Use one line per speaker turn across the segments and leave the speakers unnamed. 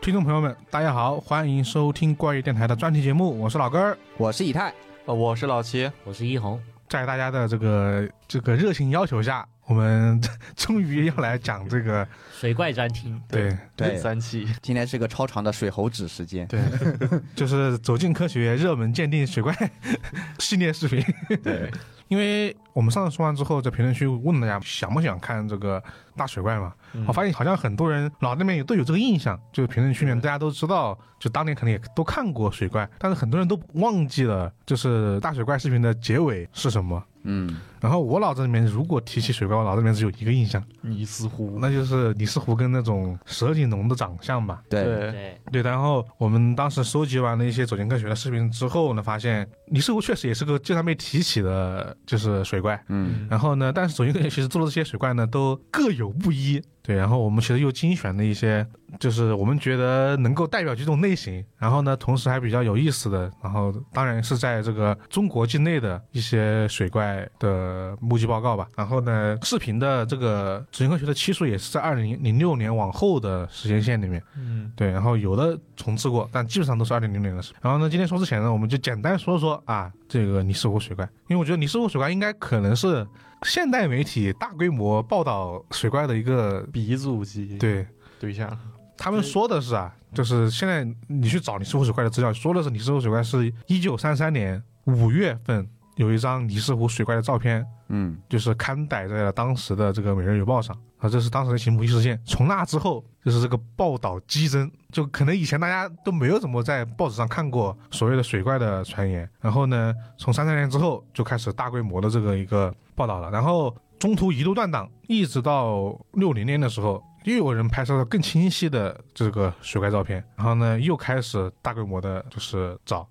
听众朋友们，大家好，欢迎收听怪异电台的专题节目，我是老根儿。
我是以太，
呃，我是老齐，
我是一红，
在大家的这个这个热情要求下，我们终于要来讲这个
水怪专听，
对
对，
三期，
今天是个超长的水猴子时间，
对， 就是走进科学热门鉴定水怪 系列视频。
对，
因为我们上次说完之后，在评论区问大家想不想看这个大水怪嘛，我发现好像很多人脑那边有都有这个印象，就是评论区里面大家都知道，就当年肯定也都看过水怪，但是很多人都忘记了，就是大水怪视频的结尾是什么。
嗯，
然后我脑子里面如果提起水怪，我脑子里面只有一个印象，
尼斯湖，
那就是李世湖跟那种蛇颈龙的长相吧。
对，
对，嗯
对，然后我们当时收集完了一些走进科学的视频之后呢，发现李世湖确实也是个经常被提起的，就是水怪。
嗯，
然后呢，但是走进科学其实做的这些水怪呢，都各有不一。对，然后我们其实又精选了一些，就是我们觉得能够代表几种类型，然后呢，同时还比较有意思的，然后当然是在这个中国境内的一些水怪的目击报告吧。然后呢，视频的这个走进科学的期数也是在二零零六年往后的时间线里面。
嗯，
对，然后有的重置过，但基本上都是二零零零的事。然后呢，今天说之前呢，我们就简单说说啊，这个尼斯湖水怪，因为我觉得尼斯湖水怪应该可能是现代媒体大规模报道水怪的一个
嗯鼻祖级
对。
对象，
他们说的是啊，就是现在你去找尼斯湖水怪的资料，说的是尼斯湖水怪是一九三三年五月份有一张尼斯湖水怪的照片，
嗯，
就是刊载在了当时的这个《每日邮报》上啊，这是当时的一起目击事件。从那之后，就是这个报道激增，就可能以前大家都没有怎么在报纸上看过所谓的水怪的传言。然后呢，从三三年之后就开始大规模的这个一个报道了，然后中途一度断档，一直到六零年的时候。又有人拍摄到更清晰的这个水怪照片，然后呢，又开始大规模的就是找，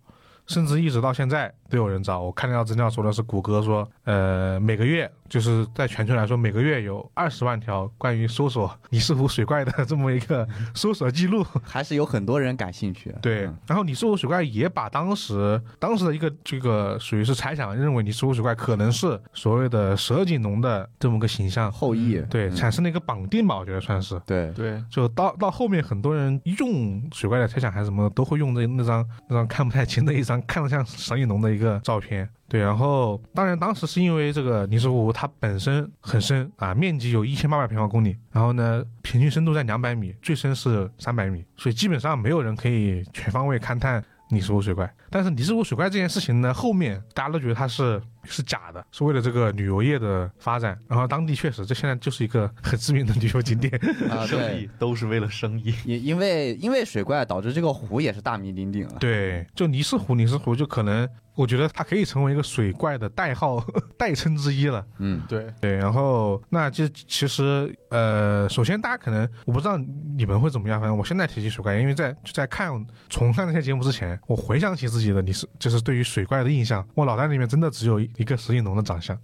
甚至一直到现在都有人找。我看到资料说的是谷歌说，呃，每个月就是在全球来说，每个月有二十万条关于搜索尼斯湖水怪的这么一个搜索记录。
还是有很多人感兴趣，
对
嗯，
然后尼斯湖水怪也把当时当时的一个这个属于是猜想，认为尼斯湖水怪可能是所谓的蛇颈龙的这么个形象，
后羿，
对，
嗯
产生了一个绑定吧，我觉得算是。
对，
对，
就到到后面，很多人用水怪的猜想还是什么，都会用这那张那张看不太清的一张看着像沈雨农的一个照片。对，然后当然当时是因为这个尼斯湖它本身很深啊，面积有一千八百平方公里，然后呢平均深度在两百米，最深是三百米，所以基本上没有人可以全方位勘探。尼斯湖水怪，但是尼斯湖水怪这件事情呢，后面大家都觉得它是是假的，是为了这个旅游业的发展。然后当地确实，这现在就是一个很知名的旅游景点。
啊，
生意
对，
都是为了生意，
因因为因为水怪导致这个湖也是大名鼎鼎了，
对，就尼斯湖，尼斯湖就可能，我觉得它可以成为一个水怪的代号 代称之一了。
嗯，
对，
对，然后那就其实呃，首先大家可能我不知道你们会怎么样，反正我现在提起水怪，因为在就在看重看那些节目之前，我回想起自己的尼斯，就是对于水怪的印象，我脑袋里面真的只有一个石井龙的长相。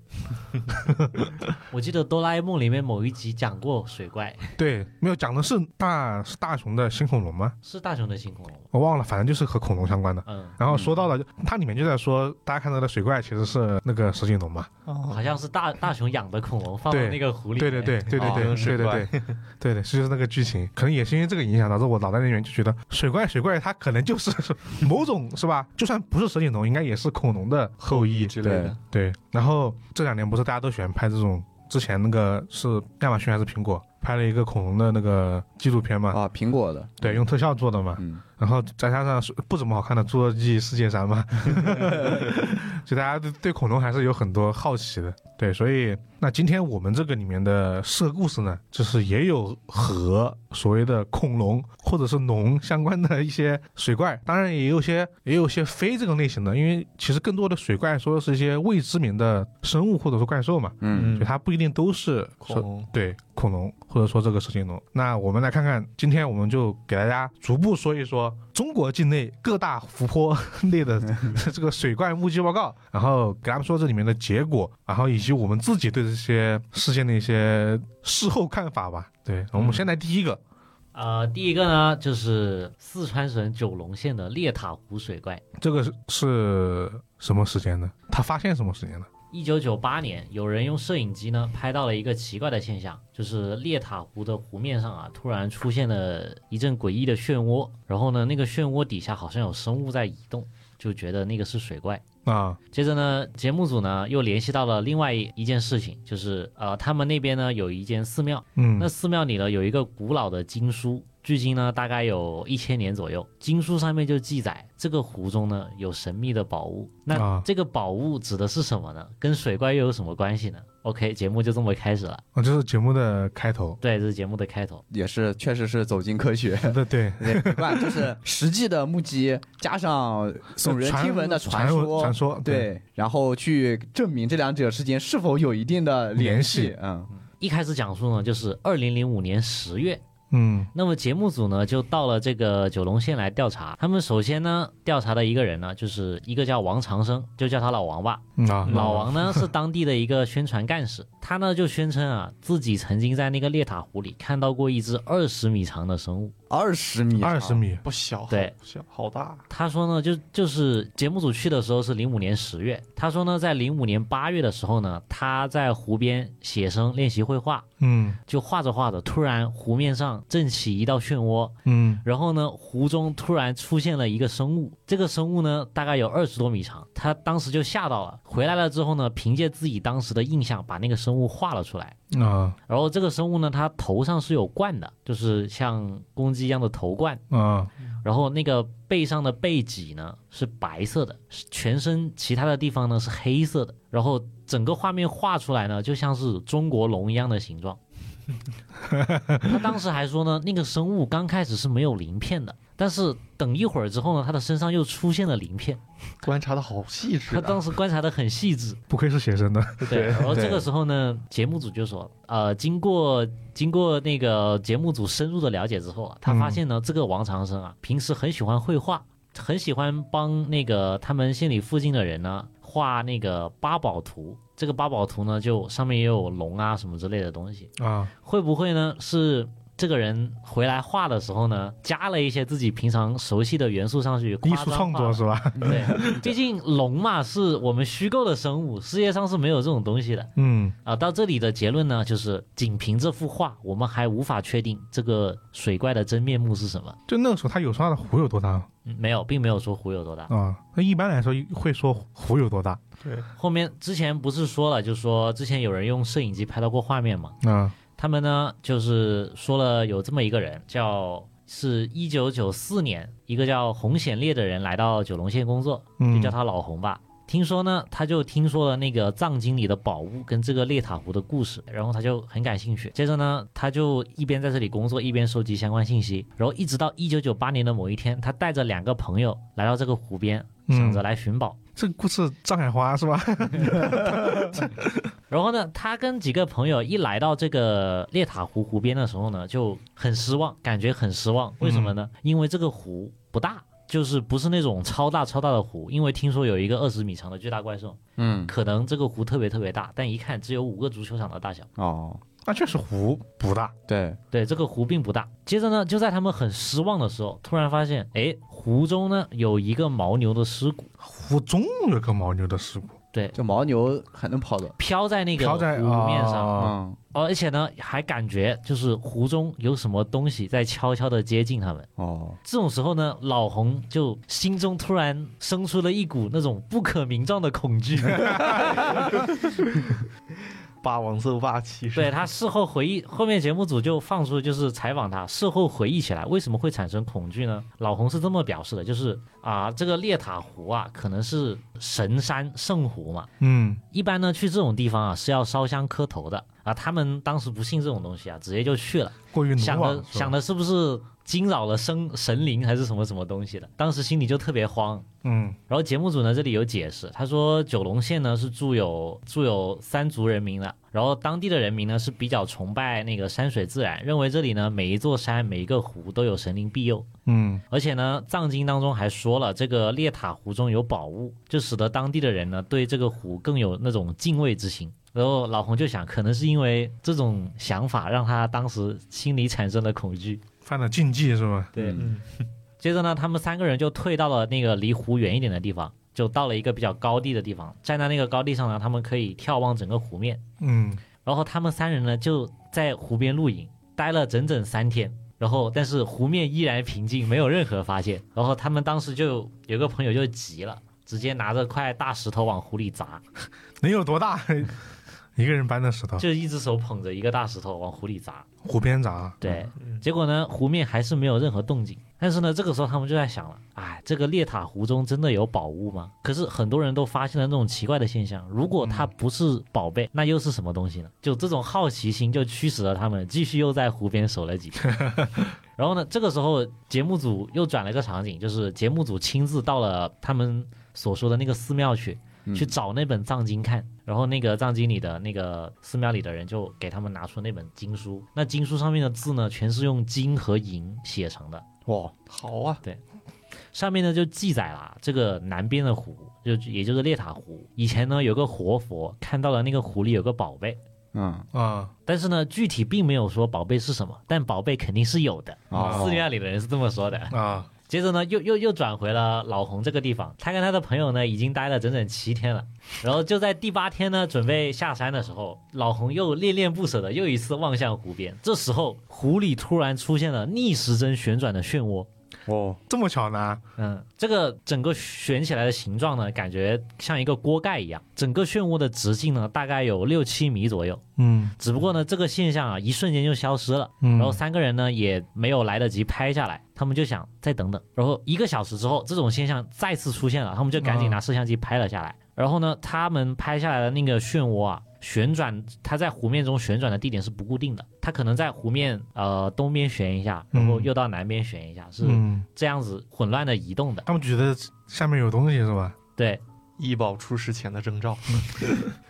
我记得哆啦 A 梦里面某一集讲过水怪，
对，没有讲的是大是大雄的新恐龙吗？
是大雄的星空龙，
我忘了，反正就是和恐龙相关的。
嗯，
然后说到了，它里面就在说，大家看到的水怪其实是那个石井龙嘛。
哦
好像是大大雄养的恐龙放到
对
那个湖里
对
面，
哦对 对对对
啊
对对
水
对
怪
对对对，就是那个剧情，可能也是因为这个影响，导致我脑袋里面就觉得水怪水怪它可能就是 某种是吧？就算不是蛇颈龙，应该也是恐龙的后裔
之类的，
对，然后这两年不是大家都喜欢拍这种，之前那个是亚马逊还是苹果拍了一个恐龙的那个纪录片嘛？
啊，苹果的，
对，用特效做的嘛。
嗯，
然后再加上是不怎么好看的《侏罗纪世界三》嘛， 就大家对对恐龙还是有很多好奇的。对，所以那今天我们这个里面的四个故事呢，就是也有和所谓的恐龙或者是龙相关的一些水怪，当然也有些也有些非这个类型的，因为其实更多的水怪说的是一些未知名的生物或者说怪兽嘛，
嗯，
就它不一定都是
恐龙，
对恐龙，或者说这个蛇颈龙。那我们来看看，今天我们就给大家逐步说一说中国境内各大湖泊内 的这个水怪目击报告，然后给他们说这里面的结果，然后以及我们自己对这些事件的一些事后看法吧。对，我们先来第一个，
呃，第一个呢就是四川省九龙县的烈塔湖水怪，
这个是是什么时间呢？他发现什么时间呢？
1988一九九八年，有人用摄影机呢拍到了一个奇怪的现象，就是列塔湖的湖面上啊，突然出现了一阵诡异的漩涡，然后呢，那个漩涡底下好像有生物在移动，就觉得那个是水怪。
啊，
接着呢，节目组呢又联系到了另外一一件事情，就是呃，他们那边呢有一间寺庙，
嗯
那寺庙里呢有一个古老的经书，距今呢大概有一千年左右。经书上面就记载，这个湖中呢有神秘的宝物。那
啊
这个宝物指的是什么呢？跟水怪又有什么关系呢？OK，节目就这么开始了。
啊，这是节目的开头，
对，这是节目的开头。
也是确实是走进科学。
对对，
也没办法，就是实际的目击加上耸人
传
听闻的
传
说，
传说，
对，然后去证明这两者之间是否有一定的联
联
系。嗯，
一开始讲述呢，就是二零零五年十月，
嗯
那么节目组呢就到了这个九龙县来调查。他们首先呢调查的一个人呢，就是一个叫王长生，就叫他老王吧。
嗯啊，
老王呢是当地的一个宣传干事，他呢就宣称啊自己曾经在那个列塔湖里看到过一只二十米长的生物。
二十米，
二十，米，
不小，好
对
小好大，
他说呢，就就是节目组去的时候是零五年十月，他说呢，在零五年八月的时候呢，他在湖边写生练习绘画，
嗯
就画着画着，突然湖面上震起一道漩涡，
嗯
然后呢，湖中突然出现了一个生物，这个生物呢大概有二十多米长，他当时就吓到了。回来了之后呢，凭借自己当时的印象把那个生物画了出来。
啊
然后这个生物呢，它头上是有冠的，就是像公鸡一样的头冠。
啊
然后那个背上的背脊呢是白色的，是全身其他的地方呢是黑色的。然后整个画面画出来呢，就像是中国龙一样的形状。他当时还说呢，那个生物刚开始是没有鳞片的，但是等一会儿之后呢，它的身上又出现了鳞片。
观察的好细致
他
啊。
当时观察的很细致，
不愧是写生的，
对，然后
对
这个时候呢，节目组就说，呃，经过经过那个节目组深入的了解之后啊，他发现呢，
嗯
这个王长生啊，平时很喜欢绘画，很喜欢帮那个他们县里附近的人呢画那个八宝图。这个八宝图呢，就上面也有龙啊什么之类的东西。
啊
会不会呢？是这个人回来画的时候呢，加了一些自己平常熟悉的元素上去，
艺
夸
术
张
创
化
作
了
是吧？
对，毕竟龙嘛是我们虚构的生物，世界上是没有这种东西的
嗯
啊。到这里的结论呢，就是仅凭这幅画，我们还无法确定这个水怪的真面目是什么。
就那个时候他有说他的湖有多大吗
嗯没有，并没有说湖有多大。
啊？那一般来说会说湖有多大
对，
后面之前不是说了，就说之前有人用摄影机拍到过画面嘛？
啊？
他们呢就是说了有这么一个人，叫是一九九四年一个叫洪显烈的人来到九龙县工作，就
嗯
叫他老洪吧。听说呢，他就听说了那个藏经里的宝物跟这个列塔湖的故事，然后他就很感兴趣。接着呢，他就一边在这里工作，一边收集相关信息，然后一直到一九九八年的某一天，他带着两个朋友来到这个湖边，
嗯
想着来寻宝。
这个故事藏海花是吧？
然后呢，他跟几个朋友一来到这个列塔湖湖边的时候呢，就很失望，感觉很失望。为什么
嗯
呢？因为这个湖不大，就是不是那种超大超大的湖，因为听说有一个二十米长的巨大怪兽，
嗯，
可能这个湖特别特别大，但一看只有五个足球场的大小。
哦，
那啊确实湖不大，
对，
对，这个湖并不大。接着呢，就在他们很失望的时候，突然发现，哎，湖中呢有一个牦牛的尸骨，
湖中有个牦牛的尸骨，
对，
这牦牛还能跑的，
飘在那个
飘在
湖面上，
啊
嗯，
哦而且呢还感觉就是湖中有什么东西在悄悄的接近他们。
哦，
这种时候呢，老红就心中突然生出了一股那种不可名状的恐惧。
霸王色霸气是吧
对他事后回忆，后面节目组就放出就是采访他，事后回忆起来为什么会产生恐惧呢？老洪是这么表示的，就是啊，这个列塔湖啊，可能是神山圣湖嘛，
嗯
一般呢去这种地方啊是要烧香磕头的啊，他们当时不信这种东西啊，直接就去了，
过于
想
鲁莽
的
啊是吧
想的是不是惊扰了生神灵还是什么什么东西的，当时心里就特别慌，
嗯
然后节目组呢这里有解释，他说九龙县呢是住有住有三族人民的，然后当地的人民呢是比较崇拜那个山水自然，认为这里呢每一座山每一个湖都有神灵庇佑，
嗯
而且呢藏经当中还说了这个列塔湖中有宝物，就使得当地的人呢对这个湖更有那种敬畏之心。然后老洪就想，可能是因为这种想法让他当时心里产生了恐惧。
犯了禁忌是吧？
对
嗯
接着呢，他们三个人就退到了那个离湖远一点的地方，就到了一个比较高地的地方，站在那个高地上呢，他们可以眺望整个湖面。
嗯，
然后他们三人呢就在湖边露营，待了整整三天。然后，但是湖面依然平静，没有任何发现。然后他们当时就有个朋友就急了，直接拿着块大石头往湖里砸，
能有多大？ 一个人搬的石头，
就一只手捧着一个大石头往湖里砸。
湖边砸，
对，结果呢，湖面还是没有任何动静。但是呢，这个时候他们就在想了，哎，这个列塔湖中真的有宝物吗？可是很多人都发现了这种奇怪的现象，如果它不是宝贝，那又是什么东西呢？就这种好奇心就驱使了他们继续又在湖边守了几天。然后呢，这个时候节目组又转了个场景，就是节目组亲自到了他们所说的那个寺庙去，去找那本藏经看。然后那个藏经里的那个寺庙里的人就给他们拿出那本经书，那经书上面的字呢，全是用金和银写成的，
哇，
好啊，
上面呢就记载了啊这个南边的湖，就也就是列塔湖，以前呢有个活佛看到了那个湖里有个宝贝。
嗯，
啊，
但是呢，具体并没有说宝贝是什么，但宝贝肯定是有的。
哦
寺庙里的人是这么说的。
啊，
接着呢，又又又转回了老红这个地方。他跟他的朋友呢，已经待了整整七天了。然后就在第八天呢，准备下山的时候，老红又恋恋不舍的又一次望向湖边。这时候，湖里突然出现了逆时针旋转的漩涡。
哦，
这么巧呢？
嗯，这个整个旋起来的形状呢，感觉像一个锅盖一样。整个漩涡的直径呢，大概有六七米左右。
嗯
只不过呢，这个现象啊，一瞬间就消失了。
嗯
然后三个人呢也没有来得及拍下来，他们就想再等等。然后一个小时之后，这种现象再次出现了，他们就赶紧拿摄像机拍了下来。然后呢，他们拍下来的那个漩涡啊，旋转，它在湖面中旋转的地点是不固定的，它可能在湖面呃东边旋一下，然后
嗯
又到南边旋一下，是
嗯，
这样子混乱的移动的。
他们觉得下面有东西是吧？
对，
医保出事前的征兆，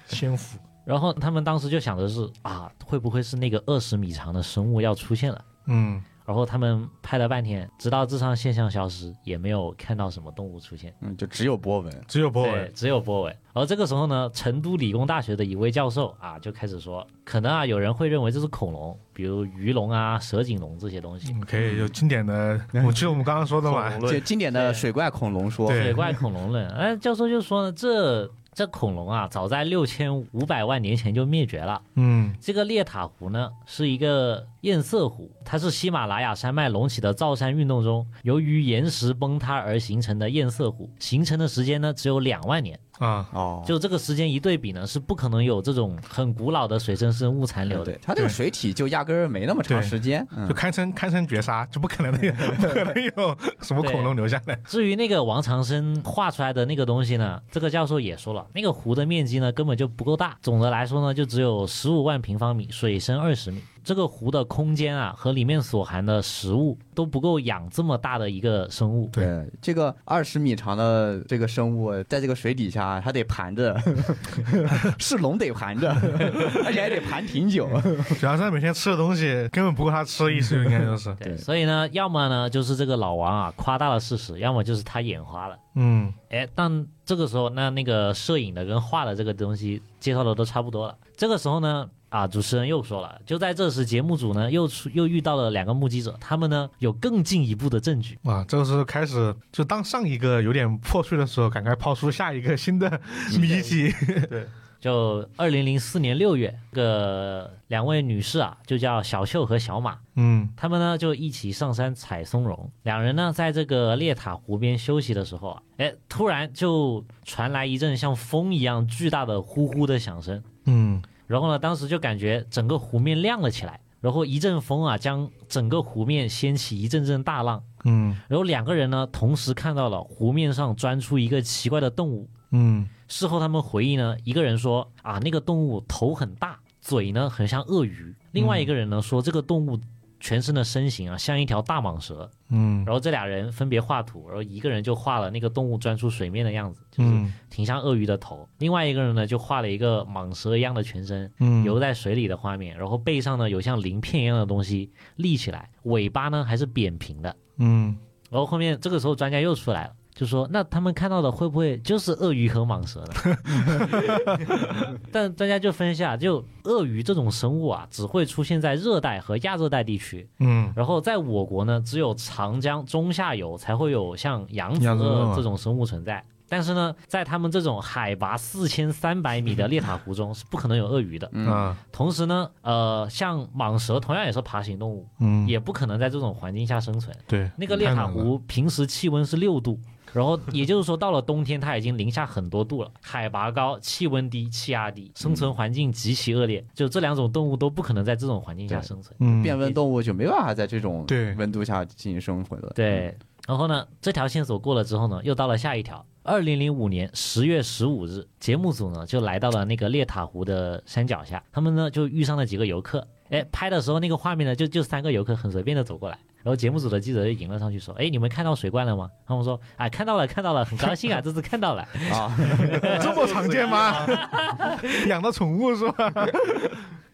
仙符，
然后他们当时就想的是啊，会不会是那个二十米长的生物要出现了？
嗯
然后他们拍了半天，直到这场现象消失，也没有看到什么动物出现。
嗯，就只有波纹，
只有波
对
纹，，
只有波纹。然后这个时候呢，成都理工大学的一位教授啊，就开始说，可能啊，有人会认为这是恐龙，比如鱼龙啊、蛇颈龙这些东西。
嗯可以有经典的，我记得我们刚刚说的嘛，
恐龙
就
论
经典的水怪恐龙说，
对
水怪恐龙论，哎，教授就说呢，这这恐龙啊，早在六千五百万年前就灭绝了。
嗯
这个列塔湖呢，是一个堰塞湖，它是喜马拉雅山脉隆起的造山运动中，由于岩石崩塌而形成的堰塞湖。形成的时间呢，只有两万年。
啊，
哦，
就这个时间一对比呢，是不可能有这种很古老的水生生物残留的。
对，它这个
对
水体就压根儿没那么长
对
时间，
就
嗯，
堪称堪称绝杀，就不可能有不可能有什么恐龙留下来。
至于那个王长生画出来的那个东西呢，这个教授也说了，那个湖的面积呢根本就不够大，总的来说呢就只有十五万平方米，水深二十米。这个湖的空间啊和里面所含的食物都不够养这么大的一个生物。
对
对，这个二十米长的这个生物，在这个水底下，它得 盘着，是龙得盘着， 而且还得盘挺久。
主要是他每天吃的东西根本不够他吃的意思，应该就是，
对，
对
所以呢，要么呢就是这个老王啊夸大了事实，要么就是他眼花了。
嗯
哎，但这个时候，那那个摄影的跟画的这个东西介绍的都差不多了。这个时候呢，啊，主持人又说了，就在这时，节目组呢又出又遇到了两个目击者，他们呢有更进一步的证据。
啊，这个时候开始就当上一个有点破碎的时候，赶快抛出下一个新的谜题。
对，
就二零零四年六月，这个两位女士啊，就叫小秀和小马，
嗯
他们呢就一起上山采松茸。两人呢在这个列塔湖边休息的时候啊，哎，突然就传来一阵像风一样巨大的呼呼的响声。
嗯
然后呢，当时就感觉整个湖面亮了起来，然后一阵风啊，将整个湖面掀起一阵阵大浪。
嗯
然后两个人呢，同时看到了湖面上钻出一个奇怪的动物。
嗯
事后他们回忆呢，一个人说啊，那个动物头很大，嘴呢很像鳄鱼；另
嗯
外一个人呢说，这个动物全身的身形啊像一条大蟒蛇。
嗯
然后这俩人分别画图，然后一个人就画了那个动物钻出水面的样子，就是
嗯
挺像鳄鱼的头；另外一个人呢就画了一个蟒蛇一样的全身，
嗯，
游在水里的画面，然后背上呢有像鳞片一样的东西立起来，尾巴呢还是扁平的。
嗯
然后后面这个时候专家又出来了，就说那他们看到的会不会 就是鳄鱼和蟒蛇呢？ 但专家就分析啊，就鳄鱼这种生物啊，只会出现在热带和亚热带地区，
嗯
然后在我国呢，只有长江中下游才会有像扬子
扬子鳄
鳄
嘛
这种生物存在。但是呢，在他们这种海拔四千三百米的列塔湖中，是不可能有鳄鱼的。
嗯
啊，
同时呢，呃，像蟒蛇同样也是爬行动物，
嗯，
也不可能在这种环境下生存。
对，
那个列塔
太冷了
湖平时气温是六度，然后也就是说到了冬天，它已经零下很多度了， 海拔高，气温低，气压低，生存环境极其恶劣，就这两种动物都不可能在这种环境下
对
生存。
嗯，
变温动物就没办法在这种
对
温度下进行生活了。
对，然后呢，这条线索过了之后呢，又到了下一条。二零零五年十月十五日，节目组呢就来到了那个列塔湖的山脚下，他们呢就遇上了几个游客。哎，拍的时候那个画面呢，就就三个游客很随便的走过来，然后节目组的记者就迎了上去说：“哎，你们看到水怪了吗？”他们说：“啊，看到了，看到了，很高兴啊，这次看到了。”
啊，
这么常见 吗？养的宠物是吧？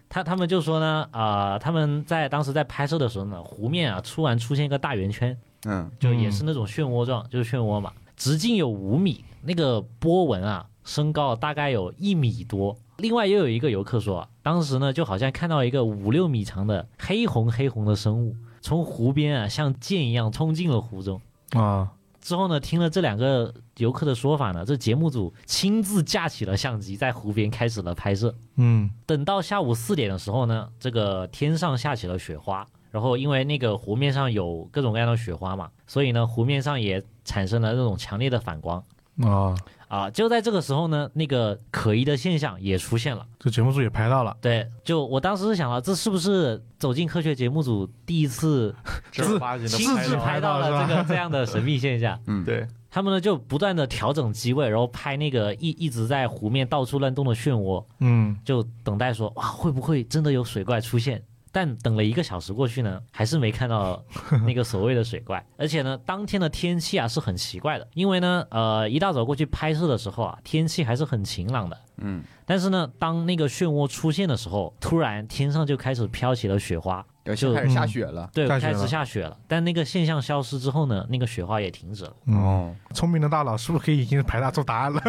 他他们就说呢，啊、他们在当时在拍摄的时候呢，湖面啊突然出现一个大圆圈，
嗯，
就也是那种漩涡状，就是漩涡嘛，直径有五米，那个波纹啊，升高大概有一米多。另外又有一个游客说啊，当时呢就好像看到一个五六米长的黑红黑红的生物从湖边啊像箭一样冲进了湖中。
啊，
之后呢，听了这两个游客的说法呢，这节目组亲自架起了相机，在湖边开始了拍摄。
嗯
等到下午四点的时候呢，这个天上下起了雪花，然后因为那个湖面上有各种各样的雪花嘛，所以呢，湖面上也产生了那种强烈的反光
啊，
啊。就在这个时候呢，那个可疑的现象也出现了。
这节目组也拍到了，
对，就我当时是想到，这是不是走进科学节目组第一次
正儿八经的
自
亲
拍
自
制
到
拍到
是
了
吧
这个这样的神秘现象？
对，
他们呢就不断的调整机位，然后拍那个一一直在湖面到处乱动的漩涡。
嗯
就等待说哇会不会真的有水怪出现？但等了一个小时过去呢，还是没 看到那个所谓的水怪。而且呢，当天的天气啊是很奇怪的，因为呢，呃，一大早过去拍摄的时候啊，天气还是很晴朗的。
嗯，
但是呢，当那个漩涡出现的时候，突然天上就开始飘起了雪花，
要
就
开始
嗯
下雪了。
对，
下雪
开始
了
下雪了。但那个现象消失之后呢，那个雪花也停止了。
嗯，，
哦
聪明的大脑是不是可以已经排大出答案了？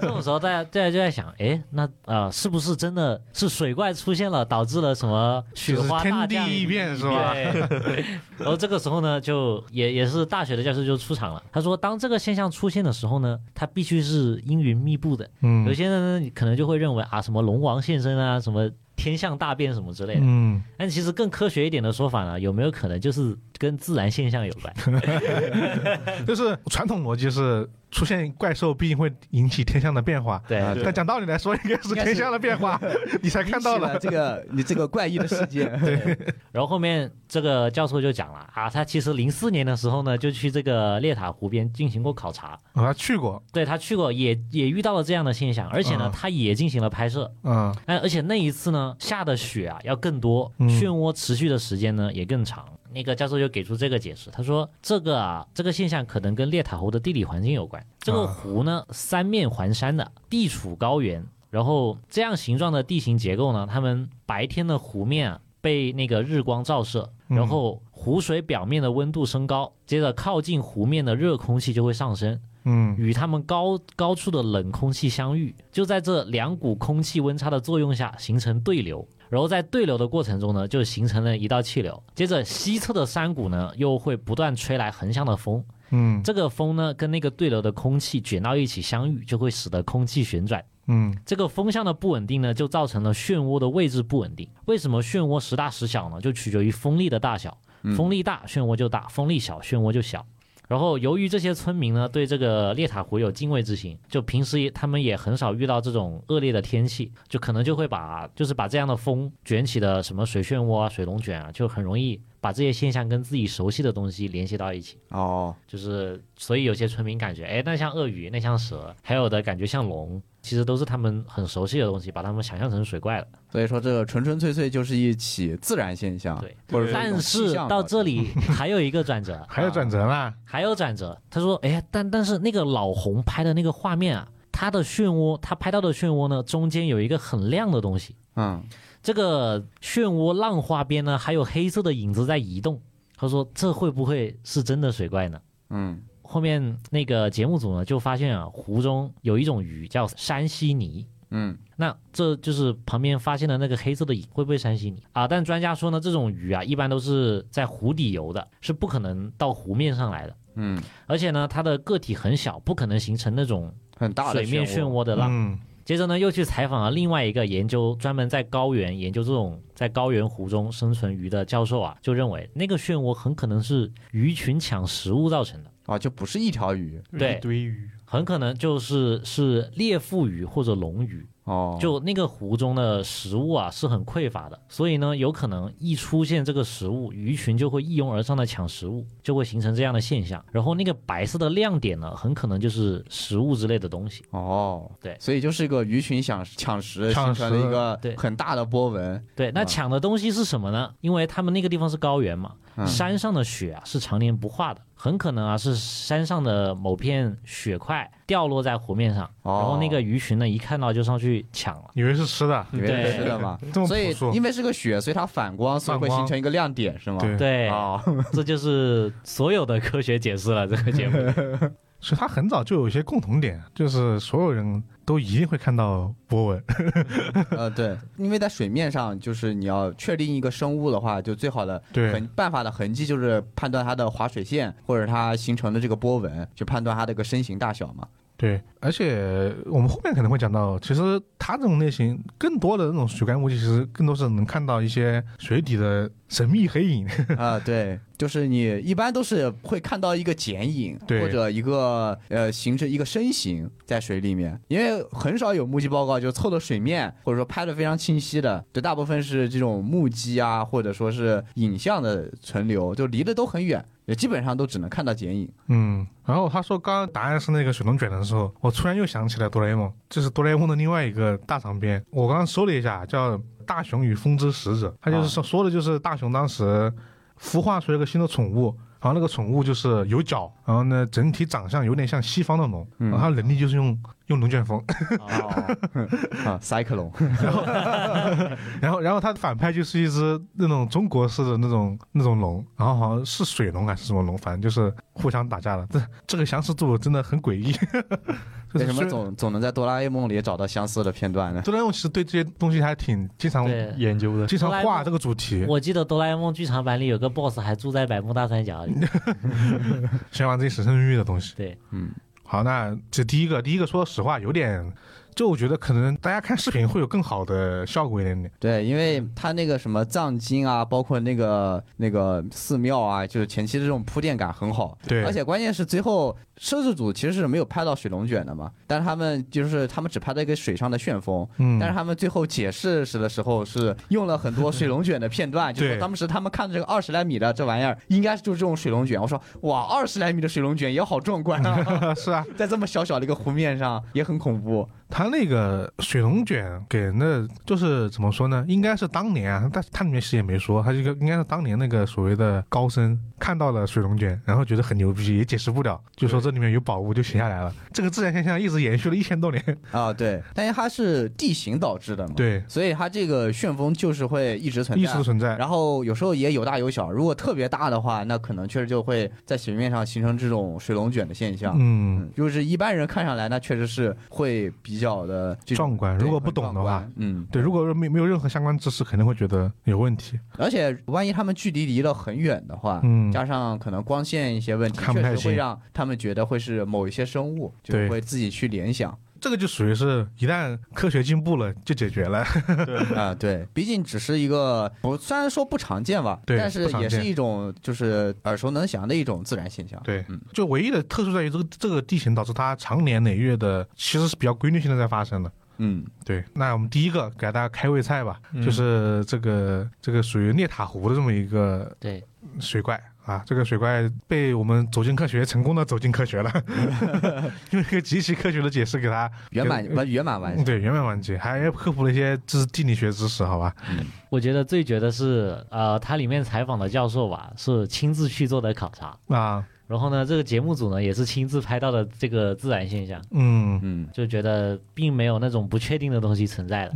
这种时候，大家大家就在想，哎，那呃，是不是真的是水怪出现了，导致了什么雪花
就是
大
天
降？
地异变是吧？
对。 然后这个时候呢，就也也是大学的教授就出场了。他说，当这个现象出现的时候呢，它必须是阴云密布的。有
嗯
些人呢，你可能就会认为啊，什么龙王现身啊，什么天象大变什么之类的。
嗯，
但其实更科学一点的说法呢，有没有可能就是跟自然现象有关？
就是传统逻辑是出现怪兽必定会引起天象的变化，
对
啊
对
但讲道理来说应该是天象的变化，你才看到
引起
了
了这个你这个怪异的 世界。对，
然后后面这个教授就讲了啊，他其实零四年的时候呢，就去这个列塔湖边进行过考察，
我还啊去过，
对他去过也也遇到了这样的现象，而且呢
嗯，
他也进行了拍摄。
嗯
哎，而且那一次呢，下的雪啊要更多，
嗯
漩涡持续的时间呢也更长。那个教授就给出这个解释，他说这个啊，这个现象可能跟列塔湖的地理环境有关。这个
啊
湖呢，三面环山的，地处高原，然后这样形状的地形结构呢，它们白天的湖面啊被那个日光照射，
嗯
然后湖水表面的温度升高，接着靠近湖面的热空气就会上升，
嗯
与它们高高处的冷空气相遇，就在这两股空气温差的作用下形成对流，然后在对流的过程中呢，就形成了一道气流。接着西侧的山谷呢，又会不断吹来横向的风，
嗯
这个风呢跟那个对流的空气卷到一起相遇，就会使得空气旋转。
嗯
这个风向的不稳定呢，就造成了漩涡的位置不稳定。为什么漩涡时大时小呢？就取决于风力的大小，风力大漩涡就大，风力小漩涡就小。然后，由于这些村民呢对这个列塔湖有敬畏之心，就平时也他们也很少遇到这种恶劣的天气，就可能就会把就是把这样的风卷起的什么水漩涡啊、水龙卷啊，就很容易把这些现象跟自己熟悉的东西联系到一起。
哦，
就是所以有些村民感觉，哎，那像鳄鱼，那像蛇，还有的感觉像龙，其实都是他们很熟悉的东西，把他们想象成水怪了。
所以说这个纯纯粹粹就是一起自然现象，
对，
啊或者说一种
但
气
是
象
到
吧
这里 还有一个转 折，啊
还有转折啦，
还有转折。他说，哎，但但是那个老红拍的那个画面啊，它的漩涡，他拍到的漩涡呢，中间有一个很亮的东西，
嗯，
这个漩涡浪花边呢，还有黑色的影子在移动。他说，这会不会是真的水怪呢？
嗯
后面那个节目组呢，就发现啊，湖中有一种鱼叫山西泥，
嗯，
那这就是旁边发现的那个黑色的影会不会伤心你啊？但专家说呢，这种鱼啊，一般都是在湖底游的，是不可能到湖面上来的。
嗯，
而且呢，它的个体很小，不可能形成那种
很大的
水面漩涡的浪。
嗯
接着呢，又去采访了另外一个研究专门在高原研究这种在高原湖中生存鱼的教授啊，就认为那个漩涡很可能是鱼群抢食物造成的，
啊，就不是一条鱼
就是
对
一堆鱼，
很可能就是是猎腹鱼或者龙鱼，
哦，
就那个湖中的食物啊是很匮乏的，所以呢，有可能一出现这个食物，鱼群就会一拥而上的抢食物，就会形成这样的现象。然后那个白色的亮点呢，很可能就是食物之类的东西。
哦，
对
所以就是个鱼群想抢食
抢
形成了一个
对
很大的波纹，
对，那
啊
抢的东西是什么呢？因为他们那个地方是高原嘛，
嗯
山上的雪啊是常年不化的，很可能啊是山上的某片雪块掉落在湖面上，
哦
然后那个鱼群呢一看到就上去抢了。
以为是吃的，
你们
对
吃的嘛。
这么
所
朴
以
素。
因为是个雪，所以它反光，所以会
反光
形成一个亮点，是吗？
对，
对，
哦，
这就是所有的科学解释了这个 节目。
所以它很早就有一些共同点，就是所有人都一定会看到波纹。
呃，对，因为在水面上，就是你要确定一个生物的话，就最好的
对
痕办法的痕迹就是判断它的划水线或者它形成的这个波纹，去判断它这个身形大小嘛。
对，而且我们后面可能会讲到，其实它这种类型更多的那种水干物体，其实更多是能看到一些水底的神秘黑影。
啊、对，就是你一般都是会看到一个剪影，
对
或者一个呃形成一个身形在水里面，因为很少有目击报告就凑到水面，或者说拍的非常清晰的，就大部分是这种目击啊，或者说是影像的存留，就离得都很远，也基本上都只能看到剪影。
嗯，然后他说刚刚答案是那个水龙卷的时候，我突然又想起来哆啦 A 梦，这是哆啦 A 梦的另外一个大长篇。我刚刚搜了一下，叫《大雄与风之使者》，他就是说、说的就是大雄当时孵化出了一个新的宠物。然后那个宠物就是有角，然后呢，整体长相有点像西方的龙，
嗯
然后它能力就是用用龙卷风，
啊，cyclone
然后然后它的反派就是一只那种中国式的那种那种龙，然后好像是水龙还是什么龙，反正就是互相打架了。这这个相似度真的很诡异， 就
为
是
什么
虽
总总能在哆啦 A 梦里找到相似的片段呢？
哆啦 A 梦其实对这些东西还挺经常
对，
研究的
经常
哆啦 A
画
梦
这个主题。
我记得哆啦 A 梦剧场版里有个 BOSS 还住在百慕大三角 里。
想玩这些神圣欲的东西。
对，
嗯，
好，那这第一个，第一个说实话有点，就我觉得可能大家看视频会有更好的效果一点点。
对，因为他那个什么藏经啊，包括那个那个寺庙啊，就是前期的这种铺垫感很好。
对，
而且关键是最后摄制组其实是没有拍到水龙卷的嘛，但是他们就是他们只拍到一个水上的旋风，
嗯
但，是他们最后解释时的时候是用了很多水龙卷的片 段，就
对
说当时他们看这个二十来米的这玩意儿，应该是就是这种水龙卷。我说哇，二十来米的水龙卷也好壮观啊，
是啊，
在这么小小的一个湖面上也很恐怖。
它那个水龙卷给人的就是怎么说呢？应该是当年啊，但是它里面其实也没说，它这个应该是当年那个所谓的高僧看到了水龙卷，然后觉得很牛逼，也解释不了，就说这里面有宝物，就写下来了。这个自然现象一直延续了一千多年。
啊，对，但是它是地形导致的嘛，，
对，
所以它这个旋风就是会一直存在，
一直存在。
然后有时候也有大有小，如果特别大的话，那可能确实就会在水面上形成这种水龙卷的现象。
嗯，
嗯，就是一般人看上来，那确实是会比较的这种
壮观
对
如果不
很
懂的
壮
话
观嗯，
对，如果没没有任何相关知识，肯定会觉得有问题。
而且万一他们距离离得很远的话，
嗯，
加上可能光线一些问题，
看不
确
太
实会
清
让他们觉得会是某一些生物，就是
对
会自己去联想。
这个就属于是一旦科学进步了就解决了。
啊，对，毕竟只是一个不，虽然说不常见吧，
对
但是
不常
也是
见
一种就是耳熟能详的一种自然现象。
对
嗯，
就唯一的特殊在于这个这个地形导致它常年累月的其实是比较规律性的在发生的。
嗯，
对，那我们第一个给大家开胃菜吧，
嗯
就是这个这个属于涅塔湖的这么一个
对，
水怪啊，这个水怪被我们走进科学成功的走进科学了， 用一个极其科学的解释给它
圆满完圆满完
嗯对圆满完结，还科普了一些知识地理学知识，好吧？
我觉得最绝的是，呃，它里面采访的教授吧，是亲自去做的考察。
啊，
然后呢，这个节目组呢也是亲自拍到的这个自然现象，
嗯，
嗯
就觉得并没有那种不确定的东西存在了。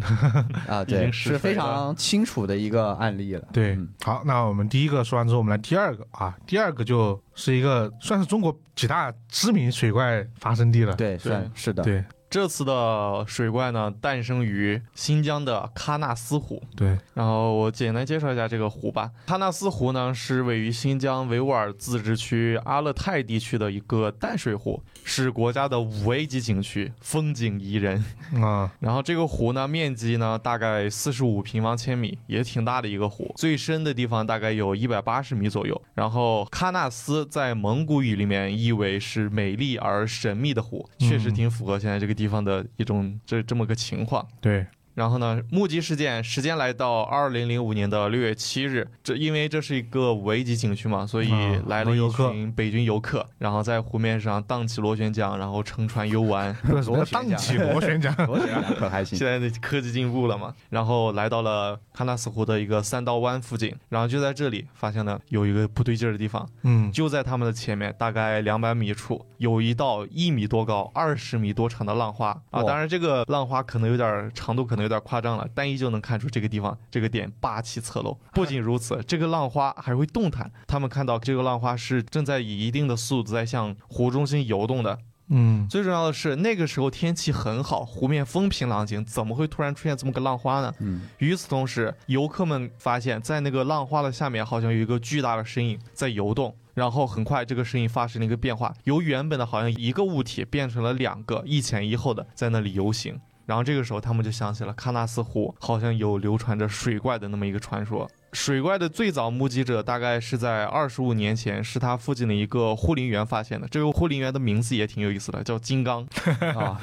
啊，
已
对，
经实
是非
锤了
常清楚的一个案例了。
对
嗯，
好，那我们第一个说完之后，我们来第二个啊，第二个就是一个算是中国几大知名水怪发生地了。
对，是
对
是的，
对
这次的水怪呢，诞生于新疆的喀纳斯湖。
对，
然后我简单介绍一下这个湖吧。喀纳斯湖呢，是位于新疆维吾尔自治区阿勒泰地区的一个淡水湖，是国家的五 A 级景区，风景宜人。
啊，
然后这个湖呢，面积呢大概四十五平方千米，也挺大的一个湖，最深的地方大概有一百八十米左右。然后喀纳斯在蒙古语里面意为是美丽而神秘的湖，确实
嗯
挺符合现在这个地方的一种这这么个情况。
对，
然后呢，目击事件时间来到二零零五年的六月七日，这因为这是一个五 A 级景区嘛，所以
啊很
来了
多游
一
客
群北军游客，然后在湖面上荡起螺旋桨，然后乘船 游玩。
不是什么
螺旋
荡
桨
起螺旋 桨，
我想想可还行
现。在的科技进步了嘛，然后来到了喀纳斯湖的一个三道湾附近，然后就在这里发现了有一个不对劲儿的地方，
嗯，
就在他们的前面大概两百米处，有一道一米多高、二十米多长的浪花啊，
哇
当然这个浪花可能有点儿长度可能有点儿夸张了，但依旧能看出这个地方这个点霸气侧漏。不仅如此，这个浪花还会动弹，他们看到这个浪花是正在以一定的速度在向湖中心游动的，
嗯，
最重要的是，那个时候天气很好，湖面风平浪静，怎么会突然出现这么个浪花呢？
嗯，
与此同时，游客们发现，在那个浪花的下面，好像有一个巨大的身影在游动。然后很快，这个身影发生了一个变化，由原本的好像一个物体变成了两个，一前一后的在那里游行。然后这个时候，他们就想起了喀纳斯湖好像有流传着水怪的那么一个传说。水怪的最早目击者大概是在二十五年前，是它附近的一个护林员发现的。这个护林员的名字也挺有意思的，叫金刚。
啊，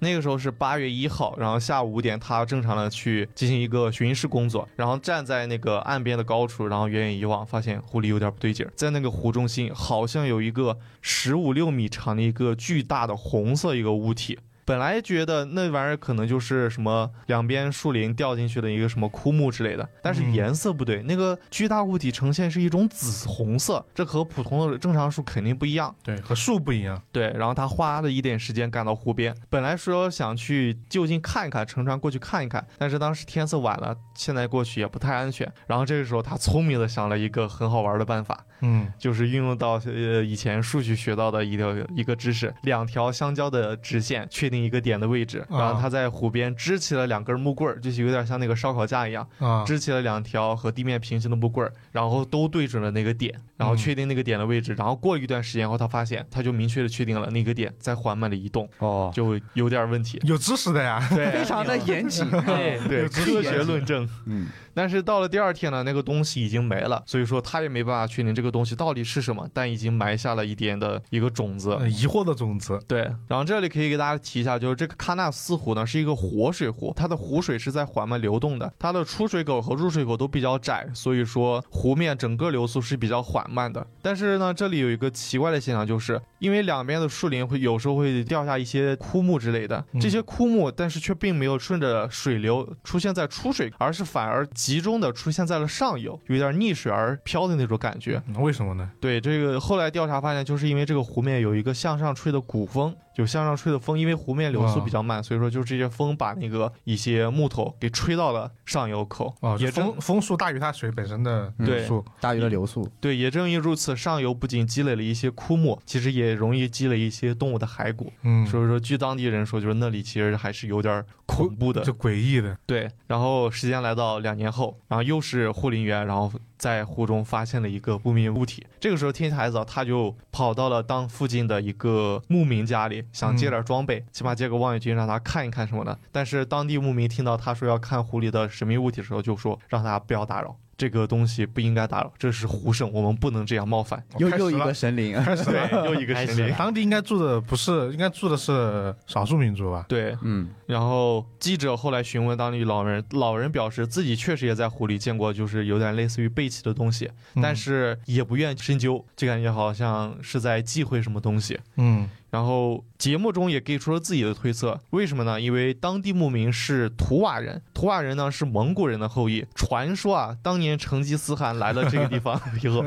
那个时候是八月一号，然后下午五点，他正常的去进行一个巡视工作，然后站在那个岸边的高处，然后远远一望，发现湖里有点不对劲儿，在那个湖中心好像有一个十五六米长的一个巨大的红色一个物体。本来觉得那玩意儿可能就是什么两边树林掉进去的一个什么枯木之类的，但是
嗯
颜色不对，那个巨大物体呈现是一种紫红色，这和普通的正常树肯定不一样。
对，和树不一样，
对，然后他花了一点时间赶到湖边，本来说想去就近看一看，乘船过去看一看，但是当时天色晚了，现在过去也不太安全。然后这个时候，他聪明的想了一个很好玩的办法，
嗯，
就是运用到呃以前数学学到的一个一个知识，两条相交的直线确定一个点的位置，然后他在湖边支起了两根木棍儿，就是有点像那个烧烤架一样，
啊，
支起了两条和地面平行的木棍儿，然后都对准了那个点，然后
嗯。
确定那个点的位置，然后过了一段时间后，他发现他就明确的确定了那个点，在缓慢的移动，
哦，
就有点问题
有知识的 呀，
对，啊
非常的严谨。
对，
对
有知识
科学论证。
嗯，
但是到了第二天呢，那个东西已经没了，所以说他也没办法确定这个东西到底是什么，但已经埋下了一点的一个种子。
呃疑惑的种子，
对，然后这里可以给大家提一下，就是这个喀纳斯湖呢是一个活水湖，它的湖水是在缓慢流动的，它的出水口和入水口都比较窄，所以说湖面整个流速是比较缓慢的。但是呢，这里有一个奇怪的现象，就是因为两边的树林会有时候会掉下一些枯木之类的，
嗯
这些枯木但是却并没有顺着水流出现在出水，而是反而集中的出现在了上游，有点逆水而漂的那种感觉。
嗯为什么呢？
对，这个后来调查发现，就是因为这个湖面有一个向上吹的鼓风，有向上吹的风，因为湖面流
啊
速比较慢，所以说就这些风把那个一些木头给吹到了上游口。
哦，
也
就
正
风风速大于它水本身的
嗯
对
数，
大鱼的流速，
对，也正因如此，上游不仅积累了一些枯木，其实也容易积累一些动物的骸骨。
嗯，
所以说，据当地人说，就是那里其实还是有点恐怖的。
就诡异的，
对，然后时间来到两年后，然后又是护林员，然后在湖中发现了一个不明物体。这个时候，天气还早，他就跑到了当附近的一个牧民家里，想借点装备，起码借个望远镜让他看一看什么的。但是当地牧民听到他说要看湖里的神秘物体的时候，就说让他不要打扰。这个东西不应该打扰，这是湖圣，我们不能这样冒犯。
哦
又
开始
又一
了
个神灵，
开始了。
对，又一个
开
神
始
灵
了。
哎当地应该住的不是，应该住的是少数民族吧？
对，
嗯，
然后记者后来询问当地老人，老人表示自己确实也在湖里见过，就是有点类似于贝奇的东西，
嗯
但，是也不愿深究，就感觉好像是在忌讳什么东西。
嗯，
然后节目中也给出了自己的推测，为什么呢？因为当地牧民是图瓦人，图瓦人呢是蒙古人的后裔。传说啊，当年成吉思汗来了这个地方以后，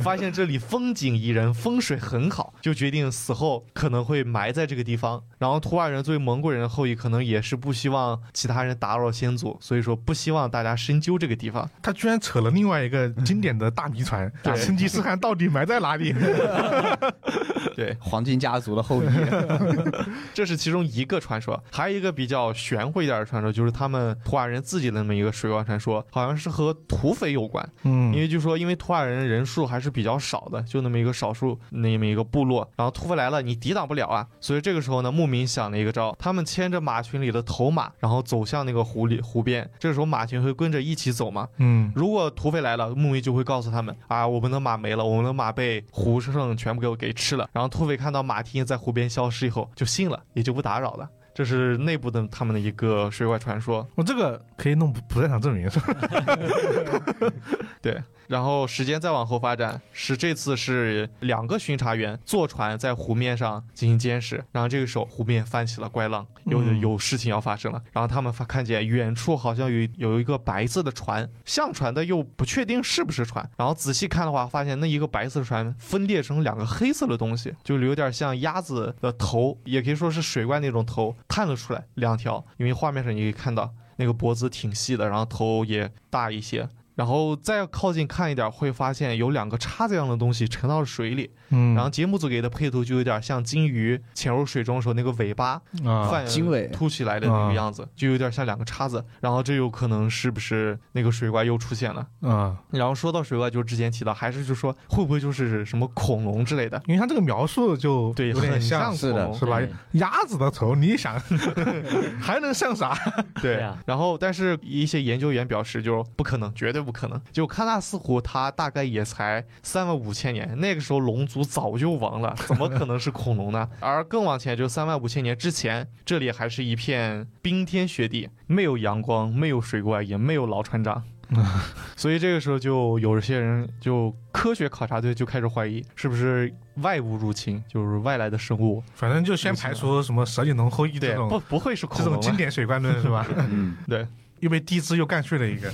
发现这里风景宜人，风水很好，就决定死后可能会埋在这个地方。然后图瓦人作为蒙古人的后裔，可能也是不希望其他人打扰先祖，所以说不希望大家深究这个地方。
他居然扯了另外一个经典 的大谜团，
对
成吉思汗到底埋在哪里？
对，
黄金家族的后裔。
这是其中一个传说，还有一个比较玄乎一点的传说，就是他们图瓦人自己的那么一个水怪传说，好像是和土匪有关。
嗯
因为据说，因为图瓦人人数还是比较少的，就那么一个少数那么一个部落，然后土匪来了，你抵挡不了啊。所以这个时候呢，牧民想了一个招，他们牵着马群里的头马，然后走向那个湖里湖边。这个时候马群会跟着一起走嘛。
嗯
如果土匪来了，牧民就会告诉他们啊，我们的马没了，我们的马被胡胜全部给我给吃了。然后土匪看到马蹄在湖边消失以后，就信了，也就不打扰了。这是内部的他们的一个水怪传说。
我这个可以弄不不在场证明是吧？
对，然后时间再往后发展，是这次是两个巡查员坐船在湖面上进行监视，然后这个时候湖面翻起了怪浪，有
嗯
有事情要发生了。然后他们发看见远处好像有一有一个白色的船，像船的又不确定是不是船。然后仔细看的话，发现那一个白色的船分裂成两个黑色的东西，就有点像鸭子的头，也可以说是水怪那种头探了出来两条，因为画面上你可以看到。那个脖子挺细的，然后头也大一些，然后再靠近看一点，会发现有两个叉子一样的东西沉到了水里。
嗯
然后节目组给的配图就有点像金鱼潜入水中的时候那个尾巴
后啊，
泛
经纬
凸起来的那个样子，就有点像两个叉子。然后这有可能是不是那个水怪又出现了？
啊，
然后说到水怪，就是之前提到，还是就说会不会就是什么恐龙之类的？
因为他这个描述就
对，
有点
很
像
恐
是的
龙。
是吧
对？
鸭子的头，你想 还能像啥？
对
对啊
然后但是一些研究员表示，就不可能，绝对不可能。就喀纳斯湖，它大概也才三万五千年，那个时候龙族早就亡了，怎么可能是恐 龙呢？而更往前，就三万五千年之前，这里还是一片冰天雪地，没有阳光，没有水怪，也没有老 船长。所以这个时候就有一些人就科学考察队就开始怀疑，是不是外物入侵，就是外来的生物？
反正就先排除什么蛇颈龙后羿这
对，
种
不不会是
这
恐龙
种经
啊。
典水怪论是吧？
嗯，
对，
又被地质又干碎了一个。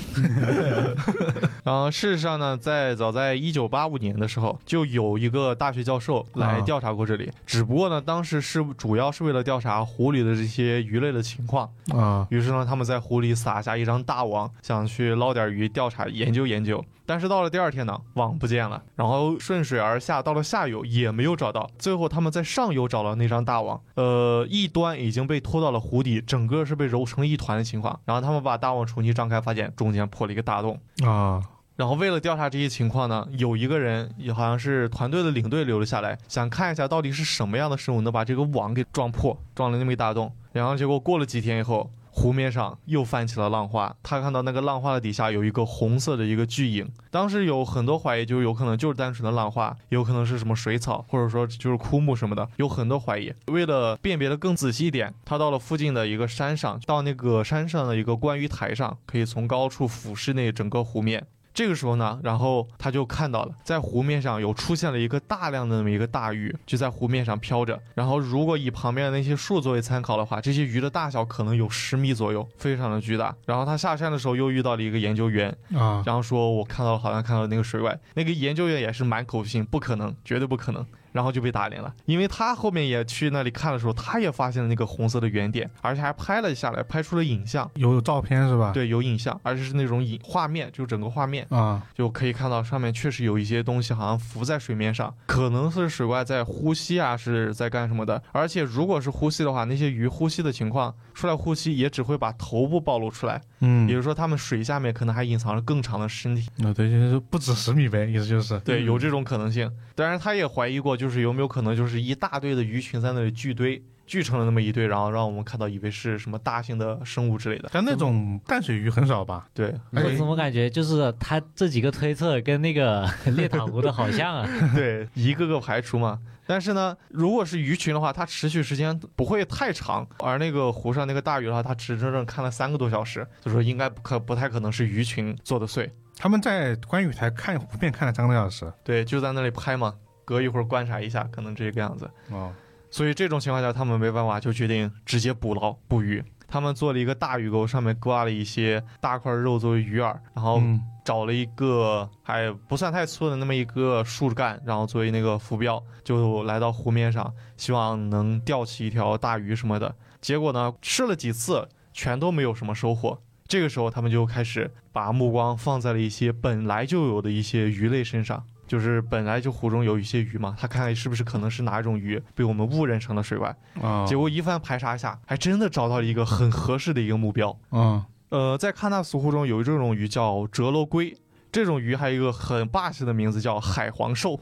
然后事实上呢，在早在一九八五年的时候，就有一个大学教授来
啊
调查过这里，只不过呢，当时是主要是为了调查湖里的这些鱼类的情况，
啊，
于是呢，他们在湖里撒下一张大网，想去捞点鱼，调查研究研究。但是到了第二天呢，网不见了，然后顺水而下，到了下游也没有找到。最后他们在上游找到那张大网，呃，一端已经被拖到了湖底，整个是被揉成了一团的情况。然后他们把大网重新张开，发现中间破了一个大洞。
啊，
然后为了调查这些情况呢，有一个人也好像是团队的领队留了下来，想看一下到底是什么样的生物能把这个网给撞破，撞了那么一大洞。然后结果过了几天以后，湖面上又泛起了浪花，他看到那个浪花的底下有一个红色的一个巨影。当时有很多怀疑，就有可能就是单纯的浪花，有可能是什么水草，或者说就是枯木什么的，有很多怀疑。为了辨别的更仔细一点，他到了附近的一个山上，到那个山上的一个观鱼台上，可以从高处俯视那整个湖面。这个时候呢，然后他就看到了，在湖面上有出现了一个大量的那么一个大鱼，就在湖面上飘着。然后如果以旁边的那些树作为参考的话，这些鱼的大小可能有十米左右，非常的巨大。然后他下山的时候又遇到了一个研究员，
啊，
然后说我看到了好像看到那个水怪，那个研究员也是满口信，不可能，绝对不可能。然后就被打脸了，因为他后面也去那里看的时候，他也发现了那个红色的圆点，而且还拍了下来，拍出了影像，
有照片是吧？
对，有影像，而且是那种影画面，就整个画面。
啊，
就可以看到上面确实有一些东西好像浮在水面上，可能是水怪在呼吸啊，是在干什么的。而且如果是呼吸的话，那些鱼呼吸的情况出来呼吸也只会把头部暴露出来，也就
嗯，
是说它们水下面可能还隐藏着更长的身体。
那啊对，就是不止十米呗，意思就是，
对，
嗯
有这种可能性。当然，他也怀疑过，就是有没有可能就是一大堆的鱼群在那里聚堆。聚成了那么一堆，然后让我们看到以为是什么大型的生物之类的。
但那种淡水鱼很少吧？
对，
而
我
且
怎么感觉就是他这几个推测跟那个 猎塔湖的好像啊？
对，一个个排除嘛。但是呢，如果是鱼群的话，它持续时间不会太长，而那个湖上那个大鱼的话，它只整整看了三个多小时，就说应该不可不太可能是鱼群做的祟。
他们在观雨台看湖面看了三个多小时。
对，就在那里拍嘛，隔一会儿观察一下，可能这个样子。
哦，
所以这种情况下，他们没办法，就决定直接捕捞捕鱼。他们做了一个大鱼钩，上面挂了一些大块肉作为鱼饵，然后
嗯
找了一个还不算太粗的那么一个树干，然后作为那个浮标，就来到湖面上，希望能钓起一条大鱼什么的。结果呢，试了几次，全都没有什么收获。这个时候，他们就开始把目光放在了一些本来就有的一些鱼类身上，就是本来就湖中有一些鱼嘛，他看看是不是可能是哪一种鱼被我们误认成了水怪。
啊，
结果一番排查下，还真的找到了一个很合适的一个目标。
嗯
呃，在喀纳俗湖中有一种鱼叫折罗龟，这种鱼还有一个很霸气的名字叫海皇兽。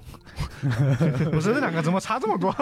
不是这两个怎么差这么多？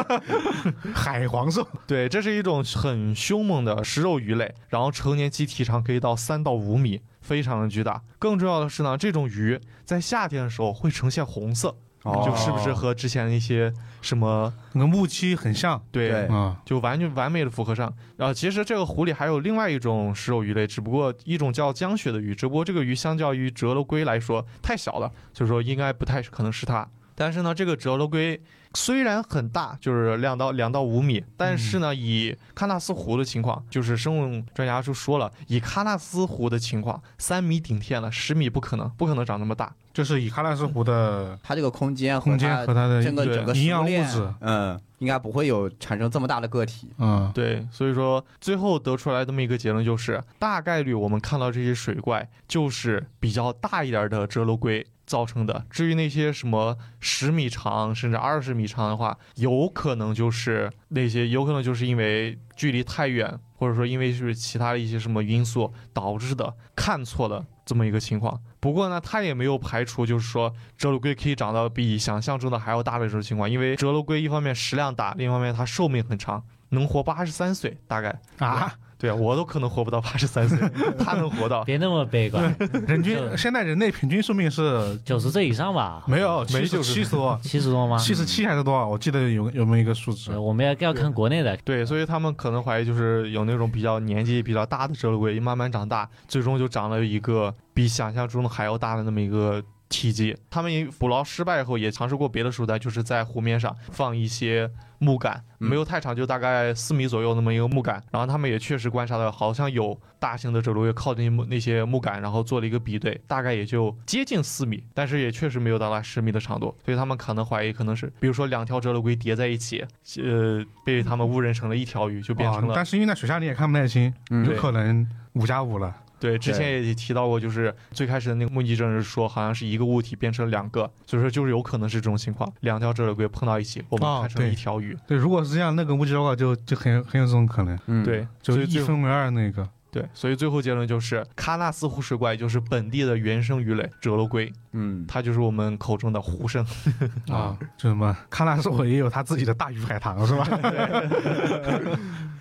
海皇兽
对，这是一种很凶猛的食肉鱼类，然后成年期体长可以到三到五米，非常的巨大。更重要的是呢，这种鱼在夏天的时候会呈现红色，
哦
就是不是和之前一些什么
跟木七很像
对。
对
啊，
就完全完美的符合上。然后其实这个湖里还有另外一种食肉鱼类，只不过一种叫江雪的鱼，只不过这个鱼相较于折罗龟来说太小了，所以说应该不太可能是它。但是呢，这个折罗龟虽然很大，就是两到两到五米，但是呢，以喀纳斯湖的情况，就是生物专家就说了，以喀纳斯湖的情况，三米顶天了，十米不可能，不可能长那么大。
就是以喀纳斯湖的
它这个空间和
空间和
它
它的
整个
对
整个
营养
食
物
物链
质，
嗯，应该不会有产生这么大的个体。
嗯，
对，所以说最后得出来这么一个结论就是，大概率我们看到这些水怪就是比较大一点的折楼龟造成的。至于那些什么十米长甚至二十米长的话，有可能就是那些有可能就是因为距离太远，或者说因为是其他的一些什么因素导致的看错了这么一个情况。不过呢，它也没有排除，就是说折楼龟可以长到比想象中的还要大的这种情况，因为折楼龟一方面食量大，另一方面它寿命很长，能活八十三岁大概。
啊，
对啊，我都可能活不到八十三岁，他能活到。
别那么悲观，
人均现在人类平均寿命是
九十岁以上吧？
没有
没
七
90
七十 多，
七十多吗？
七十七还是多少？我记得有有没有一个数值
呃，？我们要要看国内的，
对，所以他们可能怀疑就是有那种比较年纪比较大的折罗龟，慢慢长大，最终就长了一个比想象中的还要大的那么一个体积。他们也捕捞失败后，也尝试过别的手段，就是在湖面上放一些木杆，
嗯
没有太长，就大概四米左右那么一个木杆。然后他们也确实观察到，好像有大型的折罗龟靠近木那些木杆，然后做了一个比对，大概也就接近四米，但是也确实没有到达十米的长度，所以他们可能怀疑可能是，比如说两条折罗龟叠在一起，呃，被他们误认成了一条鱼，就变成
哦
了
但是因为在水下你也看不太清，
嗯
有可能五加五了。
对，之前也提到过，就是最开始的那个目击证人说，好像是一个物体变成了两个，所以说就是有可能是这种情况，两条折耳龟碰到一起，我
哦
们看成了
对
一条鱼。
对，如果是这样，那个乌鸡的话就就很有很有这种可能，
嗯，
对，
就
所以
一
最后
分为二那个。
对，所以最后结论就是，喀纳斯湖水怪就是本地的原生鱼类折耳龟，
嗯，
它就是我们口中的湖生。
啊，就什么，喀纳斯我也有他自己的大鱼海棠 是吧？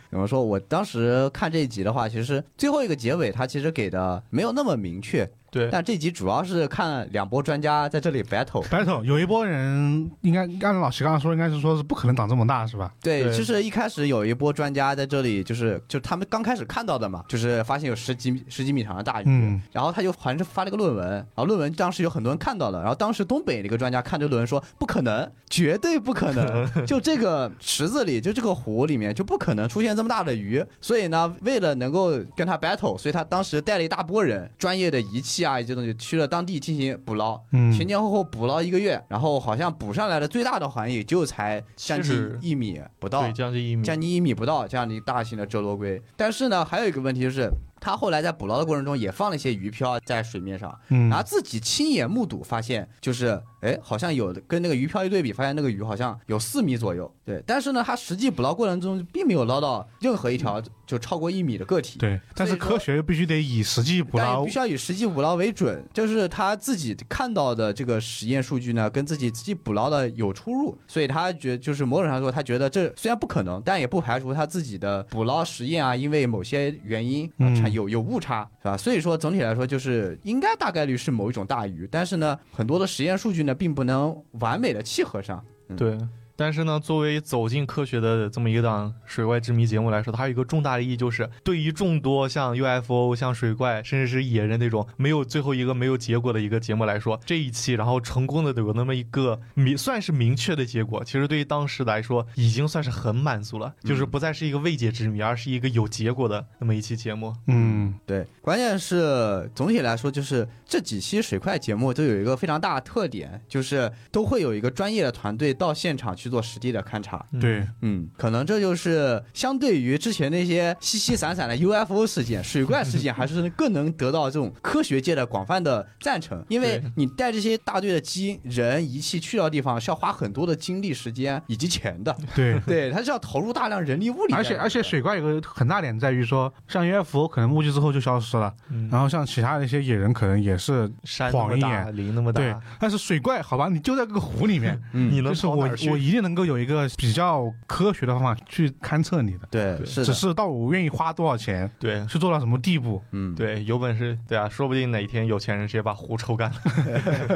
怎么说？我当时看这一集的话，其实最后一个结尾，它其实给的没有那么明确，
对，
但这集主要是看两波专家在这里 battle。
白总有一波人应该按照老徐刚刚说，应该是说是不可能长这么大是吧？
对，
对
就是一开始有一波专家在这里，就是就他们刚开始看到的嘛，就是发现有十几米十几米长的大鱼，
嗯
然后他就好像是发了个论文，然后论文当时有很多人看到了，然后当时东北的一个专家看这论文说不可能，绝对不可能，就这个池子里，就这个湖里面就不可能出现这么大的鱼，所以呢，为了能够跟他 battle，所以他当时带了一大波人，专业的仪器啊一些东西去了当地进行捕捞，
嗯
前前后后捕捞一个月，然后好像捕上来的最大的好像也就才将近
70
一米不到
对，，将近一米。
将近一米不到这样的一个大型的折罗龟。但是呢，还有一个问题就是，他后来在捕捞的过程中也放了一些鱼漂在水面上，
嗯
然后自己亲眼目睹发现，就是哎，好像有的跟那个鱼漂一对比，发现那个鱼好像有四米左右。对，但是呢，他实际捕捞过程中并没有捞到任何一条就超过一米的个体。
对，但是科学必须得以实际捕
但
捞
也必须要以实际捕捞为准，就是他自己看到的这个实验数据呢，跟自己实际捕捞的有出入，所以他觉就是某种程度上说，他觉得这虽然不可能，但也不排除他自己的捕捞实验啊，因为某些原因
嗯
啊产有有误差，是吧？所以说总体来说，就是应该大概率是某一种大鱼，但是呢，很多的实验数据呢，并不能完美的契合上。
对。但是呢，作为走进科学的这么一档水怪之谜节目来说，它有一个重大的意义，就是对于众多像 UFO、像水怪，甚至是野人那种没有最后一个没有结果的一个节目来说，这一期然后成功的有那么一个明算是明确的结果，其实对于当时来说已经算是很满足了，
嗯
就是不再是一个未解之谜，而是一个有结果的那么一期节目。
嗯
对，关键是总体来说，就是这几期水快节目都有一个非常大的特点，就是都会有一个专业的团队到现场去去做实地的勘察。
对，
嗯，可能这就是相对于之前那些稀稀散散的 UFO 事件、水怪事件，还是更能得到这种科学界的广泛的赞成。因为你带这些大队的机、人、仪器去到地方，是要花很多的精力、时间以及钱的。
对。
对，它是要投入大量人力物力在
而
里面
且
的。
而且水怪有个很大点在于说，像 UFO 可能目击之后就消失了，
嗯
然后像其他的一些野人可能也是
山那
晃
么
一
大，
眼
林那么
对
大，，
但是水怪好吧，你就在这个湖里面，
嗯
你能
就是
跑
我
哪儿去？
我一定能够有一个比较科学的方法去勘测你的，
对，是
只
的，
是到我愿意花多少钱
对
去做到什么地 步，
嗯，
对，有本事对啊，说不定哪一天有钱人直接把湖抽干了。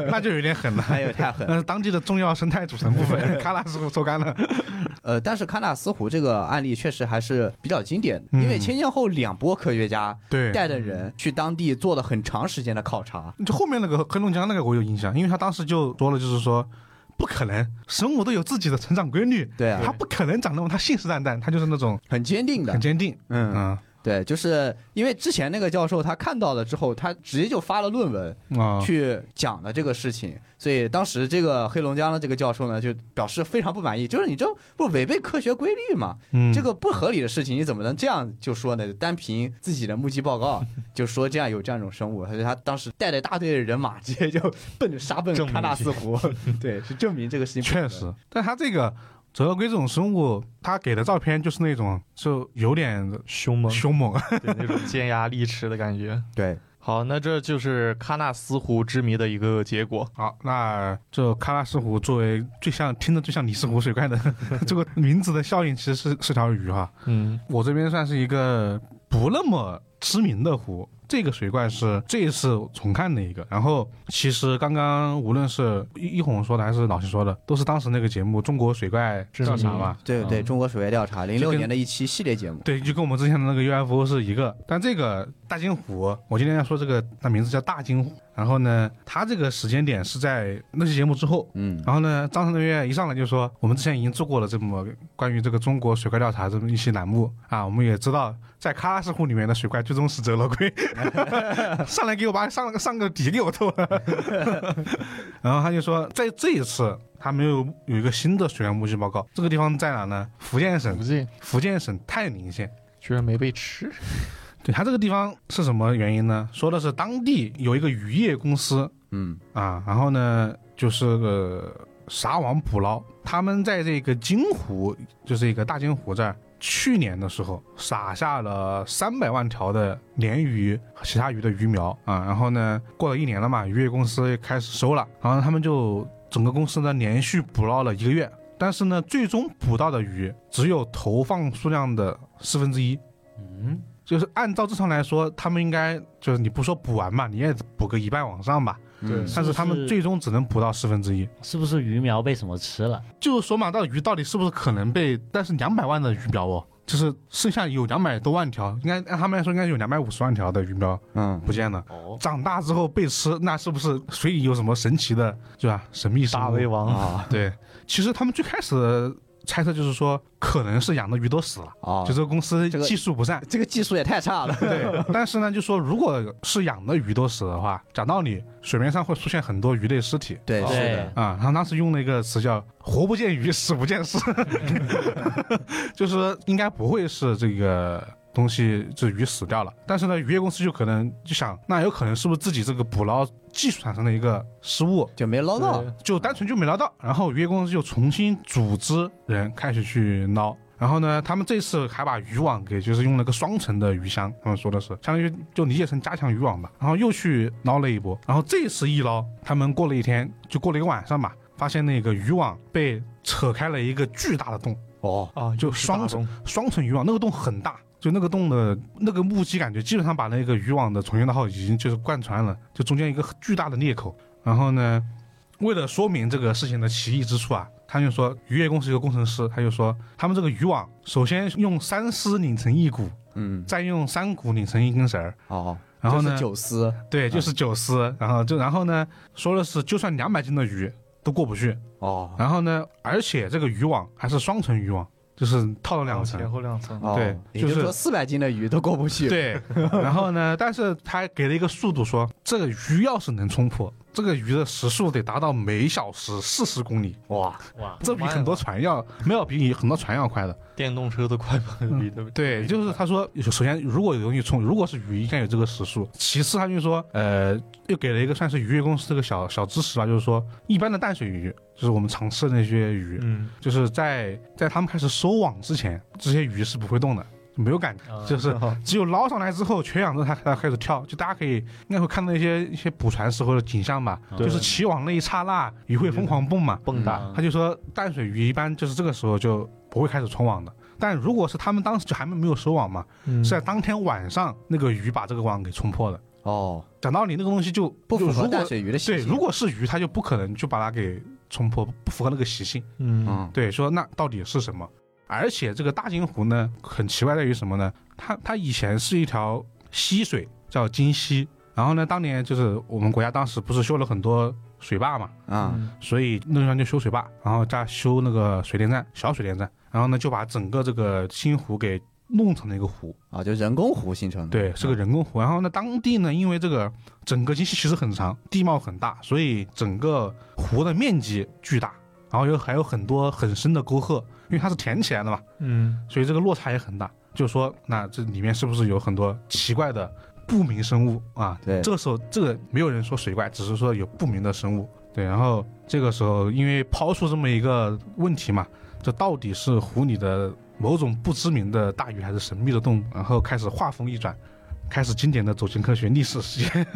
那就有点狠了。
哎呦，太狠了。
但是当地的重要生态组成部 分，喀纳斯抽干了。
呃，但是喀纳斯湖这个案例确实还是比较经典的，因为
嗯
前前后两波科学家
对，
带着人去当地做了很长时间的考察。
就后面那个黑龙江那个我有印象，因为他当时就说了，就是说不可能，生物都有自己的成长规律，
对啊，
它不可能长那么，它信誓旦旦，它就是那种
很坚定的
很，坚定，
嗯，
啊
对，就是因为之前那个教授他看到了之后，他直接就发了论文
啊，
去讲了这个事情，所以当时这个黑龙江的这个教授呢就表示非常不满意，就是你这不违背科学规律吗？
嗯，
这个不合理的事情，你怎么能这样就说呢？单凭自己的目击报 告就说这样有这样一种生物，所以他当时带着一大队的人马，直接就奔着沙奔
证明
喀纳斯湖， 对，是证明这个事情不可
确
能
实，但它这个折额龟这种生物，它给的照片就是那种就有点
凶猛，
凶猛，
对那种尖牙利齿的感觉。
对，
好，那这就是喀纳斯湖之谜的一个结果。
好，那这喀纳斯湖作为最像听着最像尼斯湖水怪的 这个名字的效应，其实是是条鱼哈。
嗯，
我这边算是一个不那么知名的湖，这个水怪是这一次重看的一个。然后其实刚刚无论是一一红说的还是老秦说的，都是当时那个节目《中国水怪调查》嘛。
对对，中国水怪调查零六
跟
年的一期系列节目，
对，就跟我们之前的那个 UFO 是一个，但这个大金虎，我今天要说这个，它名字叫大金虎。然后呢，它这个时间点是在那期节目之后，
嗯，
然后呢，张晨的月一上来就说，我们之前已经做过了这么关于这个中国水怪调查这么一期栏目啊，我们也知道在喀纳斯湖里面的水怪最终是折罗龟， 上来给我把上上个底给我透了。 然后他就说，在这一次他们又有一个新的水怪目击报告，这个地方在哪呢？福建省
不，进，
福建省泰宁县。
居然没被吃。
对他这个地方是什么原因呢？说的是当地有一个渔业公司，
嗯
啊，然后呢就是呃撒网捕捞，他们在这个金湖，就是一个大金湖这儿，去年的时候撒下了三百万条的鲢鱼和其他鱼的鱼苗啊，然后呢过了一年了嘛，渔业公司也开始收了，然后他们就整个公司呢连续捕捞了一个月。但是呢，最终捕到的鱼只有投放数量的四分之一，
嗯，
就是按照正常来说，他们应该就是你不说捕完嘛，你也捕个一半往上吧，
嗯
但是他们最终只能捕到四分之一。
是不是鱼苗被什么吃了？
就是索马到鱼到底是不是可能被？但是两百万的鱼苗哦，就是剩下有两百多万条，应该按他们来说应该有两百五十万条的鱼苗
嗯
不见了。
哦，
长大之后被吃，那是不是水里有什么神奇的，对吧？神秘生
大
物
胃？王，
啊
对，其实他们最开始猜测就是说，可能是养的鱼都死了，
啊，
就这个公司
这个
技术不善。
这个技术也太差了，
对， 但是呢，就说如果是养的鱼都死的话，讲道理，水面上会出现很多鱼类尸体。
对哦是
对
的，，
啊、他当时用了一个词叫“活不见鱼，死不见尸”，就是说应该不会是这个东西，这鱼死掉了。但是呢，渔业公司就可能就想，那有可能是不是自己这个捕捞技术产生了一个失误，
就没捞到，
就单纯就没捞到。然后渔业公司就重新组织人开始去捞。然后呢，他们这次还把渔网给就是用了个双层的鱼箱，他们说的是相当于就理解成加强渔网吧。然后又去捞了一波，然后这次一捞，他们过了一天，就过了一个晚上吧，发现那个渔网被扯开了一个巨大的洞，
哦，
啊，
就
又是
双
大
手
龙
双层渔网，那个洞很大。就那个洞的那个目击感觉，基本上把那个渔网的从前到后已经就是贯穿了，就中间一个巨大的裂口。然后呢，为了说明这个事情的奇异之处啊，他就说渔业公司有个工程师，他就说他们这个渔网首先用三丝拧成一股，
嗯
再用三股拧成一根绳儿，
哦，
然后
这
呢
是，九啊丝，
对，就是九丝，然后就然后呢，说的是就算两百斤的鱼都过不去，
哦，
然后呢，而且这个渔网还是双层渔网，就是套了两
啊前
层。啊
后两层。
哦
对
也就是
就是
说四百斤的鱼都过不去。，
对， 然后呢，但是他给了一个速度说，这个鱼要是能冲破，这个鱼的时速得达到每小时四十公里，
哇，
哇，
这比很多船要没有比很多船要快的。
电动车都快不比的。
嗯对，就是他说，首先如果有东西冲，如果是鱼，应该有这个时速。其次，他就说，呃，又给了一个算是渔业公司这个小小知识吧，就是说，一般的淡水鱼，就是我们常吃的那些鱼，
嗯，
就是在在他们开始收网之前，这些鱼是不会动的，没有感觉，
啊
就是只有捞上来之后，全氧之后它它开始跳。就大家可以应该会看到一些一些捕船时候的景象吧，
对
就是起网那一刹那，鱼会疯狂蹦嘛。
蹦跶，
他就说淡水鱼一般就是这个时候就不会开始冲网的。但如果是他们当时就还没有收网嘛，
嗯
是啊在当天晚上那个鱼把这个网给冲破了。
哦，
讲道理，那个东西就
不符
就
合
如
淡
果
水鱼的习
对，
性。
如果是鱼，它就不可能就把它给冲破，不符合那个习性。
嗯，
嗯，
对，说那到底是什么？而且这个大金湖呢，很奇怪在于什么呢？它它以前是一条溪水，叫金溪。然后呢，当年就是我们国家当时不是修了很多水坝嘛，
嗯
啊，
所以那个地方就修水坝，然后加修那个水电站，小水电站，然后呢就把整个这个新湖给弄成了一个湖。
啊，就人工湖形成的。啊
对，是个人工湖。然后呢，当地呢，因为这个整个金溪其实很长，地貌很大，所以整个湖的面积巨大，然后又还有很多很深的沟壑，因为它是填起来的嘛，
嗯，
所以这个落差也很大。就说那这里面是不是有很多奇怪的不明生物啊？
对
这个时候这个没有人说水怪，只是说有不明的生物。对，然后这个时候因为抛出这么一个问题嘛，这到底是湖里的某种不知名的大鱼还是神秘的动物？然后开始画风一转，开始经典的走进科学历史实验。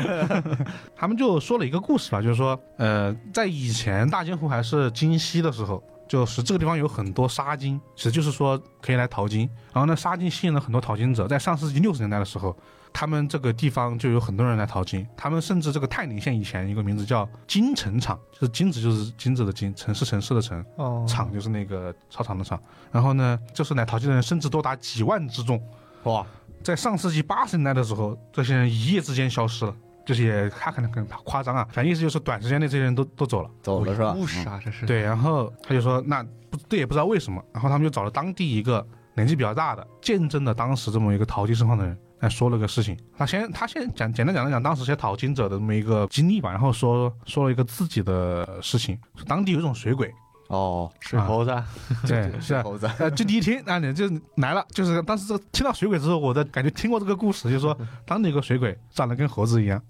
他们就说了一个故事吧，就是说，呃，在以前大金湖还是金溪的时候，就是这个地方有很多沙金，其实就是说可以来淘金。然后呢，沙金吸引了很多淘金者，在上世纪六十年代的时候，他们这个地方就有很多人来淘金。他们甚至这个泰宁县以前有一个名字叫金城场，就是金子就是金子的金，城是城市的城，
哦
场就是那个操场的场。然后呢，就是来淘金的人甚至多达几万之众。
哇，
在上世纪八十年代的时候，这些人一夜之间消失了，就是也他可能很夸张啊，反正意思就是短时间内这些人都都走了。嗯
走了是吧？嗯
故事啊，这是，
对，然后他就说那不这也不知道为什么，然后他们就找了当地一个年纪比较大的，见证了当时这么一个淘金盛况的人来说了个事情。他先他先讲简单讲了讲当时一些淘金者的这么一个经历吧，然后说说了一个自己的呃事情，说当地有一种水鬼，
哦，
水猴子，啊
对，是啊。
猴子，
呃，就第一听，啊，你就来了，就是当时这听到水鬼之后，我的感觉听过这个故事，就是说当地有个水鬼长得跟猴子一样，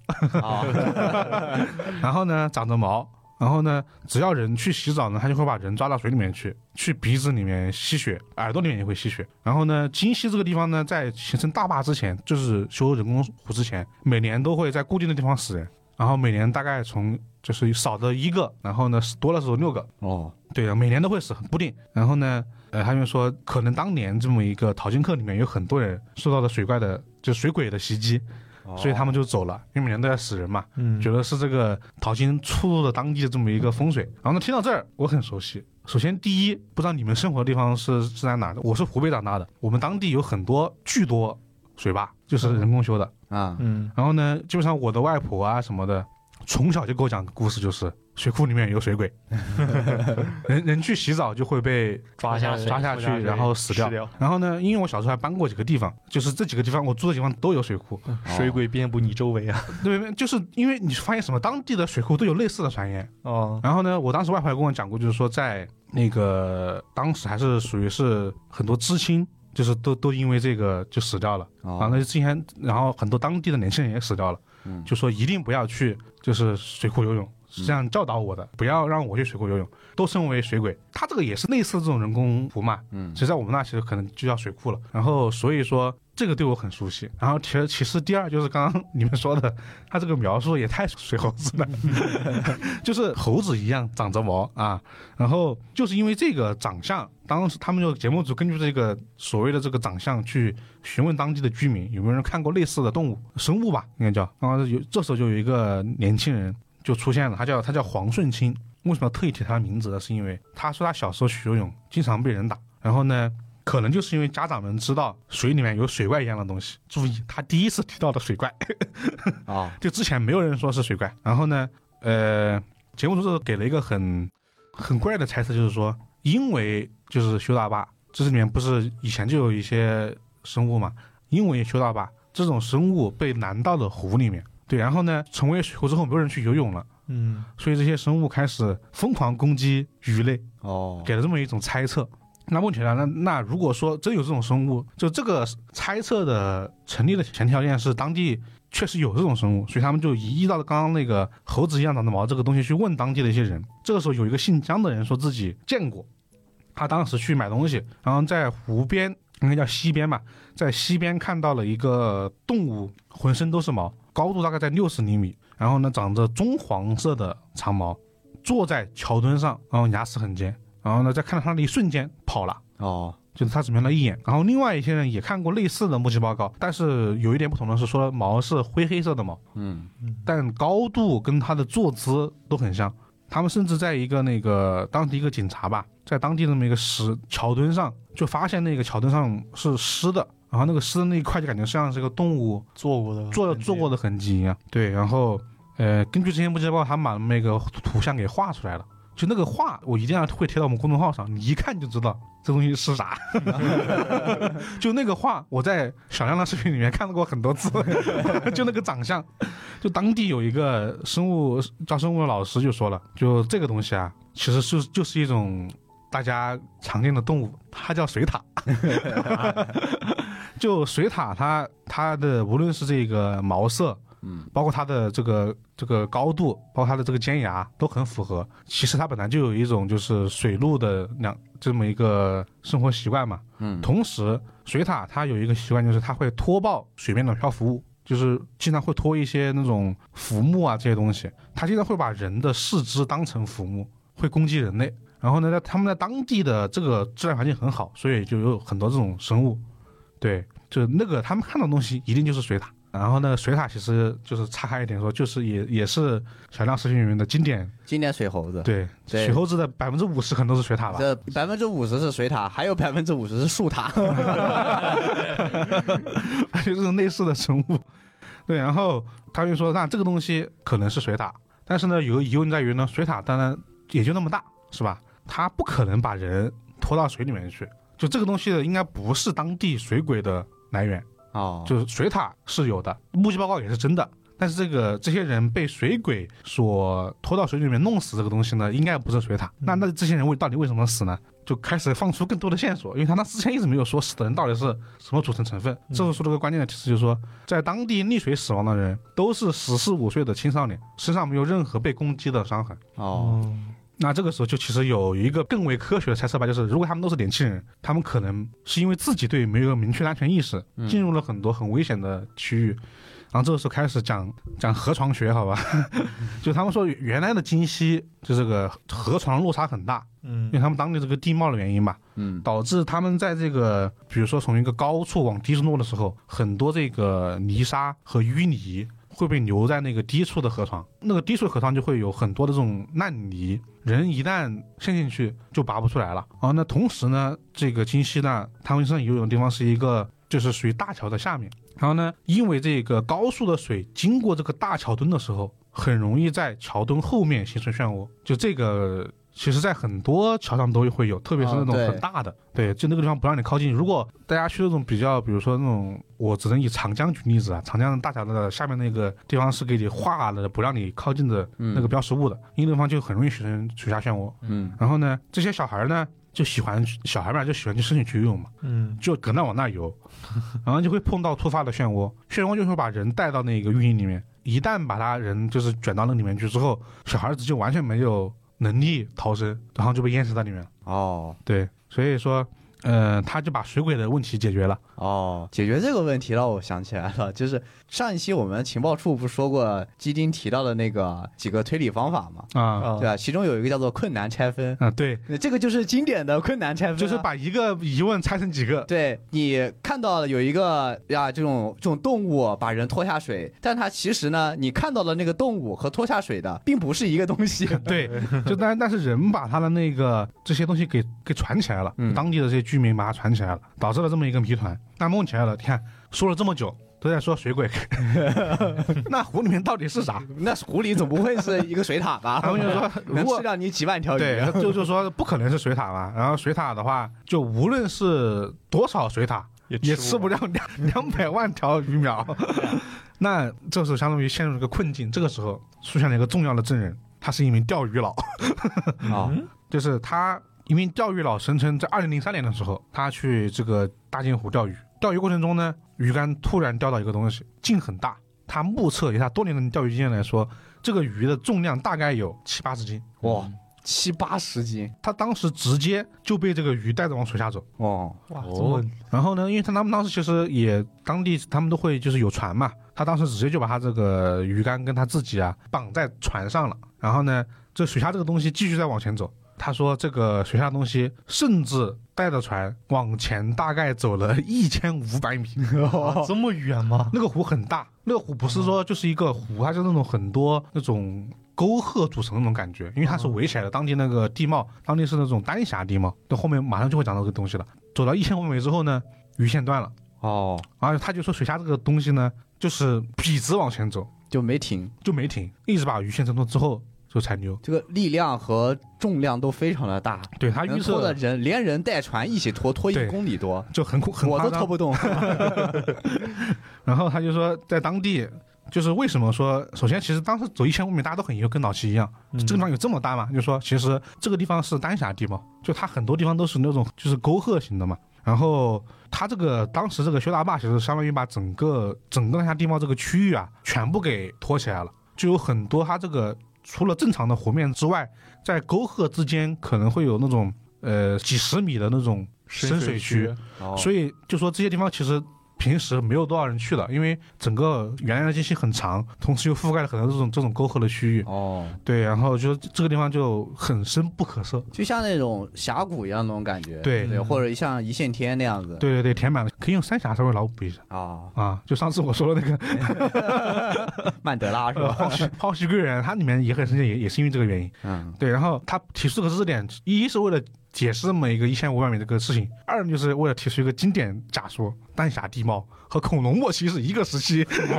啊，
然后呢长着毛，然后呢只要人去洗澡呢，它就会把人抓到水里面去，去鼻子里面吸血，耳朵里面也会吸血。然后呢，金溪这个地方呢，在形成大坝之前，就是修人工湖之前，每年都会在固定的地方死人，然后每年大概从就是少的一个，然后呢多的时候六个，
哦，
对的，每年都会死，很不定。然后呢，呃，他们说可能当年这么一个淘金客里面有很多人受到了水怪的，就是水鬼的袭击，
哦
所以他们就走了，因为每年都在死人嘛，
嗯
觉得是这个淘金出入了当地的这么一个风水。然后呢，听到这儿我很熟悉。首先，第一，不知道你们生活的地方是是在哪儿的？我是湖北长大的，我们当地有很多巨多水坝，就是人工修的。
啊，
嗯，
然后呢，基本上我的外婆啊什么的，从小就给我讲个故事，就是水库里面有水鬼， 人人去洗澡就会被
抓
下
去，
水
抓下去，然后死掉。然后呢，因为我小时候还搬过几个地方，就是这几个地方我住的地方都有水库。
水鬼遍布你周 围啊，
对，就是因为你发现什么，当地的水库都有类似的传言。
哦，
然后呢，我当时外婆还跟我讲过，就是说在那个当时还是属于是很多知青，就是都都因为这个就死掉了。然后
哦，
呢，之前然后很多当地的年轻人也死掉了，
嗯
就说一定不要去就是水库游泳，是这样教导我的，不要让我去水库游泳，都称为水鬼。它这个也是类似这种人工湖嘛，
嗯
其实在我们那其实可能就叫水库了。然后所以说这个对我很熟悉。然后其实其次第二就是刚刚你们说的， 它这个描述也太水猴子 了，就是猴子一样长着毛啊。然后就是因为这个长相，当时他们就节目组根据这个所谓的这个长相去询问当地的居民有没有人看过类似的动物生物吧，应该叫。然后有这时候就有一个年轻人就出现了，他叫他叫黄顺清。为什么要特意提他的名字呢？是因为他说他小时候学游泳经常被人打，然后呢，可能就是因为家长们知道水里面有水怪一样的东西。注意，他第一次提到的水怪，
啊，
就之前没有人说是水怪。然后呢，呃，节目组给了一个很很怪的猜测，就是说因为就是修大坝，这里面不是以前就有一些生物嘛，因为修大坝这种生物被拦到了湖里面，对，然后呢，成为水湖之后，没有人去游泳了，
嗯，
所以这些生物开始疯狂攻击鱼类，
哦，
给了这么一种猜测。那问题来了，那那如果说真有这种生物，就这个猜测的成立的前提条件是当地确实有这种生物，所以他们就依照刚刚那个猴子一样长的毛这个东西去问当地的一些人。这个时候有一个姓江的人说自己见过，他当时去买东西，然后在湖边应该叫溪边吧，在溪边看到了一个动物，浑身都是毛，高度大概在六十厘米，然后呢长着棕黄色的长毛，坐在桥墩上，然后牙齿很尖。然后呢，在看到他的一瞬间跑了，
哦，
就是他只瞄了一眼。然后另外一些人也看过类似的目击报告，但是有一点不同的是，说毛是灰黑色的毛，
嗯，
但高度跟他的坐姿都很像。他们甚至在一个那个当地一个警察吧，在当地那么一个石桥墩上，就发现那个桥墩上是湿的，然后那个湿的那一块就感觉像是个动物
做过的
做做过
的，
的痕迹一样。对，然后呃，根据这些目击报告，他们把那个图像给画出来了。就那个画，我一定要会贴到我们公众号上，你一看就知道这东西是 啥。就那个画，我在小亮的视频里面看到过很多次。 就那个长相，就当地有一个生物教生物的老师就说了，就这个东西啊，其实是就是一种大家常见的动物，它叫水獭。就水獭它它的无论是这个毛色，
嗯，
包括它的这个这个高度，包括它的这个尖牙都很符合。其实它本来就有一种就是水陆的两这么一个生活习惯嘛。
嗯，
同时，水獭它有一个习惯，就是它会拖爆水面的漂浮物，就是经常会拖一些那种浮木啊这些东西。它经常会把人的四肢当成浮木，会攻击人类。然后呢，在他们在当地的这个自然环境很好，所以就有很多这种生物。对，就那个他们看到的东西一定就是水獭。然后呢，水獭其实就是岔开一点说，就是也也是小亮视频里面的经典，
今年水猴子，
对，
对
水猴子的百分之五十可能都是水獭吧。
这百分之五十是水獭，还有百分之五十是树獭。
就这种类似的生物。对，然后他就说，那这个东西可能是水獭，但是呢，有个疑问在于呢，水獭当然也就那么大，是吧？它不可能把人拖到水里面去，就这个东西应该不是当地水鬼的来源，
哦，
就是水獭是有的，目击报告也是真的。但是这个这些人被水鬼所拖到水里面弄死这个东西呢，应该不是水獭。那那这些人为到底为什么死呢？就开始放出更多的线索，因为他那之前一直没有说死的人到底是什么组成成分。这时候说了个关键的提示，就是说在当地溺水死亡的人都是十四五岁的青少年，身上没有任何被攻击的伤痕。
哦，
哦，
那这个时候就其实有一个更为科学的猜测吧，就是如果他们都是年轻人，他们可能是因为自己对没有明确的安全意识，进入了很多很危险的区域。然后这个时候开始讲讲河床学，好吧？ 就他们说原来的京西就这个河床落差很大，因
嗯
为他们当地这个地貌的原因嘛，
嗯，
导致他们在这个比如说从一个高处往低处落的时候，很多这个泥沙和淤泥会被留在那个低处的河床，那个低处的河床就会有很多的这种烂泥，人一旦陷进去就拔不出来了啊。那同时呢，这个京西呢，他们身上游泳的地方是一个就是属于大桥的下面，然后呢，因为这个高速的水经过这个大桥墩的时候，很容易在桥墩后面形成漩涡，就这个。其实，在很多桥上都会有，特别是那种
哦对
很大的，对，就那个地方不让你靠近。如果大家去那种比较，比如说那种，我只能以长江举例子啊，长江的大桥的下面那个地方是给你画了不让你靠近的那个标识物的，因为那地方就很容易形成水下漩涡。
嗯，
然后呢，这些小孩呢就喜欢去小孩们就喜欢去深水区游泳嘛，
嗯，
就搁那往那游，然后就会碰到突发的漩涡，漩涡就会把人带到那个淤泥里面，一旦把他人就是卷到那里面去之后，小孩子就完全没有能力逃生，然后就被淹死在里面了。
哦，
对，所以说，呃，他就把水鬼的问题解决了。
哦，解决这个问题让我想起来了，就是上一期我们情报处不是说过基丁提到的那个几个推理方法嘛，
啊
啊
对吧？其中有一个叫做困难拆分，
啊，对，
那这个就是经典的困难拆分啊，
就是把一个疑问拆成几个，
对你看到有一个呀，这种这种动物把人拖下水，但它其实呢，你看到的那个动物和拖下水的并不是一个东西。
对，就但但是人把他的那个这些东西给给传起来了，
嗯
当地的这些居民把它传起来了，导致了这么一个谜团。那弄起来了，你看说了这么久，都在说水 鬼， 那湖里面到底是啥？
那湖里总不会是一个水獭吧？
他们就说如
能
果
吃掉你几万条鱼。啊
对， 就就说不可能是水獭嘛。然后水獭的话，就无论是多少水獭，
也
也
吃
吃
不
不了两两百万条鱼 苗。那这时候相当于陷入了一个困境。这个时候出现了一个重要的证人，他是一名钓鱼佬，
啊，
就是他一名钓鱼佬声称，在二零零三年的时候，他去这个大镜湖钓鱼，钓鱼过程中呢，鱼竿突然钓到一个东西，劲很大。他目测以他多年的钓鱼经验来说，这个鱼的重量大概有七八十斤。
哇，七八十斤
他当时直接就被这个鱼带着往水下走。
哦，
哇，
哦
这么
然后呢，因为他他们当时其实也当地他们都会就是有船嘛，他当时直接就把他这个鱼竿跟他自己啊绑在船上了。然后呢，这水下这个东西继续再往前走。他说这个水下的东西甚至带着船往前大概走了一千五百米。
啊这么远吗？
那个湖很大，那个湖不是说就是一个湖，它是那种很多那种沟壑组成的那种感觉，因为它是围起来的。当地那个地貌，当地是那种丹霞地貌。那后面马上就会讲到这个东西了。走到一千五百米之后呢，鱼线断了，
哦，
而且他就说水下这个东西呢，就是笔直往前走，
就没停，
就没停，一直把鱼线挣脱之后就才溜。
这个力量和重量都非常的大，
对他
能
预
嗯拖的
测
人连人带船一起拖，拖一
对
公里多，
就很恐很
我
夸
都拖
张。
不动。
然后他就说，在当地。就是为什么说，首先其实当时走一千五米，大家都很疑惑，跟老齐一样，
嗯
这个地方有这么大吗？就说其实这个地方是丹霞地貌，就它很多地方都是那种就是沟壑型的嘛。然后它这个当时这个修大坝其实相当于把整个整个丹霞地貌这个区域啊全部给托起来了，就有很多它这个除了正常的湖面之外，在沟壑之间可能会有那种呃几十米的那种深水区，
哦
所以就说这些地方其实平时没有多少人去的，因为整个原来的间隙很长，同时又覆盖了很多这种这种沟壑的区域。
哦，
对，然后就这个地方就很深不可测。
就像那种峡谷一样那种感觉，
对
对，或者像一线天那样子。
对对对，填满了，可以用三峡稍微脑补一下
啊，
啊。就上次我说的那个
曼德拉是
呃
吧？
抛弃 抛弃贵人，它里面也很深，也也是因为这个原因。
嗯，
对，然后他提出这个知识点，一是为了解释这么一个一千五百米这个事情，二就是为了提出一个经典假说：丹霞地貌和恐龙末期是一个时期。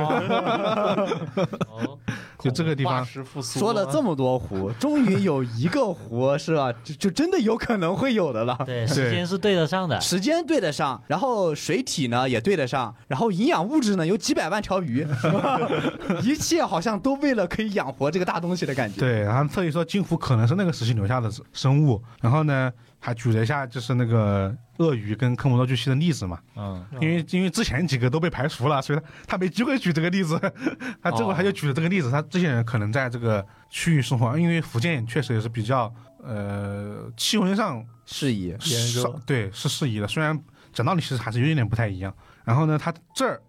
哦，
就这个地方
化石复苏
说了这么多湖， 终于有一个湖是吧？就就真的有可能会有的 了。
对，时间是对得上的。
时间对得上，然后水体呢也对得上，然后营养物质呢有几百万条鱼， 一切好像都为了可以养活这个大东西的感觉。
对，然后特意说金湖可能是那个时期留下的生物，然后呢还举了一下就是那个鳄鱼跟科摩多巨蜥的例子嘛。
嗯，
因为因为之前几个都被排除了，所以他他没机会举这个例子， 他最
哦
后他就举了这个例子，他这些人可能在这个区域生活，因为福建确实也是比较呃气温上
适宜。
炎热
少对是适宜的，虽然讲道理其实还是有一点不太一样。然后呢，他这儿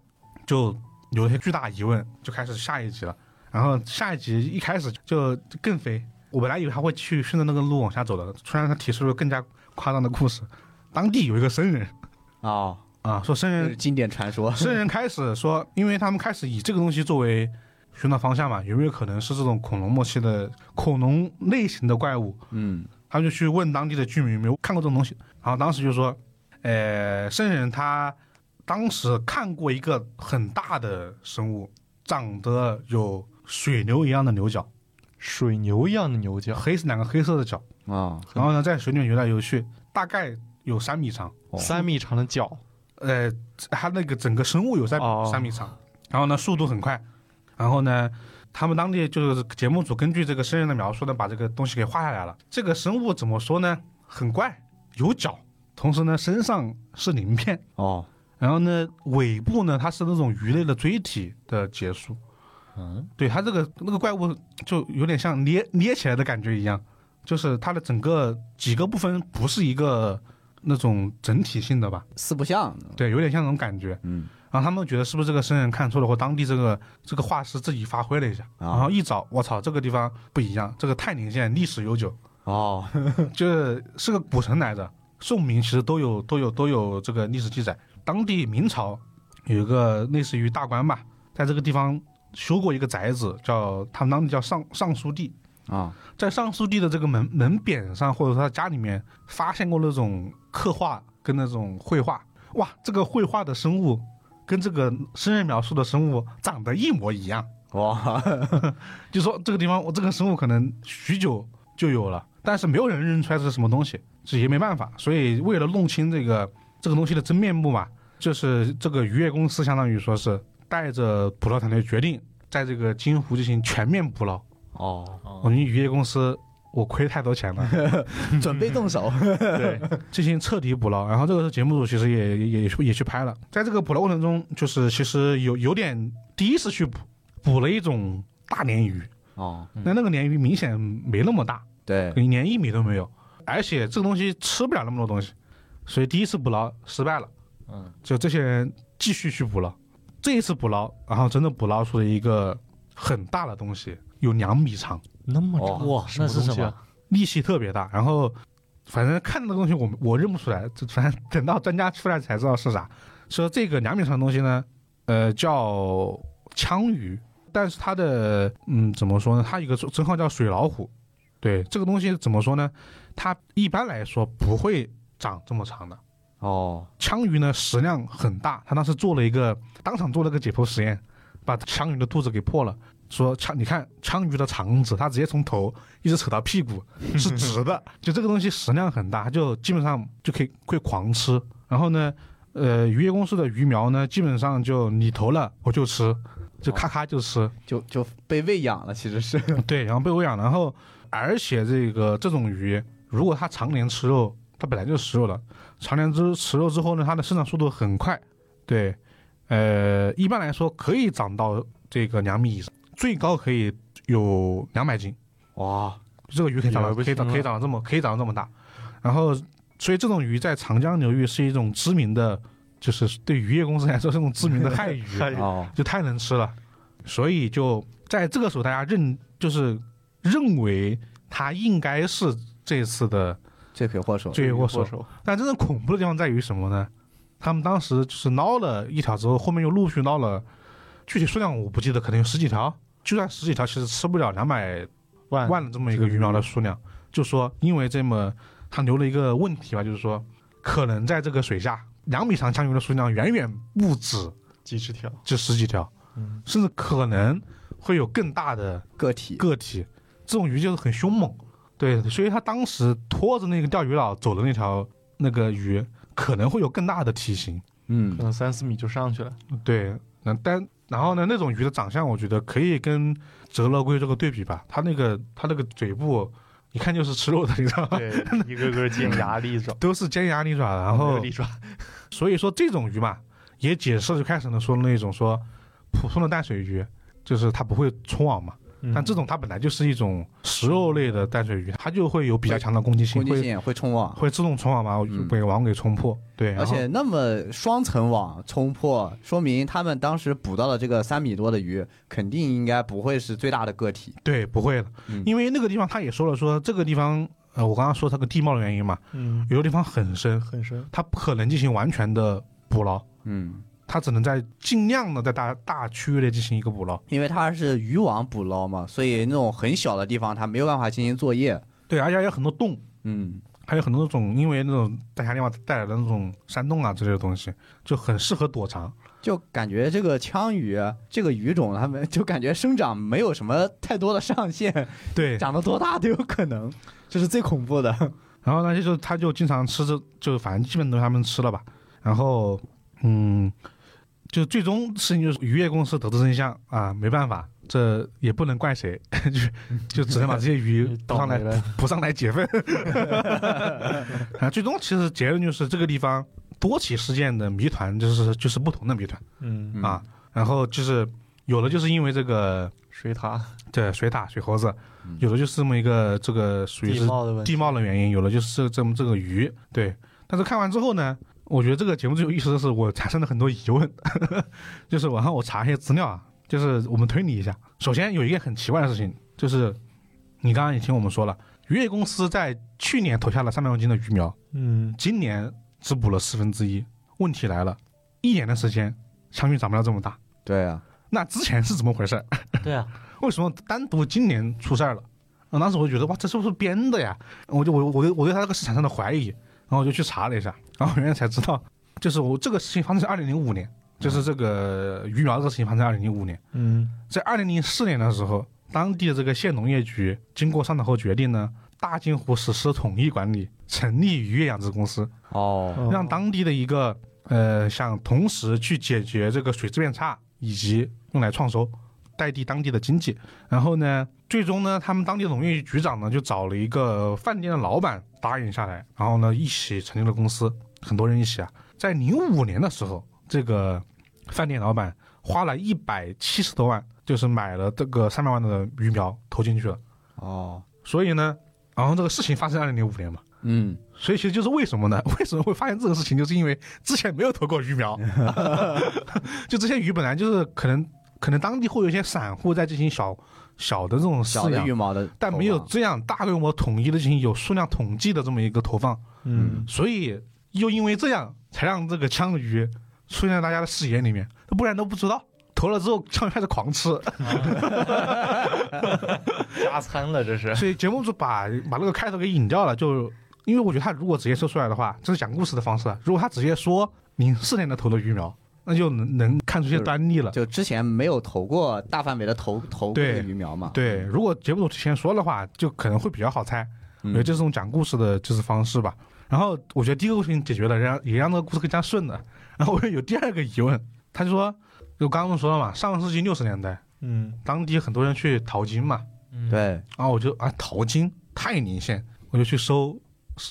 就有一些巨大疑问，就开始下一集了。然后下一集一开始就更飞，我本来以为他会去顺着那个路往下走的，突然他提出了更加夸张的故事，当地有一个僧人
哦，
啊，说僧
这
人
是经典传说。
僧人开始说，因为他们开始以这个东西作为寻找方向嘛，有没有可能是这种恐龙末期的恐龙类型的怪物？
嗯，
他们就去问当地的居民有没有看过这种东西。然后当时就说，呃，僧人他当时看过一个很大的生物，长得有水牛一样的牛角，
水牛一样的牛角，
黑两个黑色的角，
啊，
然后呢在水里面游来游去，大概有三米长。
哦
三米长的脚，
呃，它那个整个生物有在
哦
三米长，然后呢速度很快，然后呢，他们当地就是节目组根据这个生人的描述呢，把这个东西给画下来了。这个生物怎么说呢？很怪，有角，同时呢身上是鳞片，
哦，
然后呢尾部呢它是那种鱼类的椎体的结束。嗯，对它这个那个怪物就有点像捏捏起来的感觉一样，就是它的整个几个部分不是一个那种整体性的吧。
四不像。
对，有点像那种感觉。
嗯，
然后他们觉得是不是这个僧人看错了，或当地这个这个画师自己发挥了一下，
啊
然后一找，我操，这个地方不一样，这个泰宁县历史悠 久，
哦，
就是是个古城来着，宋明其实都有都有都有这个历史记载。当地明朝有一个类似于大官吧，在这个地方修过一个宅子，叫他们当地叫尚尚书地，
啊，
在尚书帝的这个门门匾上，或者说他家里面发现过那种刻画跟那种绘画，哇，这个绘画的生物跟这个生人描述的生物长得一模一样，
哇，
就说这个地方我这个生物可能许久就有了，但是没有人认出来这是什么东西，这也没办法。所以为了弄清这个这个东西的真面目嘛，就是这个渔业公司相当于说是带着捕捞团队决定在这个金湖进行全面捕捞。
哦，
我们渔业公司我亏太多钱了，
准备动手，
对，
进行彻底捕捞。然后这个时候节目组其实也也也也去拍了，在这个捕捞过程中，就是其实有有点第一次去捕捕了一种大鲶鱼，
哦，
那那个鲶鱼明显没那么大，
对，
连一米都没有，而且这个东西吃不了那么多东西，所以第一次捕捞失败了。
嗯，
就这些人继续去捕捞，这一次捕捞，然后真的捕捞出了一个很大的东西，有两米长。
那么
哦
长
哇，那是
东
什
西
么
啊？？
力气特别大，然后反正看到的东西我我认不出来，这反正等到专家出来才知道是啥。说这个两米长的东西呢，呃，叫枪鱼，但是它的嗯怎么说呢？它有个称号叫水老虎。对这个东西怎么说呢？它一般来说不会长这么长的。
哦，
枪鱼呢食量很大，他当时做了一个当场做了个解剖实验，把枪鱼的肚子给破了，说枪你看枪鱼的肠子，它直接从头一直扯到屁股是直的，就这个东西食量很大，它就基本上就可以会狂吃。然后呢，呃，渔业公司的鱼苗呢，基本上就你投了我就吃，就咔咔就吃，
就就被喂养了，其实是，
对，然后被喂养，然后而且这个这种鱼，如果它常年吃肉，它本来就是食肉的，常年吃吃肉之后呢，它的生长速度很快，对，呃，一般来说可以长到这个两米以上，最高可以有两百斤，
哇，
这个鱼可以长
也
到
不
可以长
轻了
可以长到这么可以长到这么大，然后所以这种鱼在长江流域是一种知名的，就是对渔业公司来说是一种知名 的害鱼，
嗨
哦，
就太能吃了，所以就在这个时候，大家认就是认为它应该是这次的
罪魁祸首，
罪魁祸首。
手，
但真正恐怖的地方在于什么呢？他们当时就是捞了一条之后，后面又陆续捞了，具体数量我不记得，可能有十几条。就算十几条，其实吃不了两百
万
万的这么一个鱼苗的数量。就说因为这么，他留了一个问题吧，就是说可能在这个水下，两米长枪鱼的数量远远不止
几十条，
这十几条，
嗯
甚至可能会有更大的
个体，
个体。这种鱼就是很凶猛，对，所以他当时拖着那个钓鱼佬走的那条那个鱼，可能会有更大的体型，
嗯
可，能三四米就上去了。
对。那但然后呢，那种鱼的长相，我觉得可以跟折乐龟这个对比吧，它那个它那个嘴部，一看就是吃肉的，你知道吗？
对，一个个尖牙利 爪，
都是尖牙利爪，然
哦没
后
有利爪，
所以说这种鱼嘛，也解释就开始呢说那种说普通的淡水鱼，就是它不会冲网嘛。
嗯
但这种它本来就是一种食肉类的淡水鱼，它就会有比较强的攻击性，
攻击
会
性也会冲网，
会自动冲网把我
嗯
给网给冲破。对，然
而
后
且那么双层网冲破，说明他们当时捕到的这个三米多的鱼，肯定应该不会是最大的个体。
对不会的
嗯，
因为那个地方他也说了说这个地方，呃，我刚刚说它个地貌的原因嘛，
嗯
有的地方很深，
很深，
它不可能进行完全的捕捞，
嗯，
它只能在尽量的在大大区域内进行一个捕捞。
因为它是渔网捕捞嘛，所以那种很小的地方它没有办法进行作业。
对，而且还有很多洞，
嗯，
还有很多那种因为那种大峡地貌带来的那种山洞啊之类的东西，就很适合躲藏。
就感觉这个枪鱼啊这个鱼种，它们就感觉生长没有什么太多的上限，
对，
长得多大都有 可能，这是最恐怖的。
然后呢，就是他就经常吃这，就反正基本都是他们吃了吧。然后，嗯，就最终事情就是渔业公司得知真相啊，没办法，这也不能怪谁， 就就只能把这些鱼捕
倒
上
霉
来
了，
捕上来解 愤。啊，最终其实结论就是这个地方多起事件的谜团就是就是不同的谜团
嗯，
啊，然后就是有的就是因为这个
水塔
这水獭、水猴子，有的就是这么一个这个属于
嗯地
是
貌的问题
地，貌的原因，有了就是这么这个鱼，对。但是看完之后呢，我觉得这个节目最有意思的是，我产生了很多疑问， 就是我让我查一些资料啊，就是我们推理一下。首先有一个很奇怪的事情，就是你刚刚也听我们说了，渔业公司在去年投下了三百万斤的鱼苗，
嗯，
今年只捕了四分之一。问题来了，一年的时间，枪鱼长不了这么大，
对啊，
那之前是怎么回事？
对啊，
为什么单独今年出事儿了？然后当时我就觉得哇，这是不是编的呀？我就我我对我对他这个市场上的怀疑，然后我就去查了一下，然后原来才知道，就是我这个事情发生在二零零五年，就是这个鱼苗这个事情发生在二零零五年。
嗯
在二零零四年的时候，当地的这个县农业局经过商讨后决定呢，大金湖实施统一管理，成立渔业养殖公司，
哦，
哦
让当地的一个呃，想同时去解决这个水质变差以及用来创收，带地当地的经济。然后呢，最终呢，他们当地的农业局局长呢就找了一个饭店的老板答应下来，然后呢一起成立了公司，很多人一起啊。在零五年的时候，这个饭店老板花了一百七十多万，就是买了这个三百万的鱼苗投进去了。
哦，
所以呢，然后这个事情发生二零零五年嘛。
嗯，
所以其实就是为什么呢？ 为什么会发现这个事情，就是因为之前没有投过鱼 苗， 就这些鱼本来就是可能可能当地会有一些散户在进行小小的这种
小
饲
的
养
羽，毛的，
但没有，这样大规模统一的进行有数量统计的这么一个投放，
嗯，
所以又因为这样才让这个枪鱼出现在大家的视野里面，不然都不知道。投了之后，枪鱼开始狂吃，
加餐了这 是。
所以节目组把把那个开头给引掉了，就因为我觉得他如果直接说出来的话，这是讲故事的方式啊。如果他直接说零四年的投的鱼苗，那就能能看出一些端倪了。
就之前没有投过大范围的投投过
对
鱼苗嘛，
对，如果节目组提前说的话，就可能会比较好猜。我觉得
嗯
这是种讲故事的就是方式吧。然后我觉得第一个问题解决了，让也让这个故事更加顺了。然后我又有第二个疑问，他就说，就刚刚我说了嘛，上个世纪六十年代，
嗯，
当地很多人去淘金嘛，
对，
然后我就啊，淘金泰宁县，我就去搜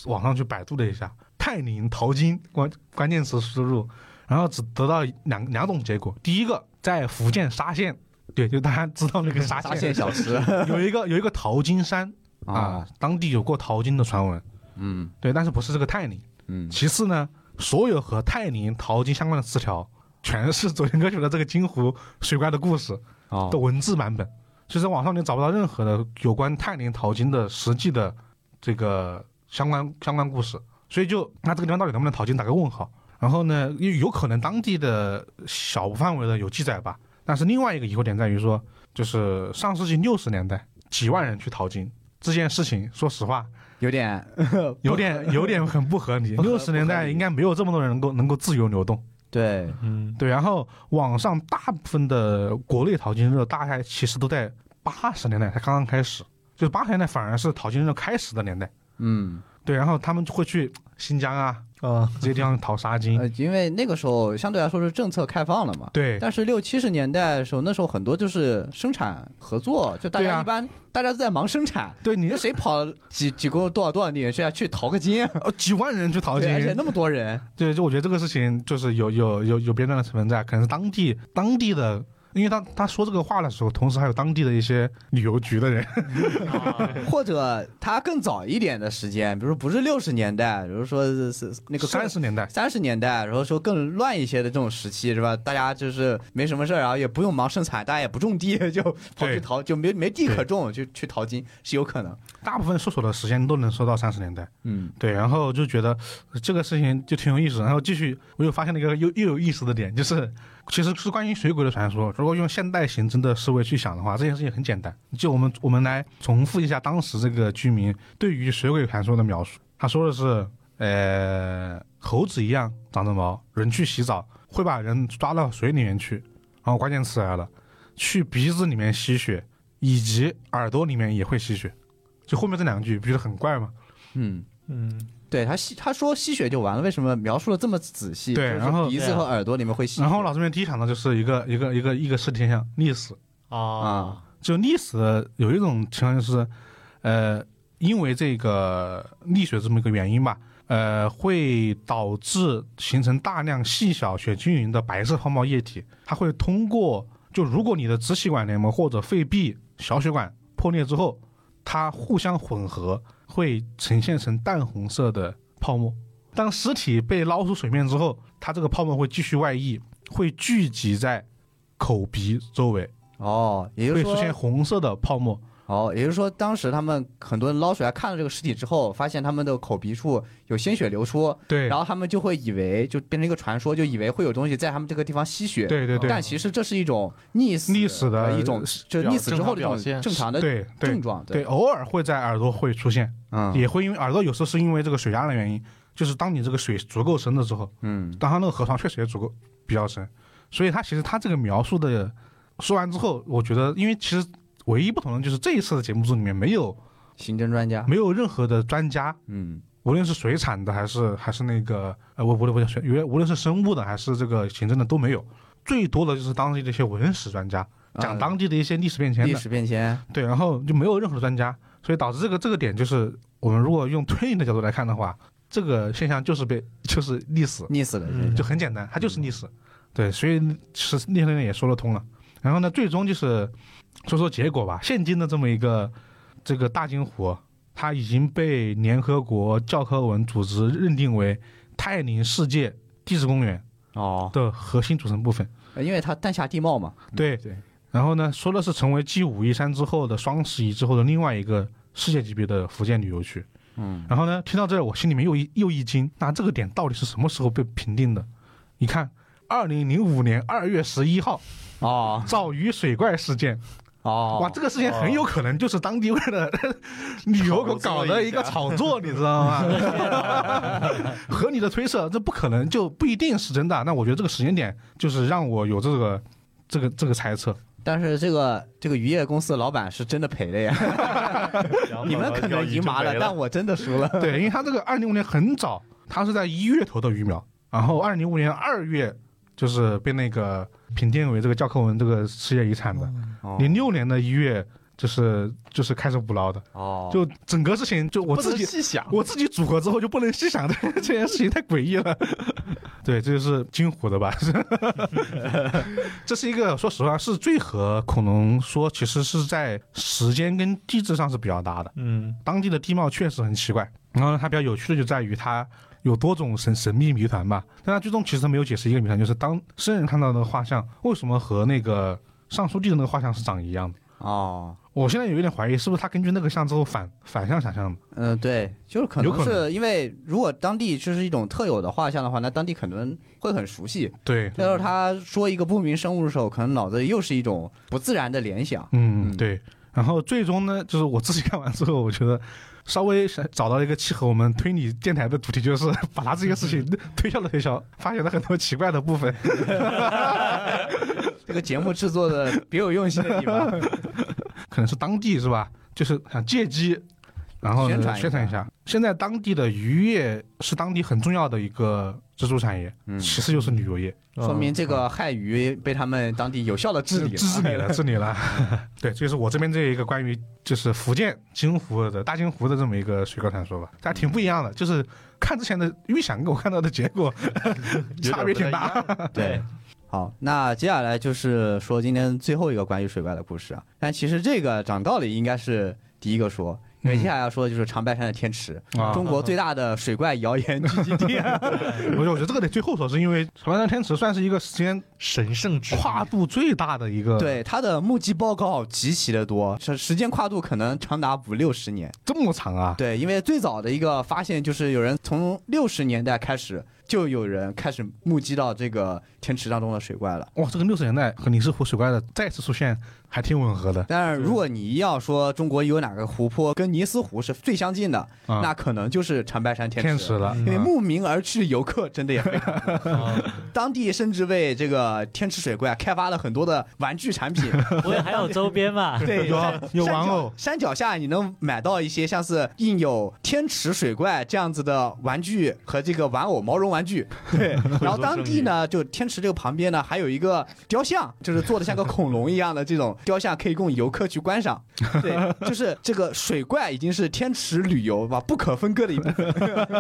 网上去百度了一下泰宁淘金关关键词输入，然后只得到两两种结果。第一个在福建沙县，对，就大家知道那个沙
沙
县
县小吃
有一个有一个淘金山啊
啊，，
当地有过淘金的传闻，
嗯
对，但是不是这个泰宁。
嗯，
其次呢，所有和泰宁淘金相关的词条，全是左旋歌曲的这个金湖水怪的故事。
哦
的文字版本，其实网上你找不到任何的有关泰宁淘金的实际的这个相关相关故事，所以就那这个地方到底能不能淘金打个问号。然后呢，有有可能当地的小范围的有记载吧，但是另外一个疑惑点在于说，就是上世纪六十年代几万人去淘金这件事情，说实话
有点
有 点有点很不合理。
不合
六十年
不合
代
理
应该没有这么多人能够能够自由流动。
对，
嗯，
对，然后网上大部分的国内淘金热，大概其实都在八十年代才刚刚开始，就是八十年代反而是淘金热开始的年代。
嗯，
对，然后他们就会去新疆啊
啊，
这些地方淘沙金。
呃，因为那个时候相对来说是政策开放了嘛。
对，
但是六七十年代的时候，那时候很多就是生产合作，就大
对啊
家一般、大家都在忙生产，
对你
那谁跑几几公多少多少里去啊？去淘个金，
呃几万人去淘金
对，，而且那么多人，
对，就我觉得这个事情就是有有有有编撰的成分在，可能是当地当地的。因为他他说这个话的时候，同时还有当地的一些旅游局的人，
或者他更早一点的时间，比如说不是六十年代，比如说是是那个
三十年代，
三十年代，然后说更乱一些的这种时期是吧？大家就是没什么事儿，然后也不用忙生产，大家也不种地，就跑去
对
淘，就没没地可种，就去淘金是有可能。
大部分搜索的时间都能搜到三十年代。
嗯，
对，然后就觉得呃这个事情就挺有意思的。然后继续，我又发现了一个又又有意思的点，就是其实是关于水鬼的传说。如果用现代刑侦的思维去想的话，这件事情很简单。就我们我们来重复一下当时这个居民对于水鬼传说的描述。他说的是，呃，猴子一样长着毛，人去洗澡会把人抓到水里面去。然后关键词来了，去鼻子里面吸血，以及耳朵里面也会吸血。就后面这两句不觉得很怪吗？
嗯，
嗯，
对他吸他说吸血就完了，为什么描述的这么仔细？
对
就是
然后
鼻子
对啊
和耳朵里面会吸血。
然后老师们第一想到就是一个一个一个一个尸体现象，溺死。
哦
啊，
就溺死的有一种情况就是，呃，因为这个溺水这么一个原因吧，呃，会导致形成大量细小血均匀的白色泡沫液体，它会通过就如果你的支气管黏膜或者肺壁小血管破裂之后，它互相混合，会呈现成淡红色的泡沫。当尸体被捞出水面之后，它这个泡沫会继续外溢，会聚集在口鼻周围，
哦，也就
会
是
出现
说，
红色的泡沫。
哦，也就是说，当时他们很多人捞出来看了这个尸体之后，发现他们的口鼻处有鲜血流出，
对
然后他们就会以为就变成一个传说，就以为会有东西在他们这个地方吸血。
对对对
但其实这是一种溺死呃
溺死的
一种，就是溺死之后的一
正常表
种
现
正常的
对对
症状。
对，，偶尔会在耳朵会出现，
嗯
也会因为耳朵有时候是因为这个水压的原因，就是当你这个水足够深的时候，
嗯
当它那个河床确实也足够比较深，所以他其实他这个描述的说完之后，我觉得，因为其实唯一不同的就是这一次的节目组里面没有
刑侦专家，
没有任何的专家，
啊嗯，
无论是水产的还是还是那个呃，我无论不是无论无论是生物的还是这个行政的都没有，最多的就是当地的一些文史专家讲
啊
当地的一些历史变迁
历
的，
史变迁，
对，然后就没有任何的专家，所以导致这个这个点就是我们如果用推理的角度来看的话，这个现象就是被 就是历史，
溺死了
嗯
人，
就很简单，它就是历史，对，所以其实那些人也说得通了。然后呢，最终就是说说结果吧。现今的这么一个这个大金湖，它已经被联合国教科文组织认定为泰宁世界地质公园
哦，
的核心组成部分。
因为它丹霞地貌嘛，
嗯
对
对，
然后呢，说的是成为继五一三之后的双十一之后的另外一个世界级别的福建旅游区。嗯，然后呢，听到这儿我心里面又一又一惊，那这个点到底是什么时候被评定的？你看，二零零五年二月十一号，
哦
藻鱼水怪事件，
哦，
嗯哇，这个事件很有可能就是当地为了旅游搞搞的一个哦炒作，你知道吗？ 和你的推测，这不可能就不一定是真的。啊那我觉得这个时间点就是让我有这个这个这个猜测。
但是这个这个渔业公司的老板是真的赔了呀，你们可能赢麻了，但我真的输 了。
对，因为它这个二零零五年很早，它是在一月投的鱼苗，然后二零零五年二月就是被那个评定为这个教科文这个世界遗产的，
哦
零六年的一月就是就是开始捕捞的，
哦
就整个事情就我
我
自
自己
己
细想，
我自己组合之后就不能细想 的这件事情太诡异了。 对，这就是金湖的吧？ 这是一个说实话是最和恐龙说其实是在时间跟地质上是比较搭的。
嗯，
当地的地貌确实很奇怪。然后呢，它比较有趣的就在于它有多种神神秘谜团吧，但它最终其实它没有解释一个谜团，就是当生人看到那个画像，为什么和那个尚书记的那个画像是长一样的？
哦，
我现在有一点怀疑，是不是他根据那个像之后反反向想象的？
嗯，对，就是可
有
能
可能
是因为如果当地就是一种特有的画像的话，那当地可能会很熟悉。
对，
但是他说一个不明生物的时候，可能脑子里又是一种不自然的 联想。
嗯
嗯，
对。然后最终呢，就是我自己看完之后，我觉得稍微想找到一个契合我们推理电台的主题，就是把他这个事情推销了推销，发现了很多奇怪的部分。
这个节目制作的别有用心的地方，
可能是当地是吧？就是想借机，然后呢
宣传一下
宣传一下。现在当地的渔业是当地很重要的一个支柱产业，
嗯
其次就是旅游业，
说明这个害鱼被他们当地有效的治理了。
治理 了，治理了。对，这就是我这边这一个关于就是福建金湖的大金湖的这么一个水怪传说吧，还挺不一样的，就是看之前的预想跟我看到的结 果差别挺大。
大。
对，好，那接下来就是说今天最后一个关于水怪的故事啊。但其实这个讲道理应该是第一个说，因为接下来要说的就是长白山的天池，
啊
中国最大的水怪谣言聚集地。
我觉得，我觉得这个得最后说，是因为长白山天池算是一个时间
神圣之
跨度最大的一个，，
对，它的目击报告极其的多，时时间跨度可能长达五六十年。
这么长啊，
对，因为最早的一个发现就是有人从六十年代开始，就有人开始目击到这个天池当中的水怪了。
哇，这个六十年代和尼斯湖水怪的再次出现还挺吻合的。
但是如果你要说中国有哪个湖泊跟尼斯湖是最相近的，
啊
那可能就是长白山嗯天池。
天使了，
因为
嗯
慕名而去的游客真的也 非常多，
啊
当地甚至为这个天池水怪开发了很多的玩具产品。
不会还有周边吧？
对，
有
山
有
山
玩
脚
偶
山脚下你能买到一些像是印有天池水怪这样子的玩具和这个玩偶毛绒 玩具。对，然后当地呢，就天池这个旁边呢，还有一个雕像，就是做的像个恐龙一样的这种雕像，可以供游客去观赏。对，就是这个水怪已经是天池旅游吧不可分割的一部分。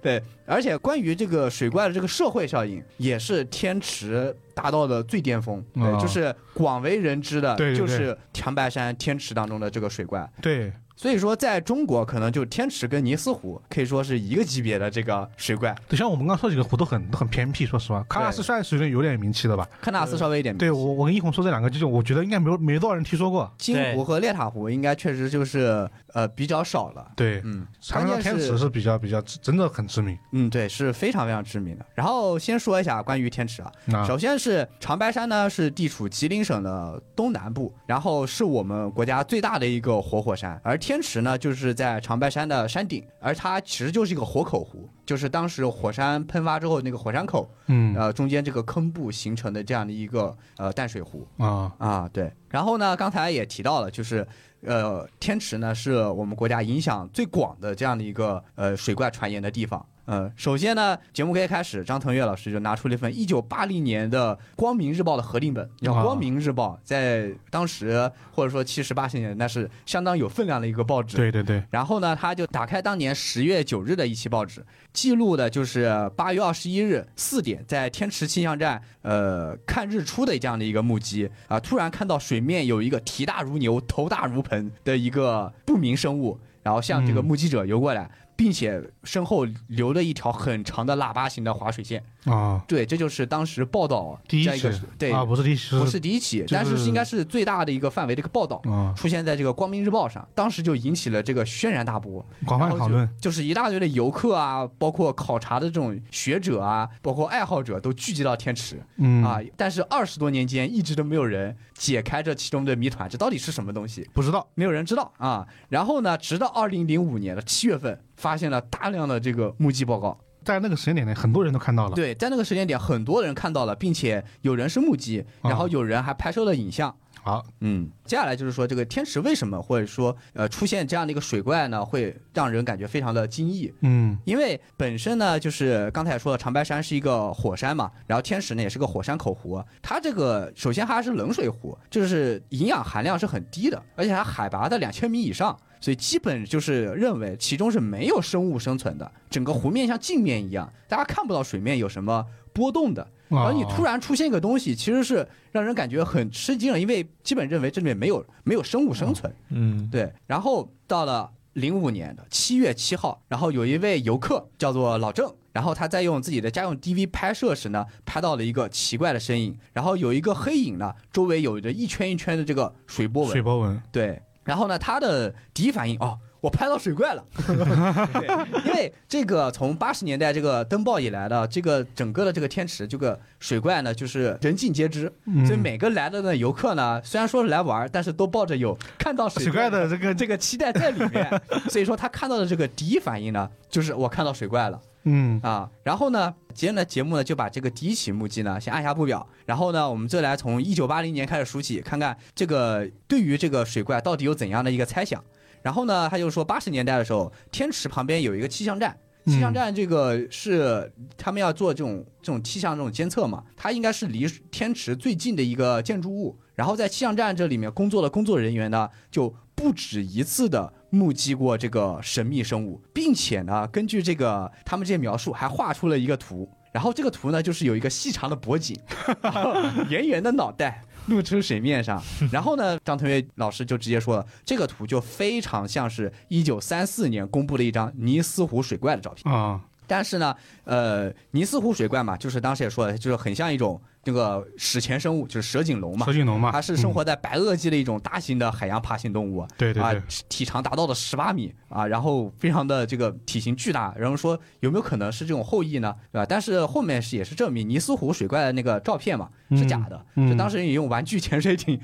对，而且关于这个水怪的这个社会效应，也是天池达到的最巅峰，对，
哦
就是广为人知的，
对对对
就是长白山天池当中的这个水怪。
对，
所以说，在中国可能就天池跟尼斯湖可以说是一个级别的这个水怪，
就像我们刚刚说几个湖都很都很偏僻，说实话，喀纳斯算是有点有点名气的吧。
喀纳斯稍微一点名气。
对我，我跟一红说这两个，就是我觉得应该没有没多少人听说过。
金湖和烈塔湖应该确实就是呃比较少了。
对，
嗯，
长白山
关
天
键
池是比较比较真的很知名。
嗯，对，是非常非常知名的。然后先说一下关于天池啊，
那
首先是长白山呢，是地处吉林省的东南部，然后是我们国家最大的一个活火山，而天池呢，就是在长白山的山顶，而它其实就是一个活口湖，就是当时火山喷发之后那个火山口，
嗯
呃，中间这个坑部形成的这样的一个呃淡水湖。
啊，
啊，对。然后呢，刚才也提到了，就是呃，天池呢是我们国家影响最广的这样的一个呃水怪传言的地方。呃，首先呢，节目一开始，张腾岳老师就拿出了一份1980年的《光明日报》的合订本。你知道，《
啊
光明日报》在当时或者说七十八十年代，那是相当有分量的一个报纸。
对对对，
然后呢，他就打开当年十月九日的一期报纸，记录的就是八月二十一日四点，在天池气象站呃看日出的这样的一个目击啊，突然看到水面有一个蹄大如牛、头大如盆的一个不明生物，然后向这个
嗯
目击者游过来。并且身后留了一条很长的喇叭形的划水线，
啊，
对，这就是当时报道
第一
这样个
起
对，
啊，不是第一起，
不是第一起，
是
但是是应该是最大的一个范围的一个报道，
啊，
出现在这个《光明日报》上，当时就引起了这个轩然大波。
广泛
然后
讨
就
论，
就是一大堆的游客啊，包括考察的这种学者啊，包括爱好者都聚集到天池、
嗯
啊。但是二十多年间，一直都没有人解开这其中的谜团，这到底是什么东西？
不知道，
没有人知道啊。然后呢，直到二零零五年的七月份，发现了大量的这个目击报告。
在那个时间点呢，很多人都看到了，
对，在那个时间点，很多人看到了，并且有人是目击，然后有人还拍摄了影像。
好，
啊嗯，接下来就是说这个天池为什么或者说呃出现这样的一个水怪呢，会让人感觉非常的惊异。
嗯
因为本身呢，就是刚才也说了，长白山是一个火山嘛，然后天池呢也是个火山口湖，它这个首先它是冷水湖，就是营养含量是很低的，而且它海拔在两千米以上，所以基本就是认为其中是没有生物生存的，整个湖面像镜面一样，大家看不到水面有什么波动的。然
啊，
后你突然出现一个东西，其实是让人感觉很吃惊的，因为基本认为这里面没有没有生物生存。
嗯，
对，然后到了零五年的七月七号，然后有一位游客叫做老郑，然后他在用自己的家用 DV 拍摄时呢，拍到了一个奇怪的身影，然后有一个黑影呢，周围有着一圈一圈的这个水波纹，
水波纹，
对，然后呢，他的第一反应哦。我拍到水怪了， 对因为这个从八十年代这个登报以来的这个整个的这个天池这个水怪呢，就是人尽皆知，
嗯
所以每个来的呢游客呢，虽然说是来玩儿，但是都抱着有看到水
啊水怪的
的
这个
这个期待在里面，所以说他看到的这个第一反应呢，就是我看到水怪了
嗯
啊。然后呢，今天的节目呢就把这个第一起目击呢先按下不表，然后呢，我们就来从一九八零年开始数起，看看这个对于这个水怪到底有怎样的一个猜想。然后呢，他就说八十年代的时候，天池旁边有一个气象站。
嗯
气象站这个是他们要做这种这种气象这种监测嘛，它应该是离天池最近的一个建筑物。然后在气象站这里面工作的工作人员呢，就不止一次的目击过这个神秘生物，并且呢，根据这个他们这些描述，还画出了一个图。然后这个图呢，就是有一个细长的脖颈， 然后圆圆的脑袋露出水面上。
嗯
然后呢，张腾岳老师就直接说了，这个图就非常像是一九三四年公布的一张尼斯湖水怪的照片。
啊，
但是呢，呃，尼斯湖水怪嘛，就是当时也说了，就是很像一种那个史前生物，就是蛇颈龙嘛
蛇，颈龙嘛，
它是生
嗯
活在白垩纪的一种大型的海洋爬行动物。
对对
啊
对，，
体长达到了十八米啊，然后非常的这个体型巨大，然后说有没有可能是这种后裔呢？对吧？但是后面是也是证明尼斯湖水怪的那个照片嘛是假的，
嗯嗯
就当时也用玩具潜水艇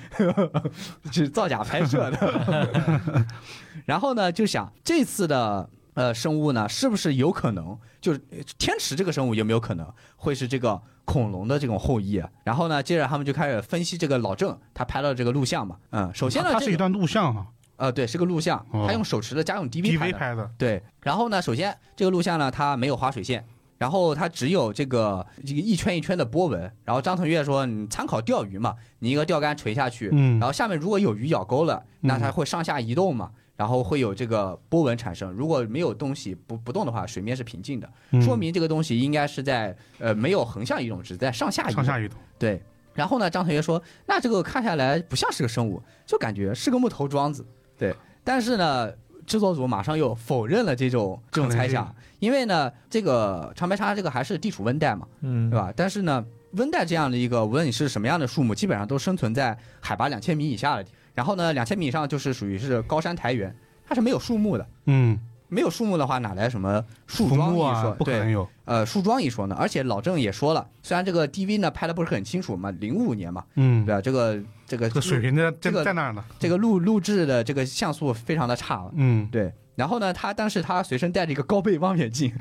去造假拍摄的。 然后呢，就想这次的呃生物呢，是不是有可能就是呃天池这个生物有没有可能会是这个恐龙的这种后裔啊？然后呢，接着他们就开始分析这个老郑他拍到的这个录像嘛，嗯，首先呢，
它啊
这
是一
个
段录像哈
呃，对，是个录像，
哦
他用手持的家用 DV 拍
，DV
的。
拍的，
对，然后呢，首先这个录像呢，它没有划水线，然后它只有这个这个一圈一圈的波纹。然后张腾岳说，你参考钓鱼嘛，你一个钓竿垂下去，
嗯
然后下面如果有鱼咬钩了，那它会上下移动嘛。然后会有这个波纹产生，如果没有东西不不动的话，水面是平静的，
嗯
说明这个东西应该是在呃没有横向移动，只是在上下移动。
上下移动，
对。然后呢，张同学说，那这个看下来不像是个生物，就感觉是个木头桩子。对，但是呢，制作组马上又否认了这种这
可
种
能
猜
是
想，因为呢，这个长白沙这个还是地处温带嘛，
嗯
对吧？但是呢，温带这样的一个，无论你是什么样的树木，基本上都生存在海拔两千米以下的地。然后呢，两千米以上就是属于是高山苔原，它是没有树木的。
嗯，
没有树木的话，哪来什么树
浮
桩
木
一说？
啊，不可
对
能，有，
呃，树桩一说呢，而且老郑也说了，虽然这个 DV 呢拍的不是很清楚嘛，零五年嘛，
嗯
对，吧、这个这个
这个水平在在
这个
在那儿呢，
这个录录制的这个像素非常的差，啊
嗯，
对。然后呢，他但是他随身带着一个高倍望远镜，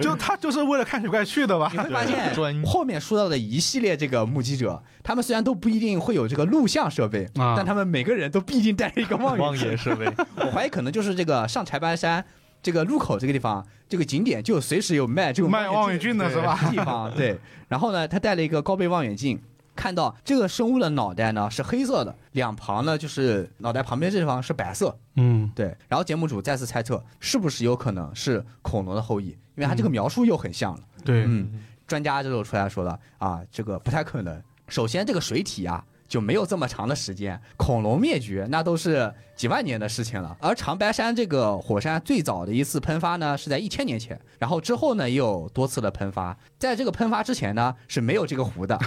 就他就是为了看水怪去的吧
你？会发
对专
现后面说到的一系列这个目击者，他们虽然都不一定会有这个录像设备，
啊
但他们每个人都必定带着一个望远
望
镜。
眼设备，
我怀疑可能就是这个上柴班山这个入口这个地方，这个景点就随时有卖这种
卖望远镜的是吧？
地 方。对，然后呢，他带了一个高倍望远镜。看到这个生物的脑袋呢是黑色的，两旁呢就是脑袋旁边这地方是白色，
嗯
对。然后节目组再次猜测，是不是有可能是恐龙的后裔？因为他
嗯
这个描述又很像了。
对
嗯，专家这时候出来说了啊，这个不太可能。首先，这个水体啊就没有这么长的时间，恐龙灭绝那都是几万年的事情了。而长白山这个火山最早的一次喷发呢是在一千年前，然后之后呢也有多次的喷发。在这个喷发之前呢是没有这个湖的，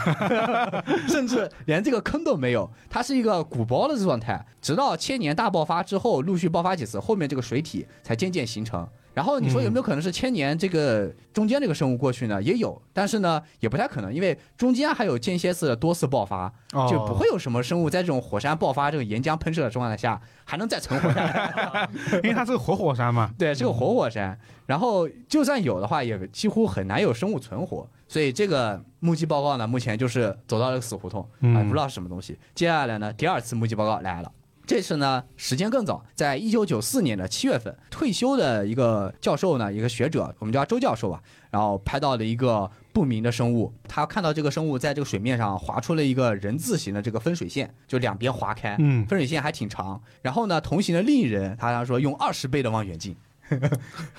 甚至连这个坑都没有，它是一个鼓包的状态。直到千年大爆发之后，陆续爆发几次，后面这个水体才渐渐形成。然后你说有没有可能是千年这个中间这个生物过去呢？也有，但是呢也不太可能，因为中间还有间歇次的多次爆发，
哦
就不会有什么生物在这种火山爆发、这个岩浆喷射的状态下还能再存活下来。
因为它是个活火山嘛，嗯
对，是个活火山。然后就算有的话，也几乎很难有生物存活。所以这个目击报告呢，目前就是走到了死胡同，啊、
嗯
不知道是什么东西。接下来呢，第二次目击报告来了。这次呢，时间更早，在一九九四年的七月份，退休的一个教授呢，一个学者，我们叫周教授吧，然后拍到了一个不明的生物，他看到这个生物在这个水面上划出了一个人字形的这个分水线，就两边划开，
嗯
分水线还挺长。然后呢，同行的另一人，他他说用二十倍的望远镜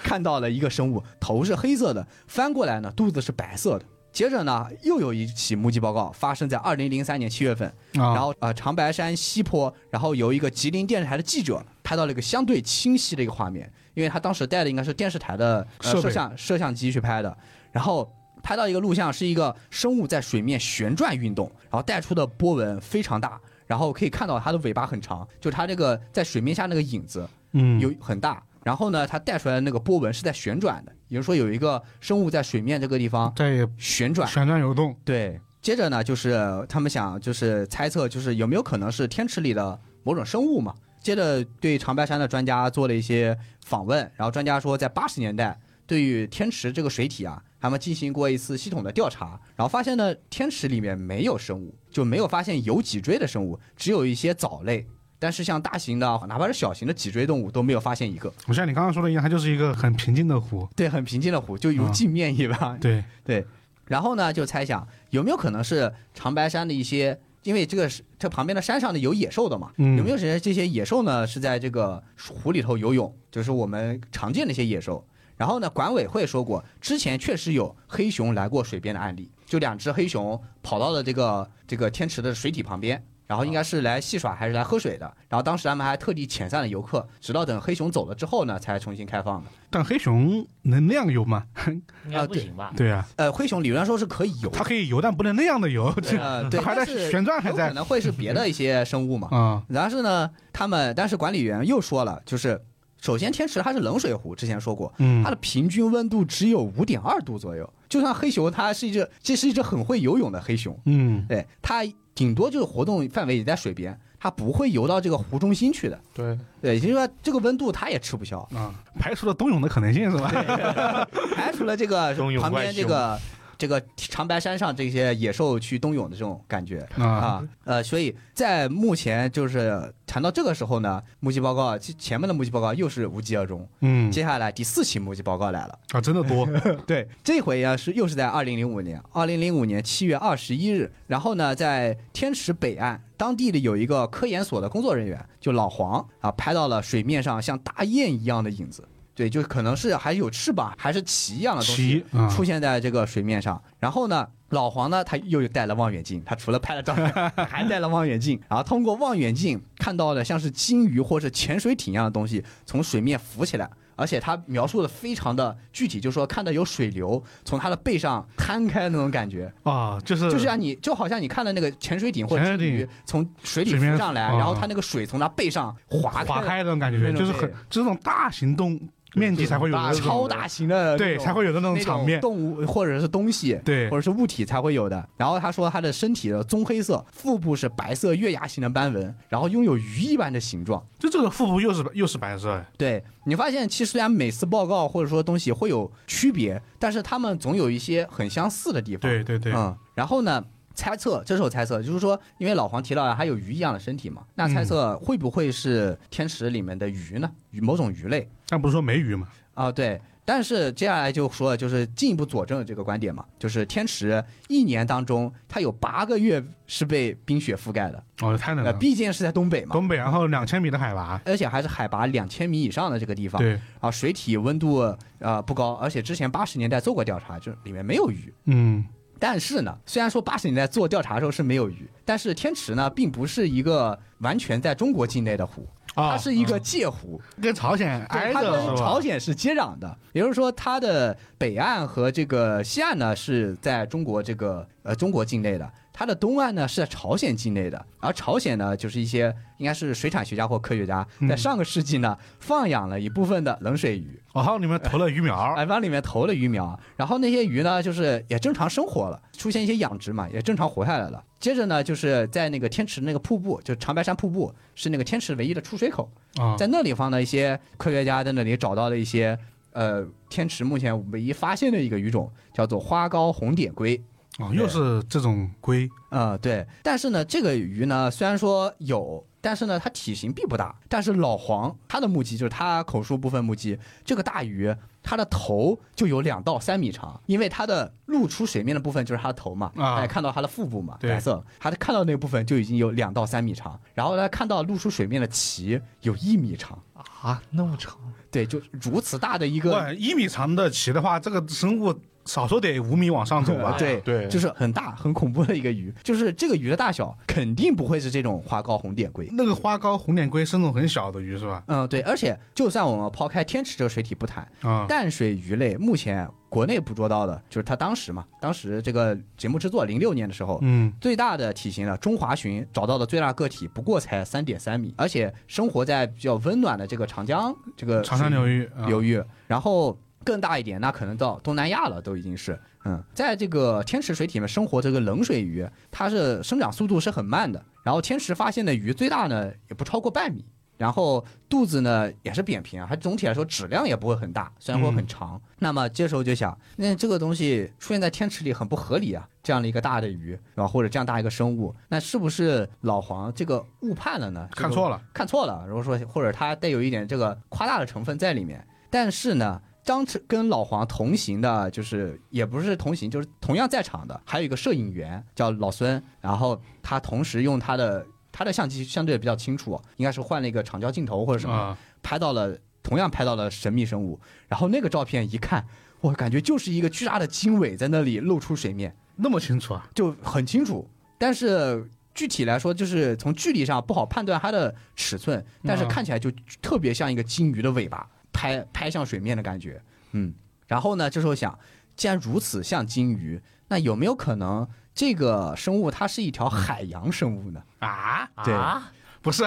看到了一个生物，头是黑色的，翻过来呢，肚子是白色的。接着呢，又有一起目击报告发生在二零零三年七月份，然
啊，
后呃长白山西坡，然后由一个吉林电视台的记者拍到了一个相对清晰的一个画面，因为他当时带的应该是电视台的、呃
设备
摄像摄像机去拍的，然后拍到一个录像是一个生物在水面旋转运动，然后带出的波纹非常大。然后可以看到它的尾巴很长，就它这个在水面下那个影子
嗯
有很大。然后呢，它带出来的那个波纹是在旋转的，也就是说有一个生物在水面这个地方
在
旋转。
旋转游动，
对，接着呢，就是他们想就是猜测，就是有没有可能是天池里的某种生物嘛？接着对长白山的专家做了一些访问，然后专家说，在八十年代，对于天池这个水体啊，他们进行过一次系统的调查，然后发现呢，天池里面没有生物，就没有发现有脊椎的生物，只有一些藻类。但是像大型的，哪怕是小型的脊椎动物都没有发现一个。
我像你刚刚说的一样，它就是一个很平静的湖，
对，很平静的湖，就如
啊
镜面一般，
对，
对，然后呢，就猜想有没有可能是长白山的一些，因为这个是这旁边的山上呢有野兽的嘛，
嗯
有没有谁这些野兽呢是在这个湖里头游泳，就是我们常见的一些野兽。然后呢，管委会说过，之前确实有黑熊来过水边的案例，就两只黑熊跑到了这个这个天池的水体旁边。然后应该是来戏耍还是来喝水的？然后当时他们还特地遣散了游客，直到等黑熊走了之后呢，才重新开放的。
但黑熊能那样游 吗？
应该不行吧？
对啊，
呃，灰熊理论上说是可以游的
它，可以游，但不能那样的游， 这
呃，对，
还在
但是
旋转还
有
在
可能会是别的一些 生物嘛。
啊，
然后呢，他们但是管理员又说了，就是首先天池它是冷水湖，之前说过，
嗯
它的平均温度只有五点二度左右。就算黑熊，它是一只这是一只很会游泳的黑熊，
嗯
对它顶多就是活动范围也在水边，它不会游到这个湖中心去的。
对
对，也就是说这个温度它也吃不消。
啊，排除了冬泳的可能性是吧？
排除了这个
冬泳
旁
怪
边这
熊
个这个长白山上这些野兽去冬泳的这种感觉。
啊，
啊，呃，所以在目前就是谈到这个时候呢，目击报告其前面的目击报告又是无疾而终，
嗯
接下来第四期目击报告来了。
啊，真的 多，
对，这回呀是又是在二零零五年，二零零五年七月二十一日，然后呢，在天池北岸当地的有一个科研所的工作人员，就老黄啊，拍到了水面上像大雁一样的影子。对，就可能是还有翅膀，还是鳍一样的东西
鳍啊
出现在这个水面上。然后呢，老黄呢，他又带了望远镜，他除了拍了 照片，还带了望远镜，然后通过望远镜看到了像是鲸鱼或者潜水艇一样的东西从水面浮起来，而且他描述的非常的具体，就是说看到有水流从他的背上摊开那种感觉，
啊，就是
就是让你就好像你看到那个潜水艇或者
潜
鲸
水艇
鱼从水里
水
浮
面
上来，
啊
然后它那个水从他背上划
划
开。
开的那种感觉，
那种
就是很
对
就是那种大型动面积才会有
大
的那种
超大型的那种，
对，才会有的那
那
种场面。
动物或者是东西，
对
或者是物体才会有的。然后他说他的身体的棕黑色，腹部是白色月牙形的斑纹，然后拥有鱼一般的形状。
就这个腹部又是又是白色，哎
对你发现，其实虽然每次报告或者说东西会有区别，但是他们总有一些很相似的地方。
对对对，
嗯，然后呢？猜测，这是我猜测，就是说，因为老黄提到了它有鱼一样的身体嘛，那猜测会不会是天池里面的鱼呢？鱼某种鱼类
但不是说没鱼嘛？
啊、对。但是接下来就说了，就是进一步佐证了这个观点嘛，就是天池一年当中，它有八个月是被冰雪覆盖的，
哦，太冷
呃，
了。
毕竟是在东北嘛，啊
东北，然后两千米的海拔，
而且还是海拔两千米以上的这个地方。
对，
啊，水体温度呃不高，而且之前八十年代做过调查，就是里面没有鱼。
嗯，
但是呢，虽然说八十年代做调查的时候是没有鱼，但是天池呢并不是一个完全在中国境内的湖，
啊
啊
它是一个界湖，
跟朝鲜
对
挨
它
着是
跟
吧？
朝鲜是接壤的。也就是说，它的北岸和这个西岸呢是在中国这个呃中国境内的，它的东岸呢是在朝鲜境内的。而朝鲜呢，就是一些应该是水产学家或科学家在
嗯
上个世纪呢放养了一部分的冷水鱼。
哦
然后你们投了鱼苗，
哎，往里面投了鱼苗，然后那些鱼呢，就是也正常生活了，出现一些养殖嘛，也正常活下来了。接着呢，就是在那个天池那个瀑布，就长白山瀑布，是那个天池唯一的出水口，
嗯
啊，
在那里方呢，一些科学家在那里找到了一些，呃，天池目前唯一发现的一个鱼种，叫做花膏红点龟。
哦，又是这种龟，
嗯，对。但是呢，这个鱼呢，虽然说有，但是呢，它体型并不大。但是老黄他的目击，就是他口述部分目击，这个大鱼它的头就有两到三米长，因为它的露出水面的部分就是它的头嘛，
啊
大家看到它的腹部嘛，
对
白色，它看到那部分就已经有两到三米长，然后呢，看到露出水面的鳍有一米长，
啊，那么长，
对，就如此大的一个
哇，一米长的鳍的话，这个生物少说得五米往上走吧？
对
对啊
就是很大很恐怖的一个鱼，就是这个鱼的大小肯定不会是这种花膏红点龟。
那个花膏红点龟是那种很小的鱼是吧？
嗯，对，而且就算我们抛开天池这个水体不谈，
嗯
啊，
淡水鱼类目前国内捕捉到的，就是它当时嘛，当时这个节目制作零六年的时候。
嗯，
最大的体型的中华鲟找到的最大个体不过才三点三米，而且生活在比较温暖的这个长江这个
长江流
域
域，啊
流域，然后更大一点，那可能到东南亚了，都已经是。嗯，在这个天池水体里面生活这个冷水鱼，它是生长速度是很慢的。然后天池发现的鱼最大呢也不超过半米，然后肚子呢也是扁平啊，它总体来说质量也不会很大，虽然说很长。
嗯
那么这时候就想，那这个东西出现在天池里很不合理啊，这样的一个大的鱼，然后或者这样大一个生物，那是不是老黄这个误判了呢？
看
这个
错了，
看错了，然后说或者他带有一点这个夸大的成分在里面。但是呢，当时跟老黄同行的，就是也不是同行，就是同样在场的，还有一个摄影员叫老孙，然后他同时用他的他的相机相对比较清楚，应该是换了一个长焦镜头或者什么，
啊，
拍到了同样拍到了神秘生物。然后那个照片一看，我感觉就是一个巨大的鲸尾在那里露出水面。
那么清楚啊？
就很清楚，但是具体来说，就是从距离上不好判断它的尺寸，
嗯
但是看起来就特别像一个鲸鱼的尾巴拍拍向水面的感觉。嗯，然后呢，这时候想，既然如此像鲸鱼，那有没有可能这个生物它是一条海洋生物呢？
啊，
对
啊，
不是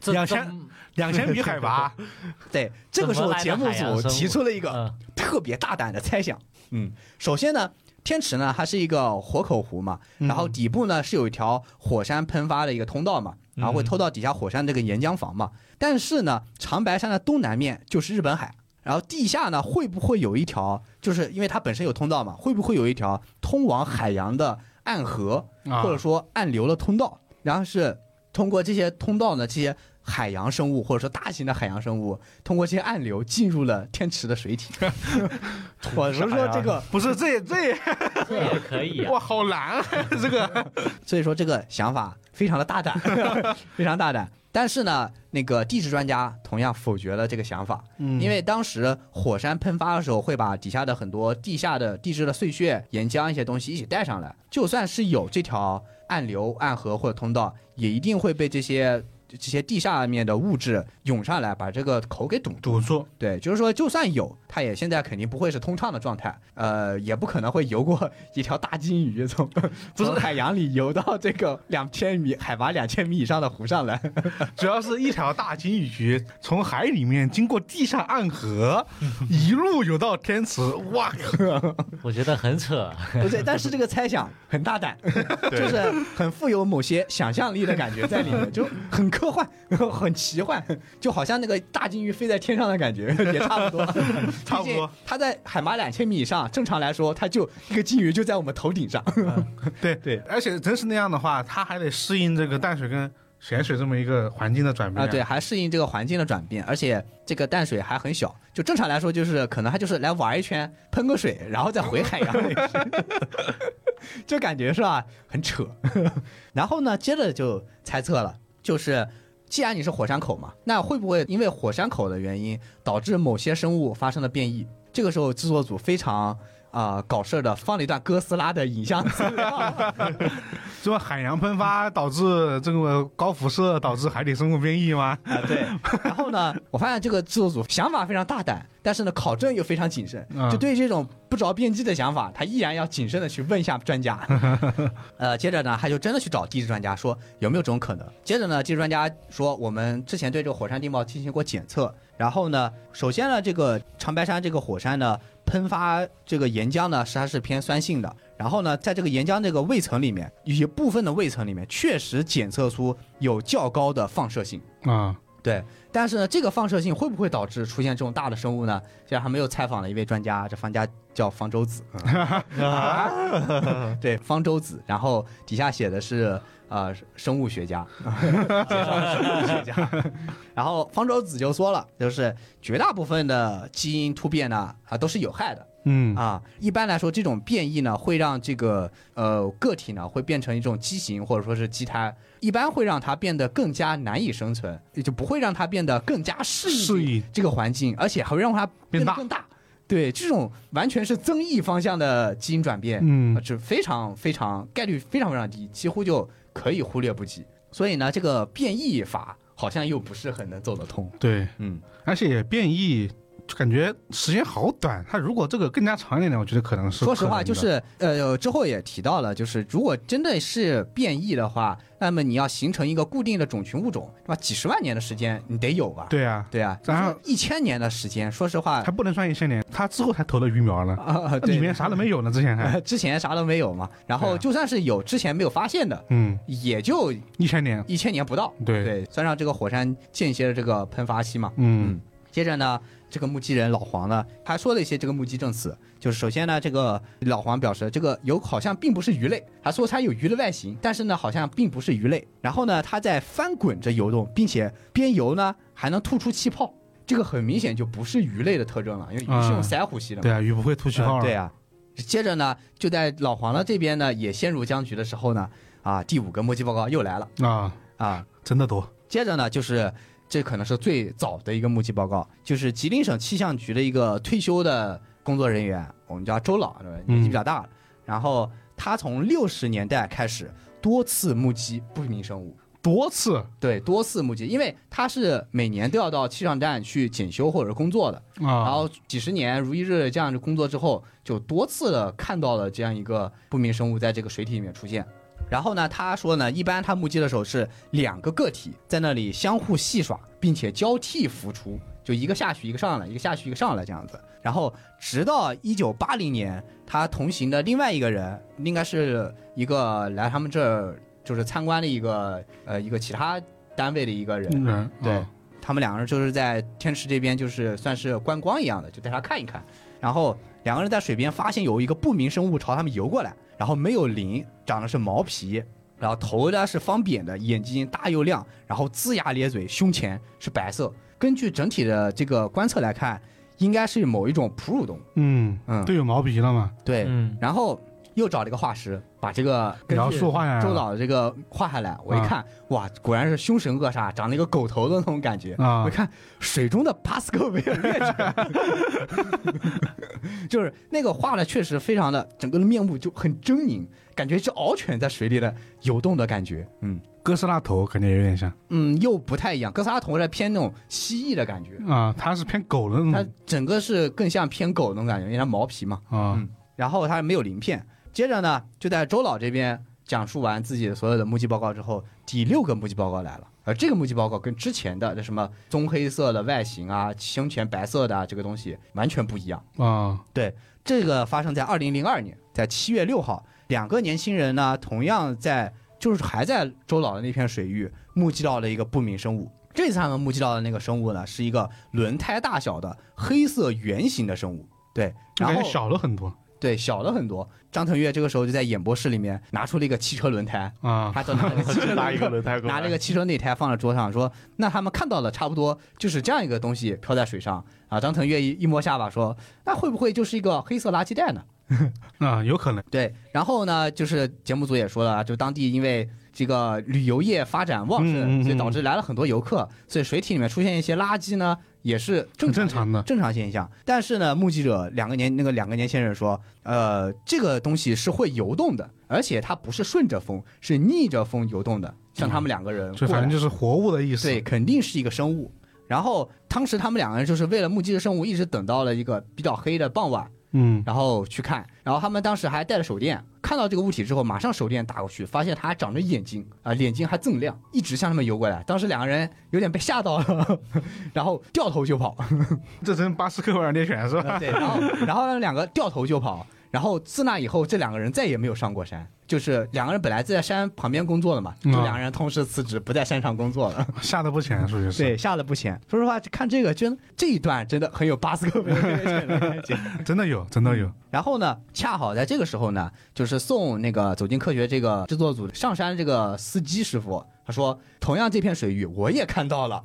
这
两
这
千两千米海 拔，
对，这个时候节目
怎么来的海洋
组
生物
提出了一个
嗯
特别大胆的猜想。嗯，首先呢，天池呢它是一个活口湖嘛，
嗯
然后底部呢是有一条火山喷发的一个通道嘛，然
嗯
后会通到底下火山这个岩浆房嘛。但是呢，长白山的东南面就是日本海。然后地下呢，会不会有一条，就是因为它本身有通道嘛，会不会有一条通往海洋的暗河，
啊
或者说暗流的通道？然后是通过这些通道呢，这些海洋生物或者说大型的海洋生物，通过这些暗流进入了天池的 水体。我是说这个，
不是这这
这也可 以啊。
哇，好难啊！这个
所以说这个想法非常的大胆，非常大胆。但是呢，那个地质专家同样否决了这个想法，
嗯
嗯
因为当时火山喷发的时候会把底下的很多地下的地质的碎屑、岩浆一些东西一起带上来，就算是有这条暗流、暗河或者通道，也一定会被这些这些地下面的物质涌上来，把这个口给堵住。
堵住，
对，就是说，就算有，它也现在肯定不会是通畅的状态，呃，也不可能会游过一条大金鱼 从不是海洋里游到这个两千米海拔两千米以上的湖上来。
主要是一条大金鱼从海里面经过地下暗 河，一路游到天池，哇，
我觉得很扯。
不对，但是这个猜想很大胆，就是很富有某些想象力的感觉在里面，就很科幻、很奇幻，就好像那个大金鱼飞在天上的感觉也 差不多。
差不多
毕竟它在海拔两千米以上，正常来说，它就一个金鱼就在我们头顶上。
对
对
而且真是那样的话，它还得适应这个淡水跟咸水这么一个环境的转变
啊，对，，还适应这个环境的转变，而且这个淡水还很小，就正常来说就是可能它就是来玩一圈，喷个水，然后再回海洋里去，就感觉是吧，很扯。 然后呢，接着就猜测了，就是既然你是火山口嘛，那会不会因为火山口的原因导致某些生物发生了变异？这个时候制作组非常。啊、搞事儿的放了一段哥斯拉的影像资料，
是吧？海洋喷发导致这个高辐射导致海底生物变异吗？
啊，对。然后呢，我发现这个制作组想法非常大胆，但是呢，考证又非常谨慎，
嗯
就对这种不着边际的想法，他依然要谨慎的去问一下专家。呃，接着呢，他就真的去找地质专家说有没有这种可能。接着呢，地质专家说我们之前对这个火山地貌进行过检测，然后呢，首先呢，这个长白山这个火山呢，喷发这个岩浆呢，是它是偏酸性的。然后呢，在这个岩浆这个卫层里面，有一部分的卫层里面确实检测出有较高的放射性。
啊、
对，但是呢，这个放射性会不会导致出现这种大的生物呢？现在还没有采访了一位专家，这方家叫方舟子，对，方舟子，然后底下写的是呃生物学家， 介绍了生物学家，然后方舟子就说了，就是绝大部分的基因突变呢啊都是有害的，
嗯，
啊，一般来说，这种变异呢，会让这个呃个体呢，会变成一种畸形或者说是畸胎，一般会让它变得更加难以生存，也就不会让它变得更加适应
适应
这个环境，而且还会让它变
变
得
大
更大。对，这种完全是增益方向的基因转变，
嗯
呃，这非常非常概率非常非常低，几乎就可以忽略不计。所以呢，这个变异法好像又不是很能走得通。
对，
嗯，
而且变异就感觉时间好短，它如果这个更加长一点点，我觉得可能是
说实
可能
话，
的
就是呃，之后也提到了，就是如果真的是变异的话，那么你要形成一个固定的种群物种，是吧？几十万年的时间你得有吧？
对啊，
对啊，
然后
一千年的时间，说 实话
它不能算一千年，它之后才投的鱼苗呢，
啊， 对
里面啥都没有呢，之前 还
呃之前啥都没有嘛，然
对
后
啊
就算是有之前没有发现的，
嗯
也就
一千年，
一千年不到。
对
对，算上这个火山间歇的这个喷发期嘛，
嗯
接着呢，这个目击人老黄呢，还说了一些这个目击证词。就是首先呢，这个老黄表示，这个有好像并不是鱼类，还说它有鱼的外形，但是呢，好像并不是鱼类。然后呢，它在翻滚着游动，并且边游呢还能吐出气泡，这个很明显就不是鱼类的特征了，因为鱼是用
嗯
鳃呼吸的嘛。
对啊，鱼不会吐气泡
呃
了，
对啊，接着呢，就在老黄的这边呢也陷入僵局的时候呢，啊，第五个目击报告又来了
啊，
啊，
真的多，
接着呢，就是这可能是最早的一个目击报告，就是吉林省气象局的一个退休的工作人员，我们叫周老，对吧年纪比较大了。然后他从六十年代开始多次目击不明生物，
多次
对，多次目击，因为他是每年都要到气象站去检修或者工作的，然
啊，
后几十年如一日这样的工作之后，就多次的看到了这样一个不明生物在这个水体里面出现。然后呢，他说呢，一般他目击的时候是两个个体在那里相互戏耍，并且交替浮出，就一个下去一个上来，一个下去一个上来这样子。然后直到一九八零年，他同行的另外一个人，应该是一个来他们这儿就是参观的一个呃一个其他单位的一个人，
人
对
啊，
他们两个人就是在天池这边，就是算是观光一样的，就带他看一看。然后两个人在水边发现有一个不明生物朝他们游过来，然后没有鳞，长的是毛皮，然后头呢是方扁的，眼睛大又亮，然后龇牙咧嘴，胸前是白色。根据整体的这个观测来看，应该是某一种哺乳动物。
嗯
嗯
都有毛笔了嘛，
对，
嗯，
然后又找了一个画师，把这个根据
描述嗯画下来
周老的这个画下来。我一看，哇，果然是凶神恶煞，长了一个狗头的那种感觉。
啊
我一看水中的帕斯克维尔月球，就是那个画的确实非常的，整个的面目就很狰狞，感觉是獒犬在水里的游动的感觉。嗯，
哥斯拉头感觉有点像
嗯，又不太一样。哥斯拉头是偏那种蜥蜴的感觉，
啊，它是偏狗的那
它
种
整个是更像偏狗那种感觉，因为它毛皮嘛。
啊
嗯然后它没有鳞片。接着呢，就在周老这边讲述完自己的所有的目击报告之后，第六个目击报告来了。而这个目击报告跟之前的这什么棕黑色的外形啊、胸前白色的、啊、这个东西完全不一样。
啊
这个发生在二零零二年，在七月六号，两个年轻人呢，同样在就是还在周老的那片水域目击到了一个不明生物。这次他们目击到的那个生物呢，是一个轮胎大小的黑色圆形的生物。对，
就
然
感觉
后
小了很多
对小了很多。张腾岳这个时候就在演播室里面拿出了一个汽车轮胎，
啊
他就拿了个汽车
拿一个轮胎过来，
拿了一个汽车内胎放在桌上，说：“那他们看到了，差不多就是这样一个东西飘在水上啊。”张腾岳一一摸下巴说：“那会不会就是一个黑色垃圾袋呢？”
啊，有可能
对，然后呢，就是节目组也说了啊，就当地因为这个旅游业发展旺盛，
嗯嗯嗯
所以导致来了很多游客，所以水体里面出现一些垃圾呢，也是正
很正常的
正常现象。但是呢，目击者两个年那个两个年轻人说，呃，这个东西是会游动的，而且它不是顺着风，是逆着风游动的。像他们两个人过
所以
来，
嗯反正就是活物的意思。
对，肯定是一个生物。然后当时他们两个人就是为了目击这生物，一直等到了一个比较黑的傍晚，
嗯，
然后去看，然后他们当时还带着手电，看到这个物体之后，马上手电打过去，发现它还长着眼睛啊、眼睛还锃亮，一直向他们游过来。当时两个人有点被吓到了， 然后掉头就跑。
这真巴斯克维尔猎犬是 吧？
对，然后然后两个掉头就跑。然后自那以后，这两个人再也没有上过山。就是两个人本来在山旁边工作的嘛，就
嗯
两个人同时辞职，不在山上工作了。
下的不浅，属于是，
对，吓得不浅。说实话，看这个真这一段真的很有巴斯克维尔猎犬的感觉。
真的有，真的有。
然后呢，恰好在这个时候呢，就是送那个《走进科学》这个制作组上山这个司机师傅，他说，同样这片水域我也看到了，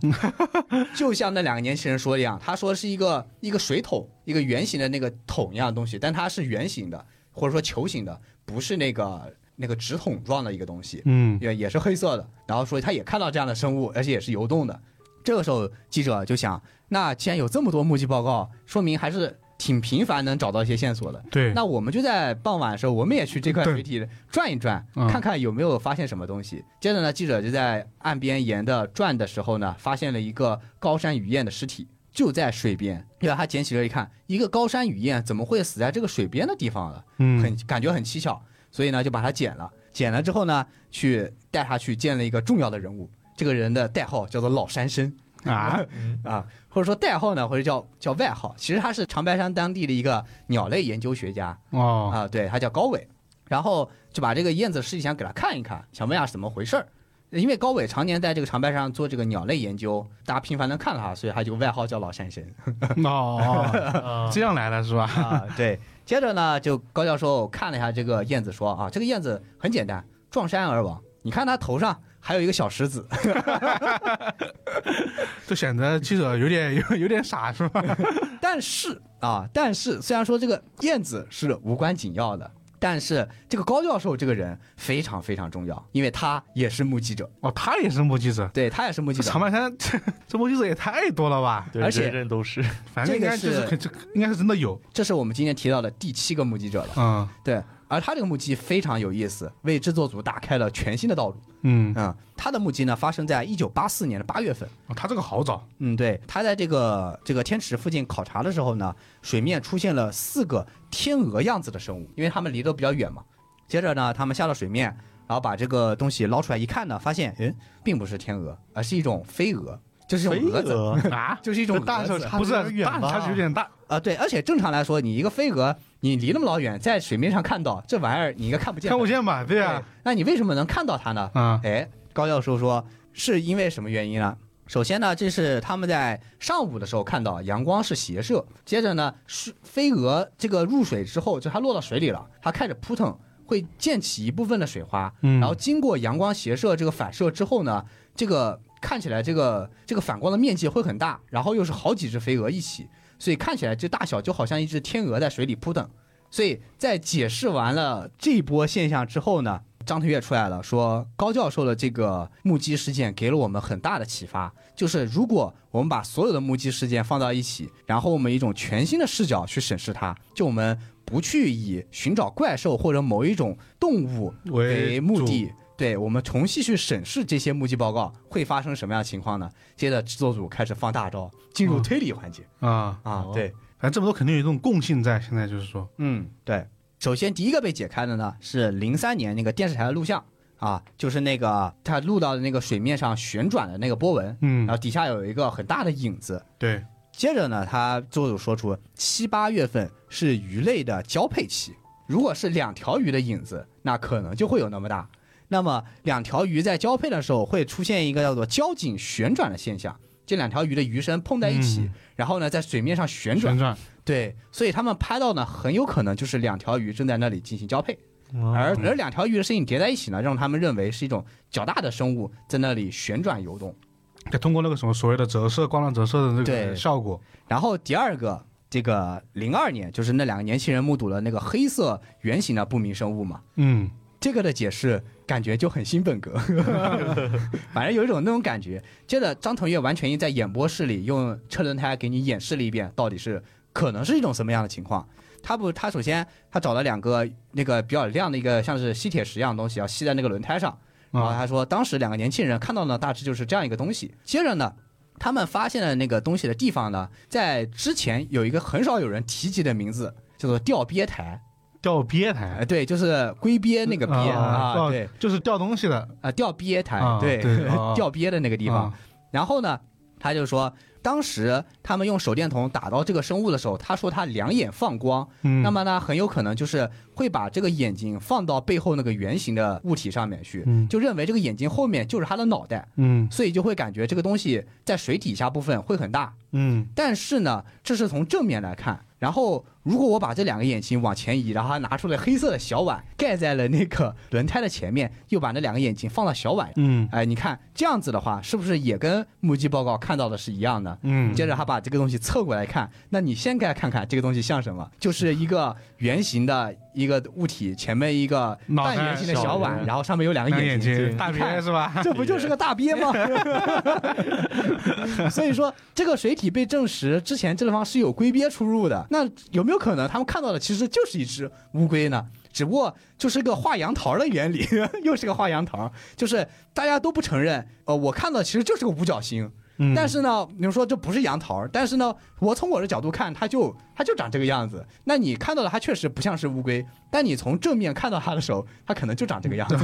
就像那两个年轻人说的一样，他说是一个一个水桶，一个圆形的那个桶一样的东西，但它是圆形的，或者说球形的，不是那个那个直筒状的一个东西。
嗯，
也也是黑色的，然后所以他也看到这样的生物，而且也是游动的。这个时候记者就想，那既然有这么多目击报告，说明还是挺频繁能找到一些线索的。
对，
那我们就在傍晚的时候，我们也去这块
对
水体转一转，
嗯
看看有没有发现什么东西。接着呢，记者就在岸边沿的转的时候呢，发现了一个高山雨燕的尸体，就在水边。对吧？他捡起了一看，一个高山雨燕怎么会死在这个水边的地方了？很
嗯，
感觉很蹊跷，所以呢就把它剪了。剪了之后呢，去带他去见了一个重要的人物，这个人的代号叫做老山参
啊，
啊，或者说代号呢，或者叫叫外号，其实他是长白山当地的一个鸟类研究学家
哦，
啊，对，他叫高伟。然后就把这个燕子尸体想给他看一看，想问下是怎么回事儿。因为高伟常年在这个长白山做这个鸟类研究，大家频繁能看到他，所以他这个外号叫老山参。
哦哦， 哦这样来的是吧？
啊，对。接着呢，就高教授看了一下这个燕子，说啊，这个燕子很简单，撞山而亡。你看它头上还有一个小石子，
就显得记者有点 有有点傻是吧？
但是啊，但是虽然说这个燕子是无关紧要的，但是这个高教授这个人非常非常重要，因为他也是目击者，
哦，他也是目击者。
对他也是目击
这
者
长。白山 这这目击者也太多了吧？
对，
而且
人人都是
反正应该就是
这
肯，这应该是真的有。
这是我们今天提到的第七个目击者了。
嗯
对，而他这个目击非常有意思，为制作组打开了全新的道路。
嗯，
嗯，他的目击呢发生在一九八四年的八月份。
哦他这个好找。
嗯，对，他在这个这个天池附近考察的时候呢，水面出现了四个天鹅样子的生物，因为他们离得比较远嘛。接着呢，他们下到水面，然后把这个东西捞出来一看呢，发现，嗯，并不是天鹅，而是一种飞蛾，就是一种蛾子，
鹅，
啊，
就是一种
这大
蛾子
小
啊、
差
不
距
是
有点远
大
吧
差距有点大。
对，而且正常来说，你一个飞蛾，你离那么老远，在水面上看到这玩意儿，你应该看不见的，
看不见吧？对啊，
那你为什么能看到它呢？
啊，
哎，高教授说是因为什么原因呢？首先呢，这是他们在上午的时候看到阳光是斜射，接着呢是飞蛾这个入水之后，就它落到水里了，它开始扑腾，会溅起一部分的水花，
嗯
然后经过阳光斜射这个反射之后呢，这个看起来这个这个反光的面积会很大，然后又是好几只飞蛾一起，所以看起来这大小就好像一只天鹅在水里扑腾。所以在解释完了这一波现象之后呢，张腾岳出来了，说高教授的这个目击事件给了我们很大的启发，就是如果我们把所有的目击事件放到一起，然后我们以一种全新的视角去审视它，就我们不去以寻找怪兽或者某一种动物为目的，对我们重新去审视这些目击报告会发生什么样的情况呢？接着制作组开始放大招，进入推理环节、
啊，
啊
哦，
对，
反正这么多肯定有一种共性在。现在就是说，
嗯，对。首先第一个被解开的呢是零三年那个电视台的录像啊，就是那个他录到的那个水面上旋转的那个波纹，
嗯
然，后底下有一个很大的影子。
对，
接着呢，他作者说出七八月份是鱼类的交配期，如果是两条鱼的影子，那可能就会有那么大。那么两条鱼在交配的时候会出现一个叫做交颈旋转的现象，这两条鱼的鱼身碰在一起，
嗯
然后呢在水面上旋转
旋。转，
对，所以他们拍到呢，很有可能就是两条鱼正在那里进行交配，而而两条鱼的身影叠在一起呢，让他们认为是一种较大的生物在那里旋转游动。
就通过那个什么所谓的折射、光亮折射的这
对
个效果，
然后第二个，这个零二年就是那两个年轻人目睹了那个黑色圆形的不明生物嘛，
嗯，
这个的解释感觉就很新本格， 反正有一种那种感觉。接着张腾岳完全在演播室里用车轮胎给你演示了一遍，到底是可能是一种什么样的情况。他不，他首先他找了两个那个比较亮的一个像是吸铁石一样的东西，啊要吸在那个轮胎上。然后
啊，
他说，当时两个年轻人看到呢，大致就是这样一个东西。接着呢，他们发现了那个东西的地方呢，在之前有一个很少有人提及的名字，叫做吊鳖台。
吊鳖台
哎，对，就是龟鳖那个鳖
啊
啊，
啊
对，
就是吊东西的
啊，吊鳖台
啊，，
对，
对，啊
吊鳖的那个地方。
啊
然后呢，他就说，当时他们用手电筒打到这个生物的时候，他说他两眼放光，
嗯，
那么呢，很有可能就是会把这个眼睛放到背后那个圆形的物体上面去，
嗯
就认为这个眼睛后面就是他的脑袋，
嗯
所以就会感觉这个东西在水底下部分会很大。
嗯
但是呢，这是从正面来看。然后，如果我把这两个眼睛往前移，然后他拿出了黑色的小碗盖在了那个轮胎的前面，又把那两个眼睛放到小碗上。
嗯
哎，你看这样子的话，是不是也跟目击报告看到的是一样的？
嗯，
接着他把这个东西侧过来看，那你先该看看这个东西像什么？就是一个圆形的一个物体，前面一个
脑
半
袋
圆形的
小
小碗，
人
然后上面有两个
两个眼
睛，
睛，大
你
鳖
看
是 吧？
这不就是个大鳖 吗？所以说，这个水体被证实之前，这地方是有龟鳖出入的。那有没有可能他们看到的其实就是一只乌龟呢？只不过就是个画杨桃的原理， 又是个画杨桃，就是大家都不承认。呃，我看到其实就是个五角星，
嗯
但是呢，你说这不是杨桃，但是呢，我从我的角度看，它就它就长这个样子。那你看到的它确实不像是乌龟，但你从正面看到它的时候，它可能就长这个样子。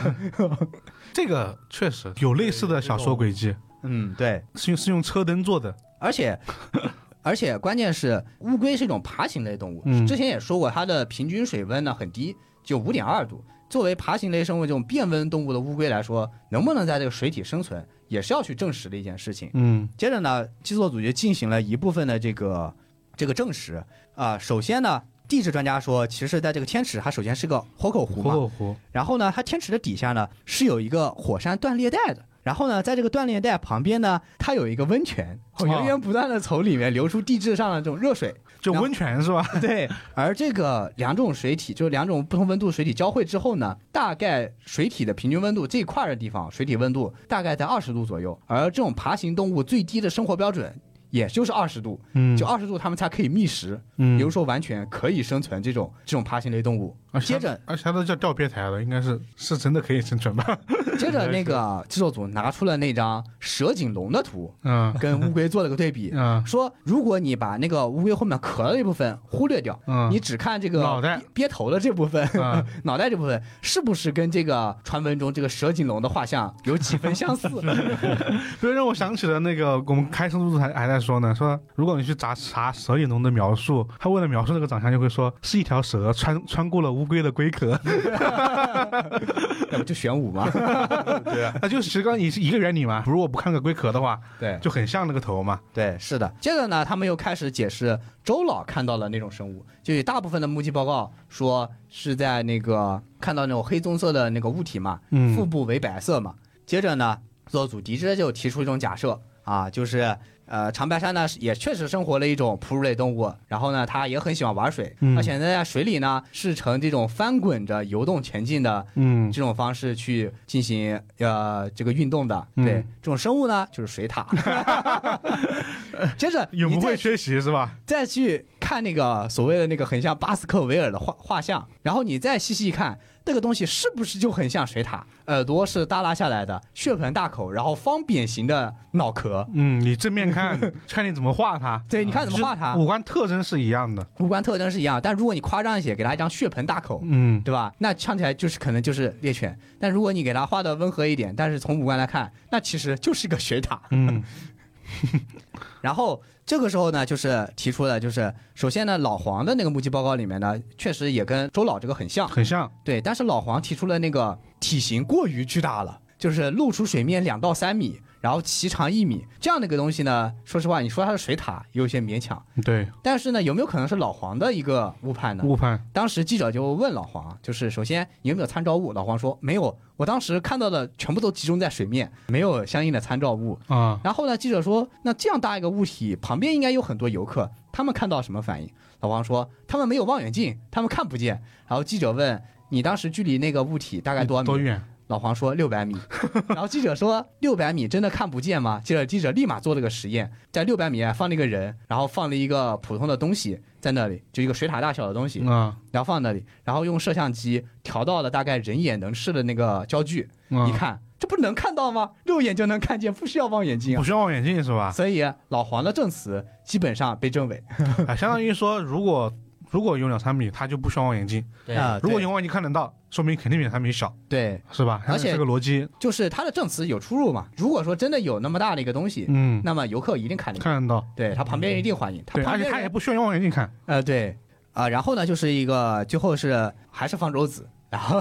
这个确实有类似的小说轨迹，
嗯，对。
是用是用车灯做的，
而且 而且关键是乌龟是一种爬行类动物，
嗯
之前也说过它的平均水温呢很低，就五点二度。作为爬行类生物这种变温动物的乌龟来说，能不能在这个水体生存，也是要去证实的一件事情。
嗯
接着呢，制作组就进行了一部分的这个这个证实啊、首先呢，地质专家说，其实在这个天池，它首先是个活口湖
火
嘛，
口湖，
然后呢，它天池的底下呢是有一个火山断裂带的。然后呢，在这个断裂带旁边呢，它有一个温泉，哦、源源不断的从里面流出地质上的这种热 水。
就温泉是吧？
对，而这个两种水体，就是两种不同温度水体交汇之后呢，大概水体的平均温度这一块儿的地方，水体温度大概在二十度左右。而这种爬行动物最低的生活标准，也就是二十度，
嗯
就二十度它们才可以觅食，
嗯
也就是说完全可以生存这种这种爬行类动物。
啊
接着
而且它都叫吊鳖台了，应该是是真的可以生存 吧？
接着那个制作组拿出了那张蛇颈龙的图，
嗯
跟乌龟做了个对比，
嗯
说如果你把那个乌龟后面壳的一部分忽略掉，
嗯
你只看这个
脑袋
鳖鳖头的这部分。
嗯，
脑袋这部分是不是跟这个传闻中这个蛇颈龙的画像有几分 相似？
所以让我想起了那个我们开生之还还在说呢，说如果你去查查蛇影龙的描述，他为了描述那个长相，就会说是一条蛇穿穿过了乌龟的龟壳，
那不就玄武吗？
那就是其实刚刚也是一个原理嘛。如果不看个龟壳的话，
对
就很像那个头嘛。
对，是的。接着呢，他们又开始解释周老看到了那种生物，就有大部分的目击报告说是在那个看到那种黑棕色的那个物体嘛，
嗯
腹部为白色嘛。接着呢，制作组迪之就提出一种假设啊，就是呃，长白山呢是也确实生活了一种哺乳类动物，然后呢，它也很喜欢玩水，
嗯
而且呢，在水里呢是呈这种翻滚着游动前进的
嗯，
这种方式去进行呃这个运动的。
嗯
对，这种生 物 呢就是水獭。接着
永
你
不
再
会缺席是吧？
再去看那个所谓的那个很像巴斯克维尔的画画像，然后你再细细看，这个东西是不是就很像水獭？耳朵是耷拉下来的，血盆大口，然后方扁形的脑壳。
嗯，你正面看， 啊看你怎么画它，
对，你看怎么画它，
五官特征是一样的。
五官特征是一样，但如果你夸张一些，给它一张血盆大口，
嗯，
对吧？那唱起来就是可能就是猎犬，但如果你给它画的温和一点，但是从五官来看，那其实就是个水獭。
嗯，
然后这个时候呢，就是提出了，就是首先呢，老黄的那个目击报告里面呢，确实也跟周老这个很像，
很像。
对，但是老黄提出了那个体型过于巨大了，就是露出水面两到三米，然后鳍长一米这样的一个东西呢，说实话，你说它是水獭有些勉强，
对，
但是呢，有没有可能是老黄的一个误判呢？
误判。
当时记者就问老黄，就是首先你有没有参照物？老黄说没有，我当时看到的全部都集中在水面，没有相应的参照物。
啊、
然后呢，记者说，那这样大一个物体，旁边应该有很多游客，他们看到什么反应？老王说，他们没有望远镜，他们看不见。然后记者问，你当时距离那个物体大概多少米？
多远？
老黄说六百米，然后记者说六百米真的看不见吗？记者记者立马做了个实验，在六百米外放了一个人，然后放了一个普通的东西在那里，就一个水塔大小的东西，
嗯
啊、
然后放那里，然后用摄像机调到了大概人眼能视的那个焦距，
嗯
啊
一看这不能看到吗？肉眼就能看见，不需要望远镜
不
啊。
需要望远镜是 吧？
所以老黄的证词基本上被证伪
啊，相当于说，如果如果有两三米，它就不需要望远镜；
对，
啊。
如果
对
用望远镜看得到，说明肯定比两三米小，
对，
是吧？
而且
这个逻辑，
就是他的证词有出入嘛。如果说真的有那么大的一个东西，
嗯，
那么游客一定看得见，
看得到。
对他旁边一定欢迎，他
对，
旁
而且
边
它
人
也不需要用望远镜看。
呃，对，啊、然后呢，就是一个最后是还是方舟子，然后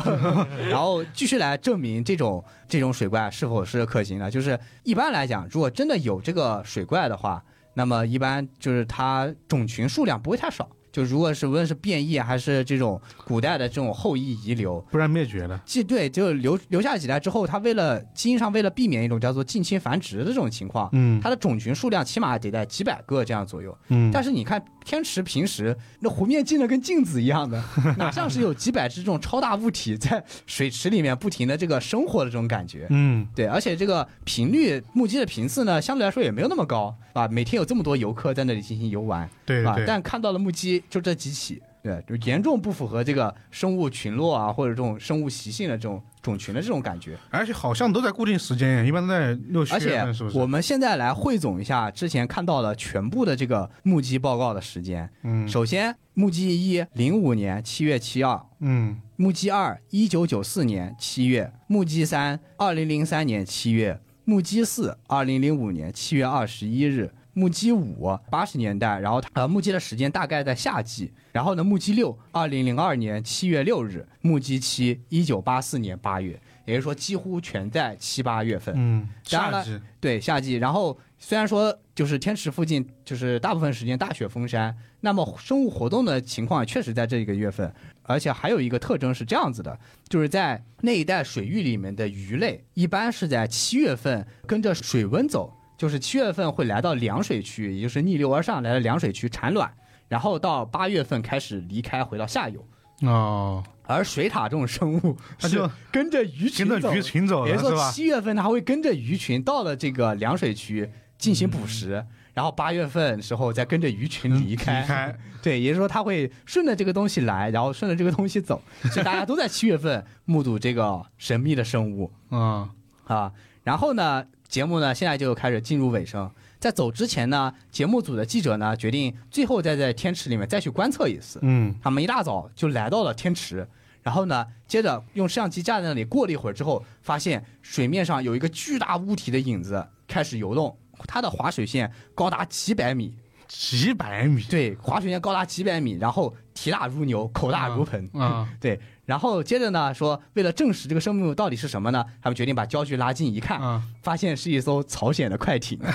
然后继续来证明这种这种水怪是否是可行的。就是一般来讲，如果真的有这个水怪的话，那么一般就是它种群数量不会太少。就如果是无论是变异啊还是这种古代的这种后裔遗留，
不然灭绝了。
既对，就留留下几代之后，它为了基因上为了避免一种叫做近亲繁殖的这种情况，
嗯
它的种群数量起码得在几百个这样左右。
嗯，
但是你看天池平时那湖面静的跟镜子一 样的，哪像是有几百只这种超大物体在水池里面不停的这个生活的这种感觉？
嗯，
对，而且这个频率目击的频次呢，相对来说也没有那么高啊。每天有这么多游客在那里进行游玩
对
啊
对，对，
但看到了目击就这几起，对，就严重不符合这个生物群落啊或者这种生物习性的这种种群的这种感觉。
而且好像都在固定时间，一般都在六七
而
月
且
份，是不是？
我们现在来汇总一下之前看到的全部的这个目击报告的时间。
嗯
首先，目击一零五年七月七号，
嗯
目击二一九九四年七月，目击三二零零三年七月，目击四二零零五年七月二十一日，目击五八十年代，然后它呃目击的时间大概在夏季，然后呢目击六二零零二年七月六日，目击七一九八四年八月，也就是说几乎全在七八月份。
嗯，
当然
夏
了
季
对，夏季。然后虽然说就是天池附近就是大部分时间大雪封山，那么生物活动的情况确实在这个月份，而且还有一个特征是这样子的，就是在那一带水域里面的鱼类一般是在七月份跟着水温走，就是七月份会来到凉水区，也就是逆流而上来到凉水区产卵，然后到八月份开始离开回到下游。
哦，
而水獭这种生物，
它
是
就
跟着鱼群
跟着
走
鱼群走
比
了
如
是
说
吧？
七月份它会跟着鱼群到了这个凉水区进行捕食，然后八月份时候再跟着鱼群离开。
嗯离开，
对，也就是说它会顺着这个东西来，然后顺着这个东西走，所以大家都在七月份目睹这个神秘的生物
嗯
啊。然后呢，节目呢现在就开始进入尾声。在走之前呢，节目组的记者呢决定最后再在天池里面再去观测一次。
嗯
他们一大早就来到了天池，然后呢，接着用摄像机架在那里过了一会儿之后，发现水面上有一个巨大物体的影子开始游动，它的滑水线高达几百米，
几百米
对，滑水线高达几百米，然后体大如牛，口大如盆。
啊，
对，然后接着呢，说为了证实这个生物到底是什么呢，他们决定把焦距拉近一看，
啊
发现是一艘朝鲜的快艇。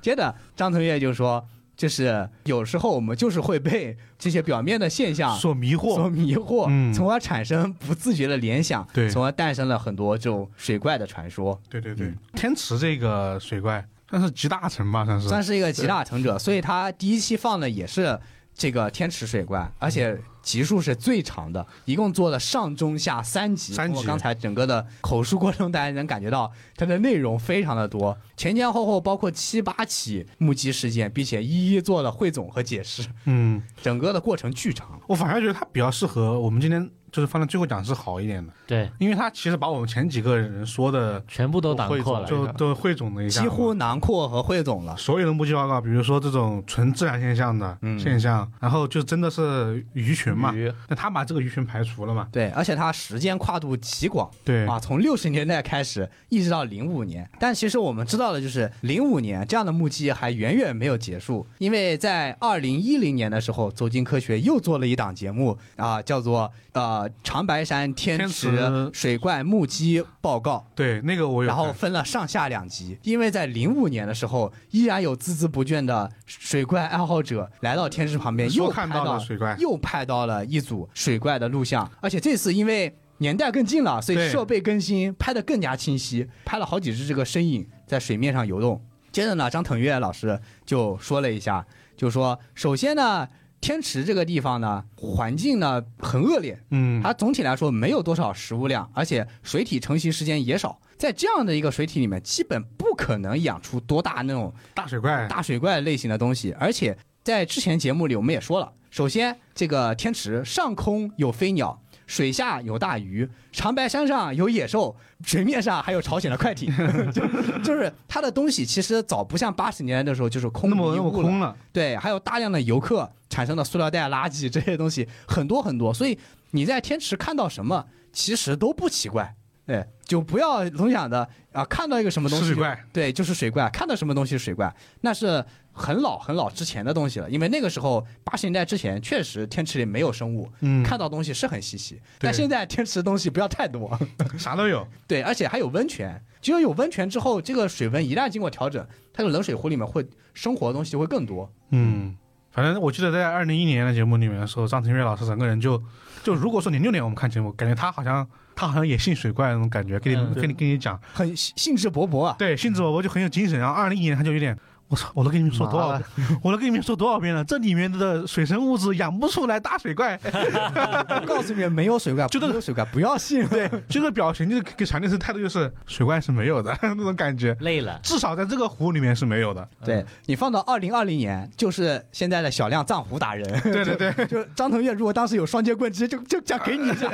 接着，张腾岳就说：“就是有时候我们就是会被这些表面的现象
所迷
所
惑，
迷惑，
嗯
从而产生不自觉的联想，
对
从而诞生了很多这种水怪的传说，
对对对
嗯，
天池这个
嗯
水怪算是集大成吧，算是
算是一个集大成者。所以他第一期放的也是这个天池水怪，而且集数是最长的，一共做了上中下三集。
三集
通过刚才整个的口述过程中，大家能感觉到它的内容非常的多，前前后后包括七八起目击事件，并且一一做了汇总和解释，
嗯，
整个的过程巨长。
我反而觉得它比较适合我们今天就是放在最后讲是好一点的，
对，
因为它其实把我们前几个人说的
全部都
我
囊
会
括
总
就
了。
都汇总了一下，
几乎囊括和汇总了。
所有的目击报告，比如说这种纯自然现象的
嗯
现象，然后就真的是鱼群嘛，
鱼
那他把这个鱼群排除了嘛，
对，而且它时间跨度极广
对
啊，从六十年代开始一直到零五年。但其实我们知道的就是，零五年这样的目击还远远没有结束，因为在二零一零年的时候，走进科学又做了一档节目啊，叫做呃长白山天
天
池
池
水怪目击报告。
对，那个我有
然
看，
后分了上下两集，因为在零五年的时候，依然有孜孜不倦的水怪爱好者来到天池旁边，
说
又
看
拍
到了水怪
又拍到了一组水怪的录像，而且这次因为年代更近了，所以
对
设备更新，拍得更加清晰，拍了好几只这个身影在水面上游动。接着呢，张腾岳老师就说了一下，就说首先呢，天池这个地方呢，环境呢很恶劣，
嗯，
它总体来说没有多少食物量，而且水体成型时间也少。在这样的一个水体里面，基本不可能养出多大那种
大水怪，
大水怪类型的东西。而且在之前节目里我们也说了，首先这个天池上空有飞鸟，水下有大鱼，长白山上有野兽，水面上还有朝鲜的快艇， 就就是它的东西其实早不像八十年代的时候就是空
那
无
么
一
那么
物了。
空了，
对，还有大量的游客产生的塑料袋、垃圾这些东西很多很多，所以你在天池看到什么，其实都不奇怪。对，就不要总想着啊，看到一个什么东
吃
西
水，怪，
对，就是水怪，看到什么东西是水怪，那是很老很老之前的东西了，因为那个时候八十年代之前确实天池里没有生物，
嗯，
看到东西是很稀奇，但
对
现在天池的东西不要太多。
啥都有，
对，而且还有温泉。只有有温泉之后，这个水温一旦经过调整，它的冷水壶里面会生活的东西会更多。
嗯。反正我记得在二零一年的节目里面的时候，张腾岳老师整个人就就，如果说零六年我们看节目，感觉他好像他好像也信水怪那种感觉，跟你、
嗯
跟你跟你讲，
很兴兴致勃勃啊。
对，兴致勃勃就很有精神。然后二零一年他就有点，我操，我都跟你们说多少，遍， 我都跟你们说多少遍了，这里面的水生物质养不出来大水 怪，
我告诉你们，没有水怪，
就
没
那个
有水怪，不要信。对，
这个表情就给传递是态度，就是水怪是没有的 那种感觉，
累了，
至少在这个湖里面是没有的。
对你放到二零二零年，就是现在的小亮藏湖打人。
对对对，
就张腾岳如果当时有双截棍，直接就就讲给你一下。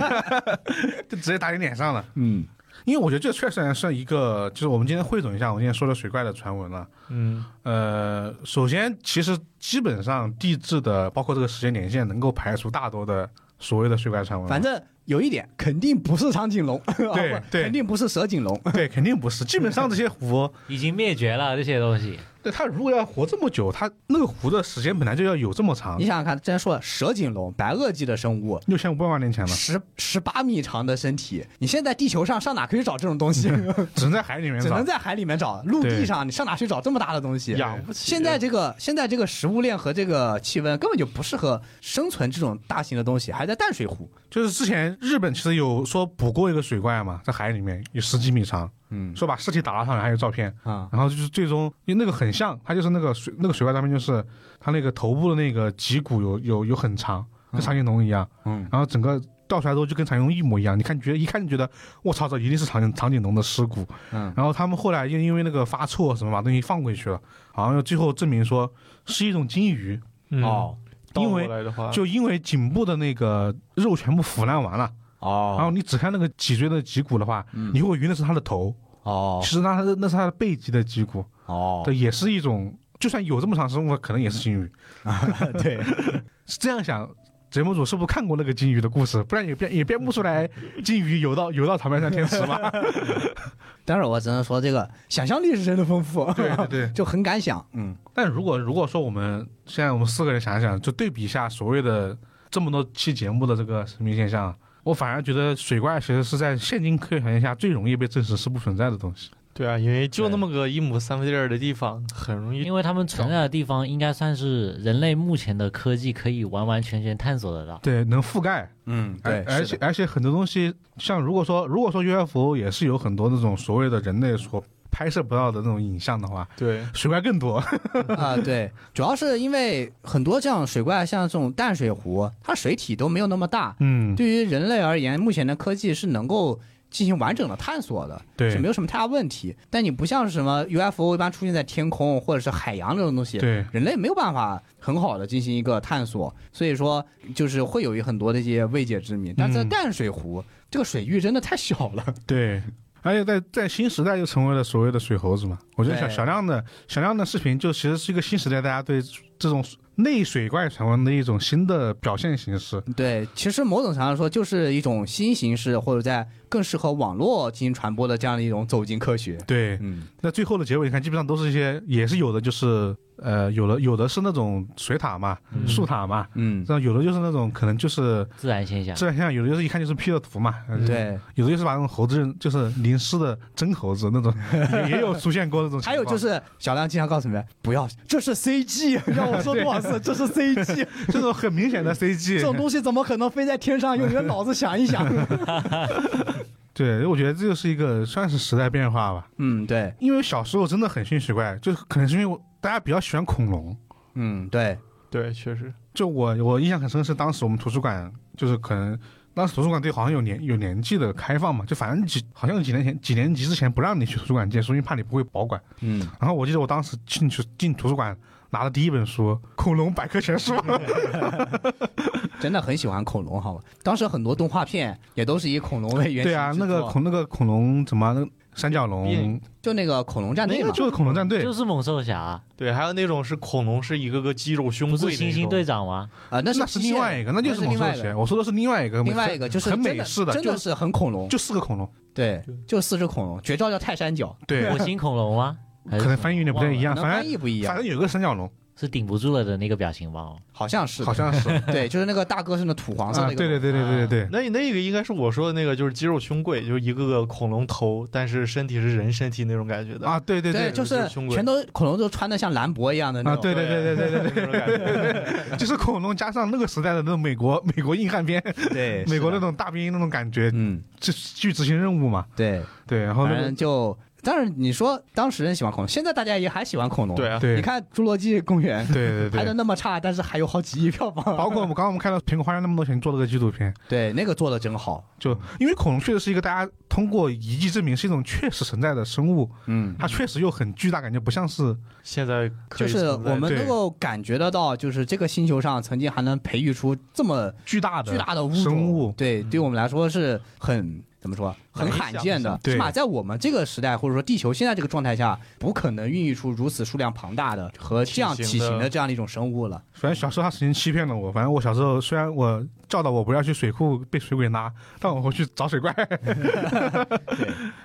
就直接打你脸上了。
嗯，
因为我觉得这确实算一个，就是我们今天汇总一下我们今天说的水怪的传闻了。
嗯，
呃，首先，其实基本上地质的，包括这个时间年限，能够排除大多的所谓的水怪传闻。
反正有一点，肯定不是长颈龙，
对
啊不
对啊
肯定不是蛇颈龙。
对，肯定不是。基本上这些湖，
已经灭绝了这些东西。
对它如果要活这么久，它那个湖的时间本来就要有这么长
你，想想看，之前说了蛇颈龙，白垩纪的生物，
六千五百万年前了，
十十八米长的身体，你现在地球上上哪可以找这种东西？
只能在海里面
只
找
能。在海里面找，陆地
对
上你上哪去找这么大的东西？
养不起。
现在这个现在这个食物链和这个气温根本就不适合生存这种大型的东西，还在淡水湖。
就是之前日本其实有说捕过一个水怪嘛，在海里面有十几米长，
嗯
说把尸体打拉上来，还有照片。
啊，
然后就是最终，因为那个很像，它就是那个水那个水怪照片，就是它那个头部的那个脊骨有有有很长，跟长颈龙一样。
嗯
然后整个倒出来之后就跟长颈龙一模一样，你看觉得一看就觉得，我操，这一定是长颈长颈龙的尸骨。
嗯，
然后他们后来又因为那个发错什么把东西放回去了，好像又最后证明说是一种金鱼，
嗯，
哦
倒
因为
过来的话，
就因为颈部的那个肉全部腐烂完了，然后
哦
你只看那个脊椎的脊骨的话，你会以为那是它的头，
哦
其实那它的那是它的背脊的脊骨，
哦，
对，也是一种，就算有这么长生物，可能也是金鱼。
对，
是这样想。节目组是不是看过那个金鱼的故事？不然也编也编不出来金鱼游到游到长白山天池 嘛。
但是我只能说这个想象力是真的丰富，
对对对，
就很敢想。嗯
但如果如果说我们现在我们四个人想一想，就对比一下所谓的这么多期节目的这个神秘现象，我反而觉得水怪其实是在现今科学条件下最容易被证实是不存在的东西。
对啊，因为就
对
那么个一亩三分地儿的地方，很容易
因为他们存在的地方，应该算是人类目前的科技可以完完全全探索得到。
对，能覆盖，
嗯，
而
对，
哎而且而且很多东西，像如果说如果说 UFO 也是有很多那种所谓的人类所拍摄不到的那种影像的话，
对，
水怪更多。
啊，对，主要是因为很多这样水怪，像这种淡水湖，它水体都没有那么大。
嗯，
对于人类而言，目前的科技是能够进行完整的探索的，
对
是没有什么太大问题。但你不像是什么 UFO 一般出现在天空或者是海洋这种东西，
对
人类没有办法很好的进行一个探索，所以说就是会有很多的一些未解之谜。但在
嗯
淡水湖、这个水域真的太小了，
对，而且在在新时代就成为了所谓的水猴子嘛。我觉得小
对
小亮的小亮的视频就其实是一个新时代大家对这种内水怪传闻的一种新的表现形式。
对，其实某种程度上说就是一种新形式，或者在更适合网络进行传播的这样的一种走进科学。
对，
嗯，
那最后的结尾你看，基本上都是一些也是有的就是呃有的有的是那种水塔嘛、
嗯
树塔嘛，
嗯，
然后有的就是那种可能就是
自然现象
自。然现象，有的就是一看就是 P 的图嘛，呃，
对，
有的就是把那种猴子认就是淋湿的真猴子 那种，也也有出现过那种情况。
还有就是小亮经常告诉你们，不要，这是 CG，让我说多少次，这是 CG，
这种很明显 的 CG，
这种东西怎么可能飞在天上？用你的脑子想一想。
对，我觉得这就是一个算是时代变化吧。
嗯，对，
因为小时候真的很信水怪，就是可能是因为我大家比较喜欢恐龙。
嗯，对，
对，确实，
就我我印象很深是当时我们图书馆就是可能当时图书馆对好像有年有年纪的开放嘛，就反正几好像几年前几年级之前不让你去图书馆借书，因为怕你不会保管。
嗯，
然后我记得我当时进去进图书馆拿的第一本书《恐龙百科全书》
真的很喜欢恐龙，好吧？当时很多动画片也都是以恐龙为原型
对啊，
制
那个
作
恐那个恐龙怎么那个三角龙
变，
就那个恐龙战队
那个
嘛，
就是恐龙战队
就。是猛兽侠，啊
对，还有那种是恐龙是一个个肌肉胸
不
贵的
是猩
那
猩
种
队长吗？
啊，那
那是
是
另外一个，那就是
是
猛
另外
兽
一
鞋。
个，
我说的是另外一个，
另外一个就是
很
真
美
的
式的，
真
就
的是很恐龙，
就四个恐龙，
对，就四只恐龙，绝招叫泰山脚，
对，
火星恐龙吗？还 是
可能翻译有点不太一
可
样，
能
啊反
翻
正
译不一
反
样，
正有个三角龙，
是顶不住了的那个表情包。
好像是的，
好 像是啊，
对，就是那个大哥是那土黄色那
对
个，
对对对对对对，
那那个应该是我说的那个，就是肌肉胸贵，就是一个个恐龙头，但是身体是人身体那种感觉的。
啊，对对对，
就
就是是胸围
全都恐龙都穿的像兰博一样的那
啊
种，
对对对
对 对对，
就是恐龙加上那个时代的那种美国 美国硬汉片，
对
美国那，种大兵那种感觉
是的，嗯，
就去执行任务嘛，
对，
对，然后
反
那个
正就，但是你说当时人喜欢恐龙，现在大家也还喜欢恐龙，
对，啊，
你
对
看《侏罗纪公园》
对对
拍的
对，
那么差，但是还有好几亿票 房，
包括我们刚刚我们看到苹果花园那么多钱做了个纪录片，
对，那个做的真好，
就因为恐龙确实是一个大家通过遗迹证明是一种确实存在的生物，
嗯。
它确实又很巨大，感觉不像是
现在可
就
以
是
存在
我们
对
能够感觉得到，就是这个星球上曾经还能培育出这么
巨大的
巨大的物种
生物嗯
对，对我们来说是很怎么说，很
难以
罕
想
见的
象。
对
起码在我们这个时代，或者说地球现在这个状态下，不可能孕育出如此数量庞大的和这样
体
体
型的
型的这样的一种生物了。
反正小时候他曾经欺骗了我，反正我小时候虽然我教导我不要去水库被水鬼拉，但我会去找水怪。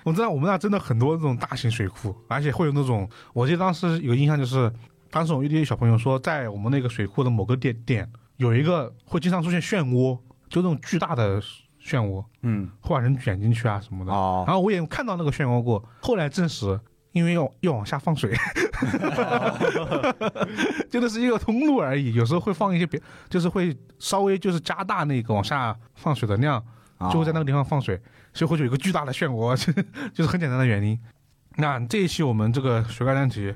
我知道我们那真的很多这种大型水库，而且会有那种，我记得当时有个印象就是，当时我们一堆小朋友说，在我们那个水库的某个点点有一个会经常出现漩涡，就那种巨大的漩涡，
嗯，
会把人卷进去啊什么的。
哦，
然后我也看到那个漩涡过，后来证实，因为要要往下放水， 真的是一个通路而已。有时候会放一些别，就是会稍微就是加大那个往下放水的量，
哦
就会在那个地方放水，所以会有一个巨大的漩涡， 就是很简单的原因。那这一期我们这个水怪单题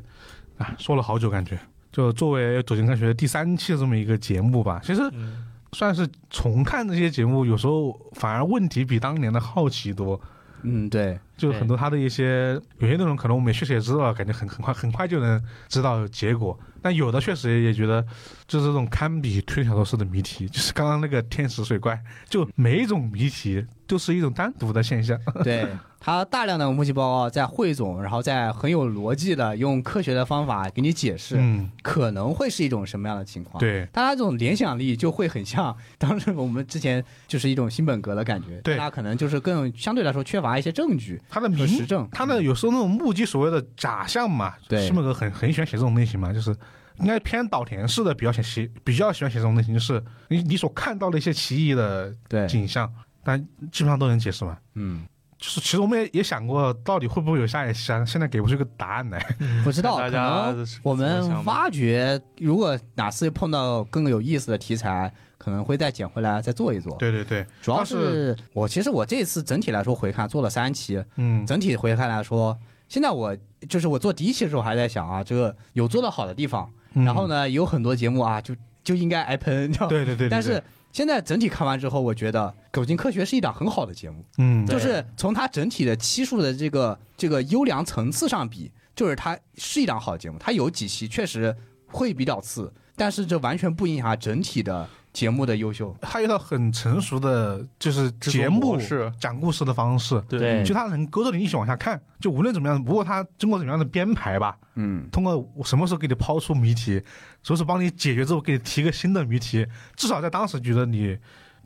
啊，说了好久，感觉就作为走进科学的第三期的这么一个节目吧，其实
嗯
算是重看这些节目，有时候反而问题比当年的好奇多。
嗯，对，
就是很多他的一些有些内容，可能我们也确实也知道了，感觉很很快很快就能知道结果。但有的确实也觉得，就是这种堪比推理小说式的谜题，就是刚刚那个天使水怪，就每一种谜题都是一种单独的现象。
对，它大量的目击报告在汇总，然后再很有逻辑的用科学的方法给你解释，
嗯，
可能会是一种什么样的情况。。
对
大家这种联想力就会很像当时我们之前就是一种新本格的感觉，
对嗯
大家可能就是更相对来说缺乏一些证据
他的
和
名
实，证。
他的有时候那种目击所谓的假象嘛，
对
西蒙格很很喜欢写这种类型嘛，就是。应该偏岛田式的比较写写比较喜欢写这种类型，就是你你所看到的一些奇异的
对，
景象，但基本上都能解释完。
嗯，
就是其实我们也也想过，到底会不会有下一期啊？现在给不出一个答案来。
嗯不知道，
看
可
大家
能
是
我
怎么
们
想吧
挖掘，如果哪次碰到更有意思的题材，可能会再捡回来再做一做。，
对对对，
主要
但是
是我其实我这次整体来说回看做了三期，
嗯，
整体回看来说，现在我就是我做第一期的时候还在想啊，这个有做的好的地方，
嗯
然后呢，有很多节目啊，就就应该挨喷，你知道吗？
对对对，对
但是现在整体看完之后，我觉得《走进科学》是一档很好的节目，
嗯
对
就是从它整体的期数的这个这个优良层次上比，就是它是一档好节目。它有几期确实会比较次，但是这完全不影响它整体的节目的优秀。
它有一套很成熟的，就是
制作
节
模
目
式
讲故事的方式，
对
就它能勾着你一起往下看。就无论怎么样，不过它经过怎么样的编排吧，
嗯，
通过我什么时候给你抛出谜题，什么时候帮你解决之后给你提个新的谜题，至少在当时觉得你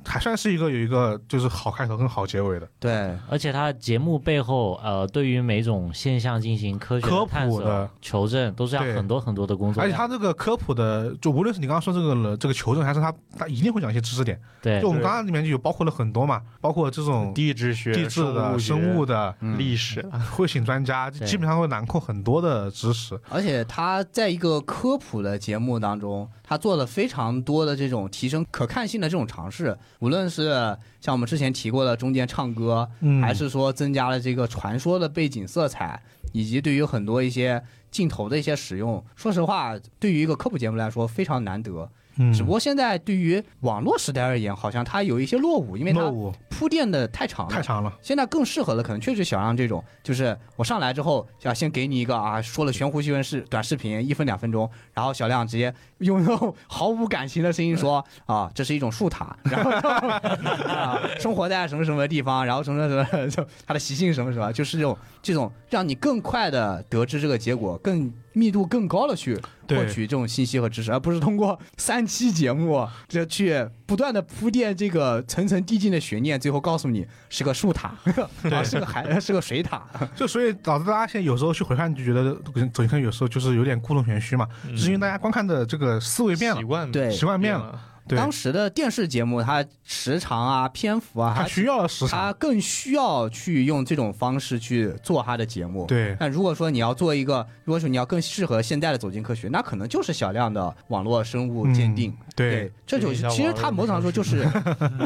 还算是一个有一个就是好开头跟好结尾的
对，
而且它节目背后，呃，对于每种现象进行科学的
科
探
普
索、
的。
求证，都是要
对
很多很多的工作
而且
量。
它这个科普的，就无论是你刚刚说这个这个求证，还是它它一定会讲一些知识点。
对
就我们
对
刚刚里面就有包括了很多嘛，包括这种
地质学、
地质的、
学
生物、的、
嗯
历史，
会请专家，
对
基本上会囊括很多的知识。
而且他在一个科普的节目当中，他做了非常多的这种提升可看性的这种尝试，无论是像我们之前提过的中间唱歌，
嗯
还是说增加了这个传说的背景色彩，以及对于很多一些镜头的一些使用。说实话，对于一个科普节目来说非常难得。
嗯
只不过现在对于网络时代而言，好像它有一些落伍，因为
落
它
伍
铺垫的太长了
太。长了，
现在更适合的可能确实想让这种，就是我上来之后想先给你一个啊，说了玄乎其闻是短视频，一分两分钟，然后小亮直接用那种毫无感情的声音说啊，这是一种树塔，然后就啊，生活在什么什么地方，然后什么什么，就它的习性什么什么，就是这种这种让你更快的得知这个结果，更密度更高的去获
对
取这种信息和知识，而不是通过三期节目这去不断的铺垫这个层层递进的悬念，最后告诉你是个 树塔，啊是个海，是个水塔。
就所以导致大家现在有时候去回看就觉得走一看有时候就是有点故弄玄虚嘛，
嗯
是因为大家观看的这个思维变了
习，惯
对
习惯变了，
了，
对，
当时的电视节目，它时长啊、篇幅啊，
它
它
需要时
它
长，
更需要去用这种方式去做它的节目。。
对，
那如果说你要做一个，如果说你要更适合现在的走进科学，那可能就是小量的网络生物鉴定。
嗯对，
这就
鉴定一下
是其实
网络
它
生
某种程度上
物
就 是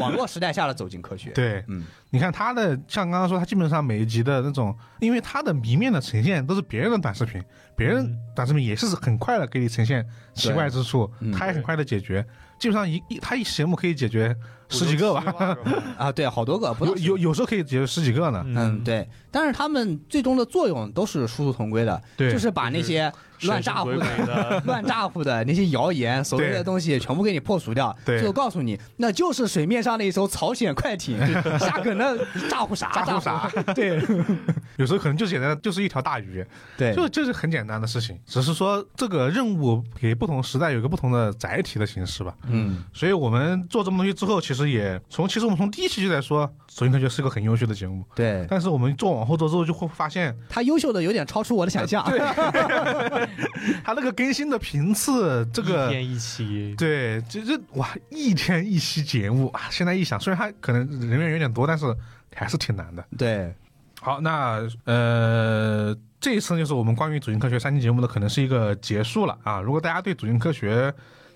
网络时代下的走进科学。
对，
嗯，
你看他的，像刚刚说，他基本上每一集的那种，因为他的谜面的呈现都是别人的短视频，别人短视频也是很快的给你呈现奇怪之处
嗯，
他也很快的解决，基本上一一他一节目可以解决十几个吧，
吧，
啊，对，好多个，不到
有有有时候可以解决十几个呢，
嗯，，对，但是他们最终的作用都是殊途同归的，
对
就是把那些乱
神
咋呼
神鬼
的、
鬼的
乱咋呼的那些谣言、所谓的
对
东西全部给你破除掉，
对
最后告诉你，那就是水面上的一艘朝鲜快艇瞎搁那咋呼啥
咋呼啥，
对
有时候可能就简单就是一条大鱼，
对
就就是很简单的事情，只是说这个任务给不同时代有一个不同的载体的形式吧。
嗯，
所以我们做这么东西之后，其实也从其实我们从第一期就在说《首映科学》是个很优秀的节目，
对，
但是我们做往后做之后就会发现，
他优秀的有点超出我的想象，
它那个更新的频次， 这
一
个
天一期，
对，这这哇，一天一期节目啊！现在一想，虽然它可能人员有点多，但是还是挺难的。
对，
好，那呃，这一次就是我们关于主营科学三期节目的可能是一个结束了啊。如果大家对主营科学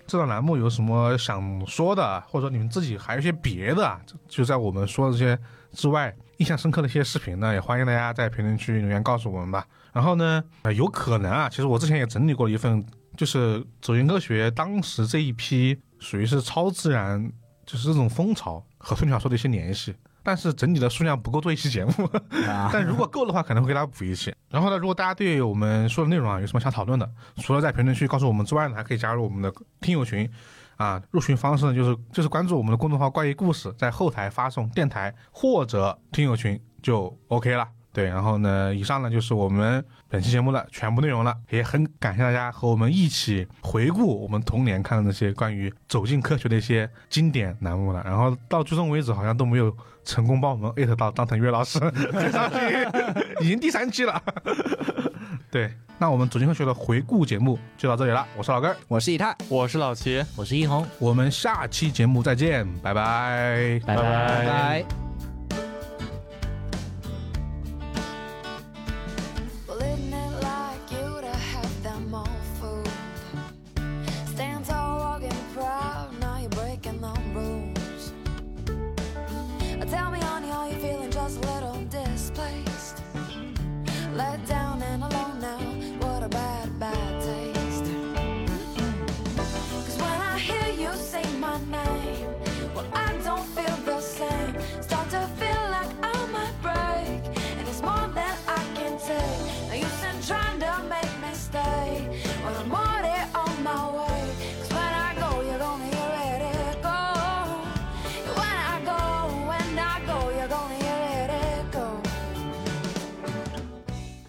这档栏目有什么想说的，或者你们自己还有一些别的啊，就就在我们说的这些之外，印象深刻的一些视频呢，也欢迎大家在评论区留言告诉我们吧。然后呢，呃有可能啊，其实我之前也整理过一份，就是主营科学当时这一批属于是超自然，就是这种风潮和推理小说的一些联系。但是整体的数量不够做一期节目，
啊，
但如果够的话，可能会给大家补一期。然后呢，如果大家对我们说的内容啊有什么想讨论的，除了在评论区告诉我们之外呢，还可以加入我们的听友群。啊，入群方式呢，就是就是关注我们的公众号“怪异故事”，在后台发送“电台”或者“听友群”就 OK 了。对，然后呢，以上呢就是我们本期节目的全部内容了，也很感谢大家和我们一起回顾我们童年看的那些关于走进科学的一些经典栏目了。然后到最终为止，好像都没有成功帮我们艾特到当成岳老师，非常幸运 已经第三期了。对，那我们走进科学的回顾节目就到这里了，我是老根儿，
我是以太，
我是老齐，
我是一红，
我们下期节目再见，拜拜。
拜
拜
拜拜。
Well, isn't it like you to have them all fooled? Stand tall, walking proud, now you're breaking the rules. Tell me, honey, are you feeling just a little displaced? Let down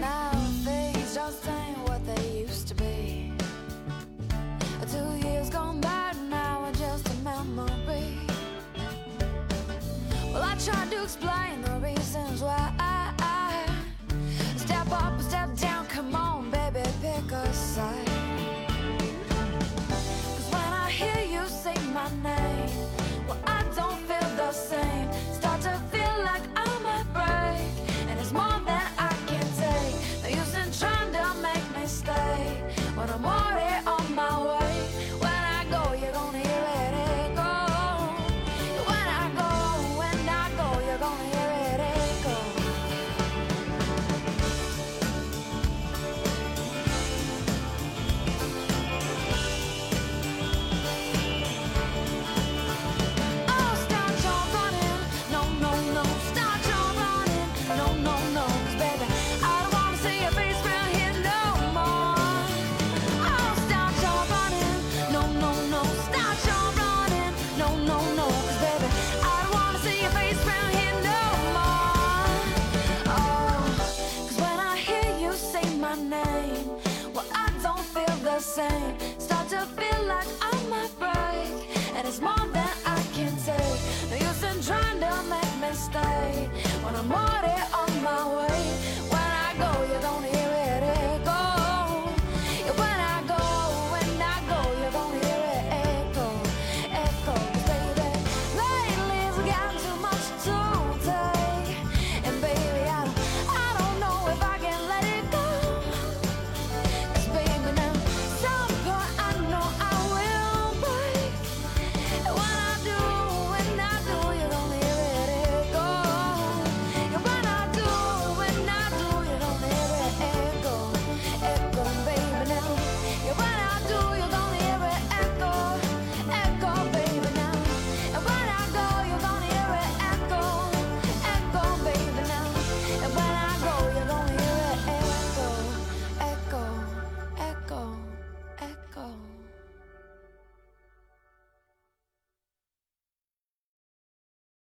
Now things just ain't what they used to be. Two years gone by, now are just a memory. Well, I tried to explain the reasons why I, I step up, step down. Come on, baby, pick a side. 'Cause when I hear you say my name, well, I don't feel the same. Start to feel like I might break, and it's more than I can take. No use in trying to make me stay when I'm already on my way. When I go, you're gonna hear it echo. When I go, when I go, you're gonna hear it echo. Oh, start your running, no, no, no. Start your running, no, no, no. 'Cause baby, I don't wanna see your face round here no more. Oh, start your running, no, no, no. Start your running, no, no, no. 'Cause baby, I don't wanna see your face round here no more. Oh, 'cause when I hear you say my name, well I don't feel the same. Start to feel like I'm a break, and it's more than I can take. No use in trying to make me stay when I'm already on my way.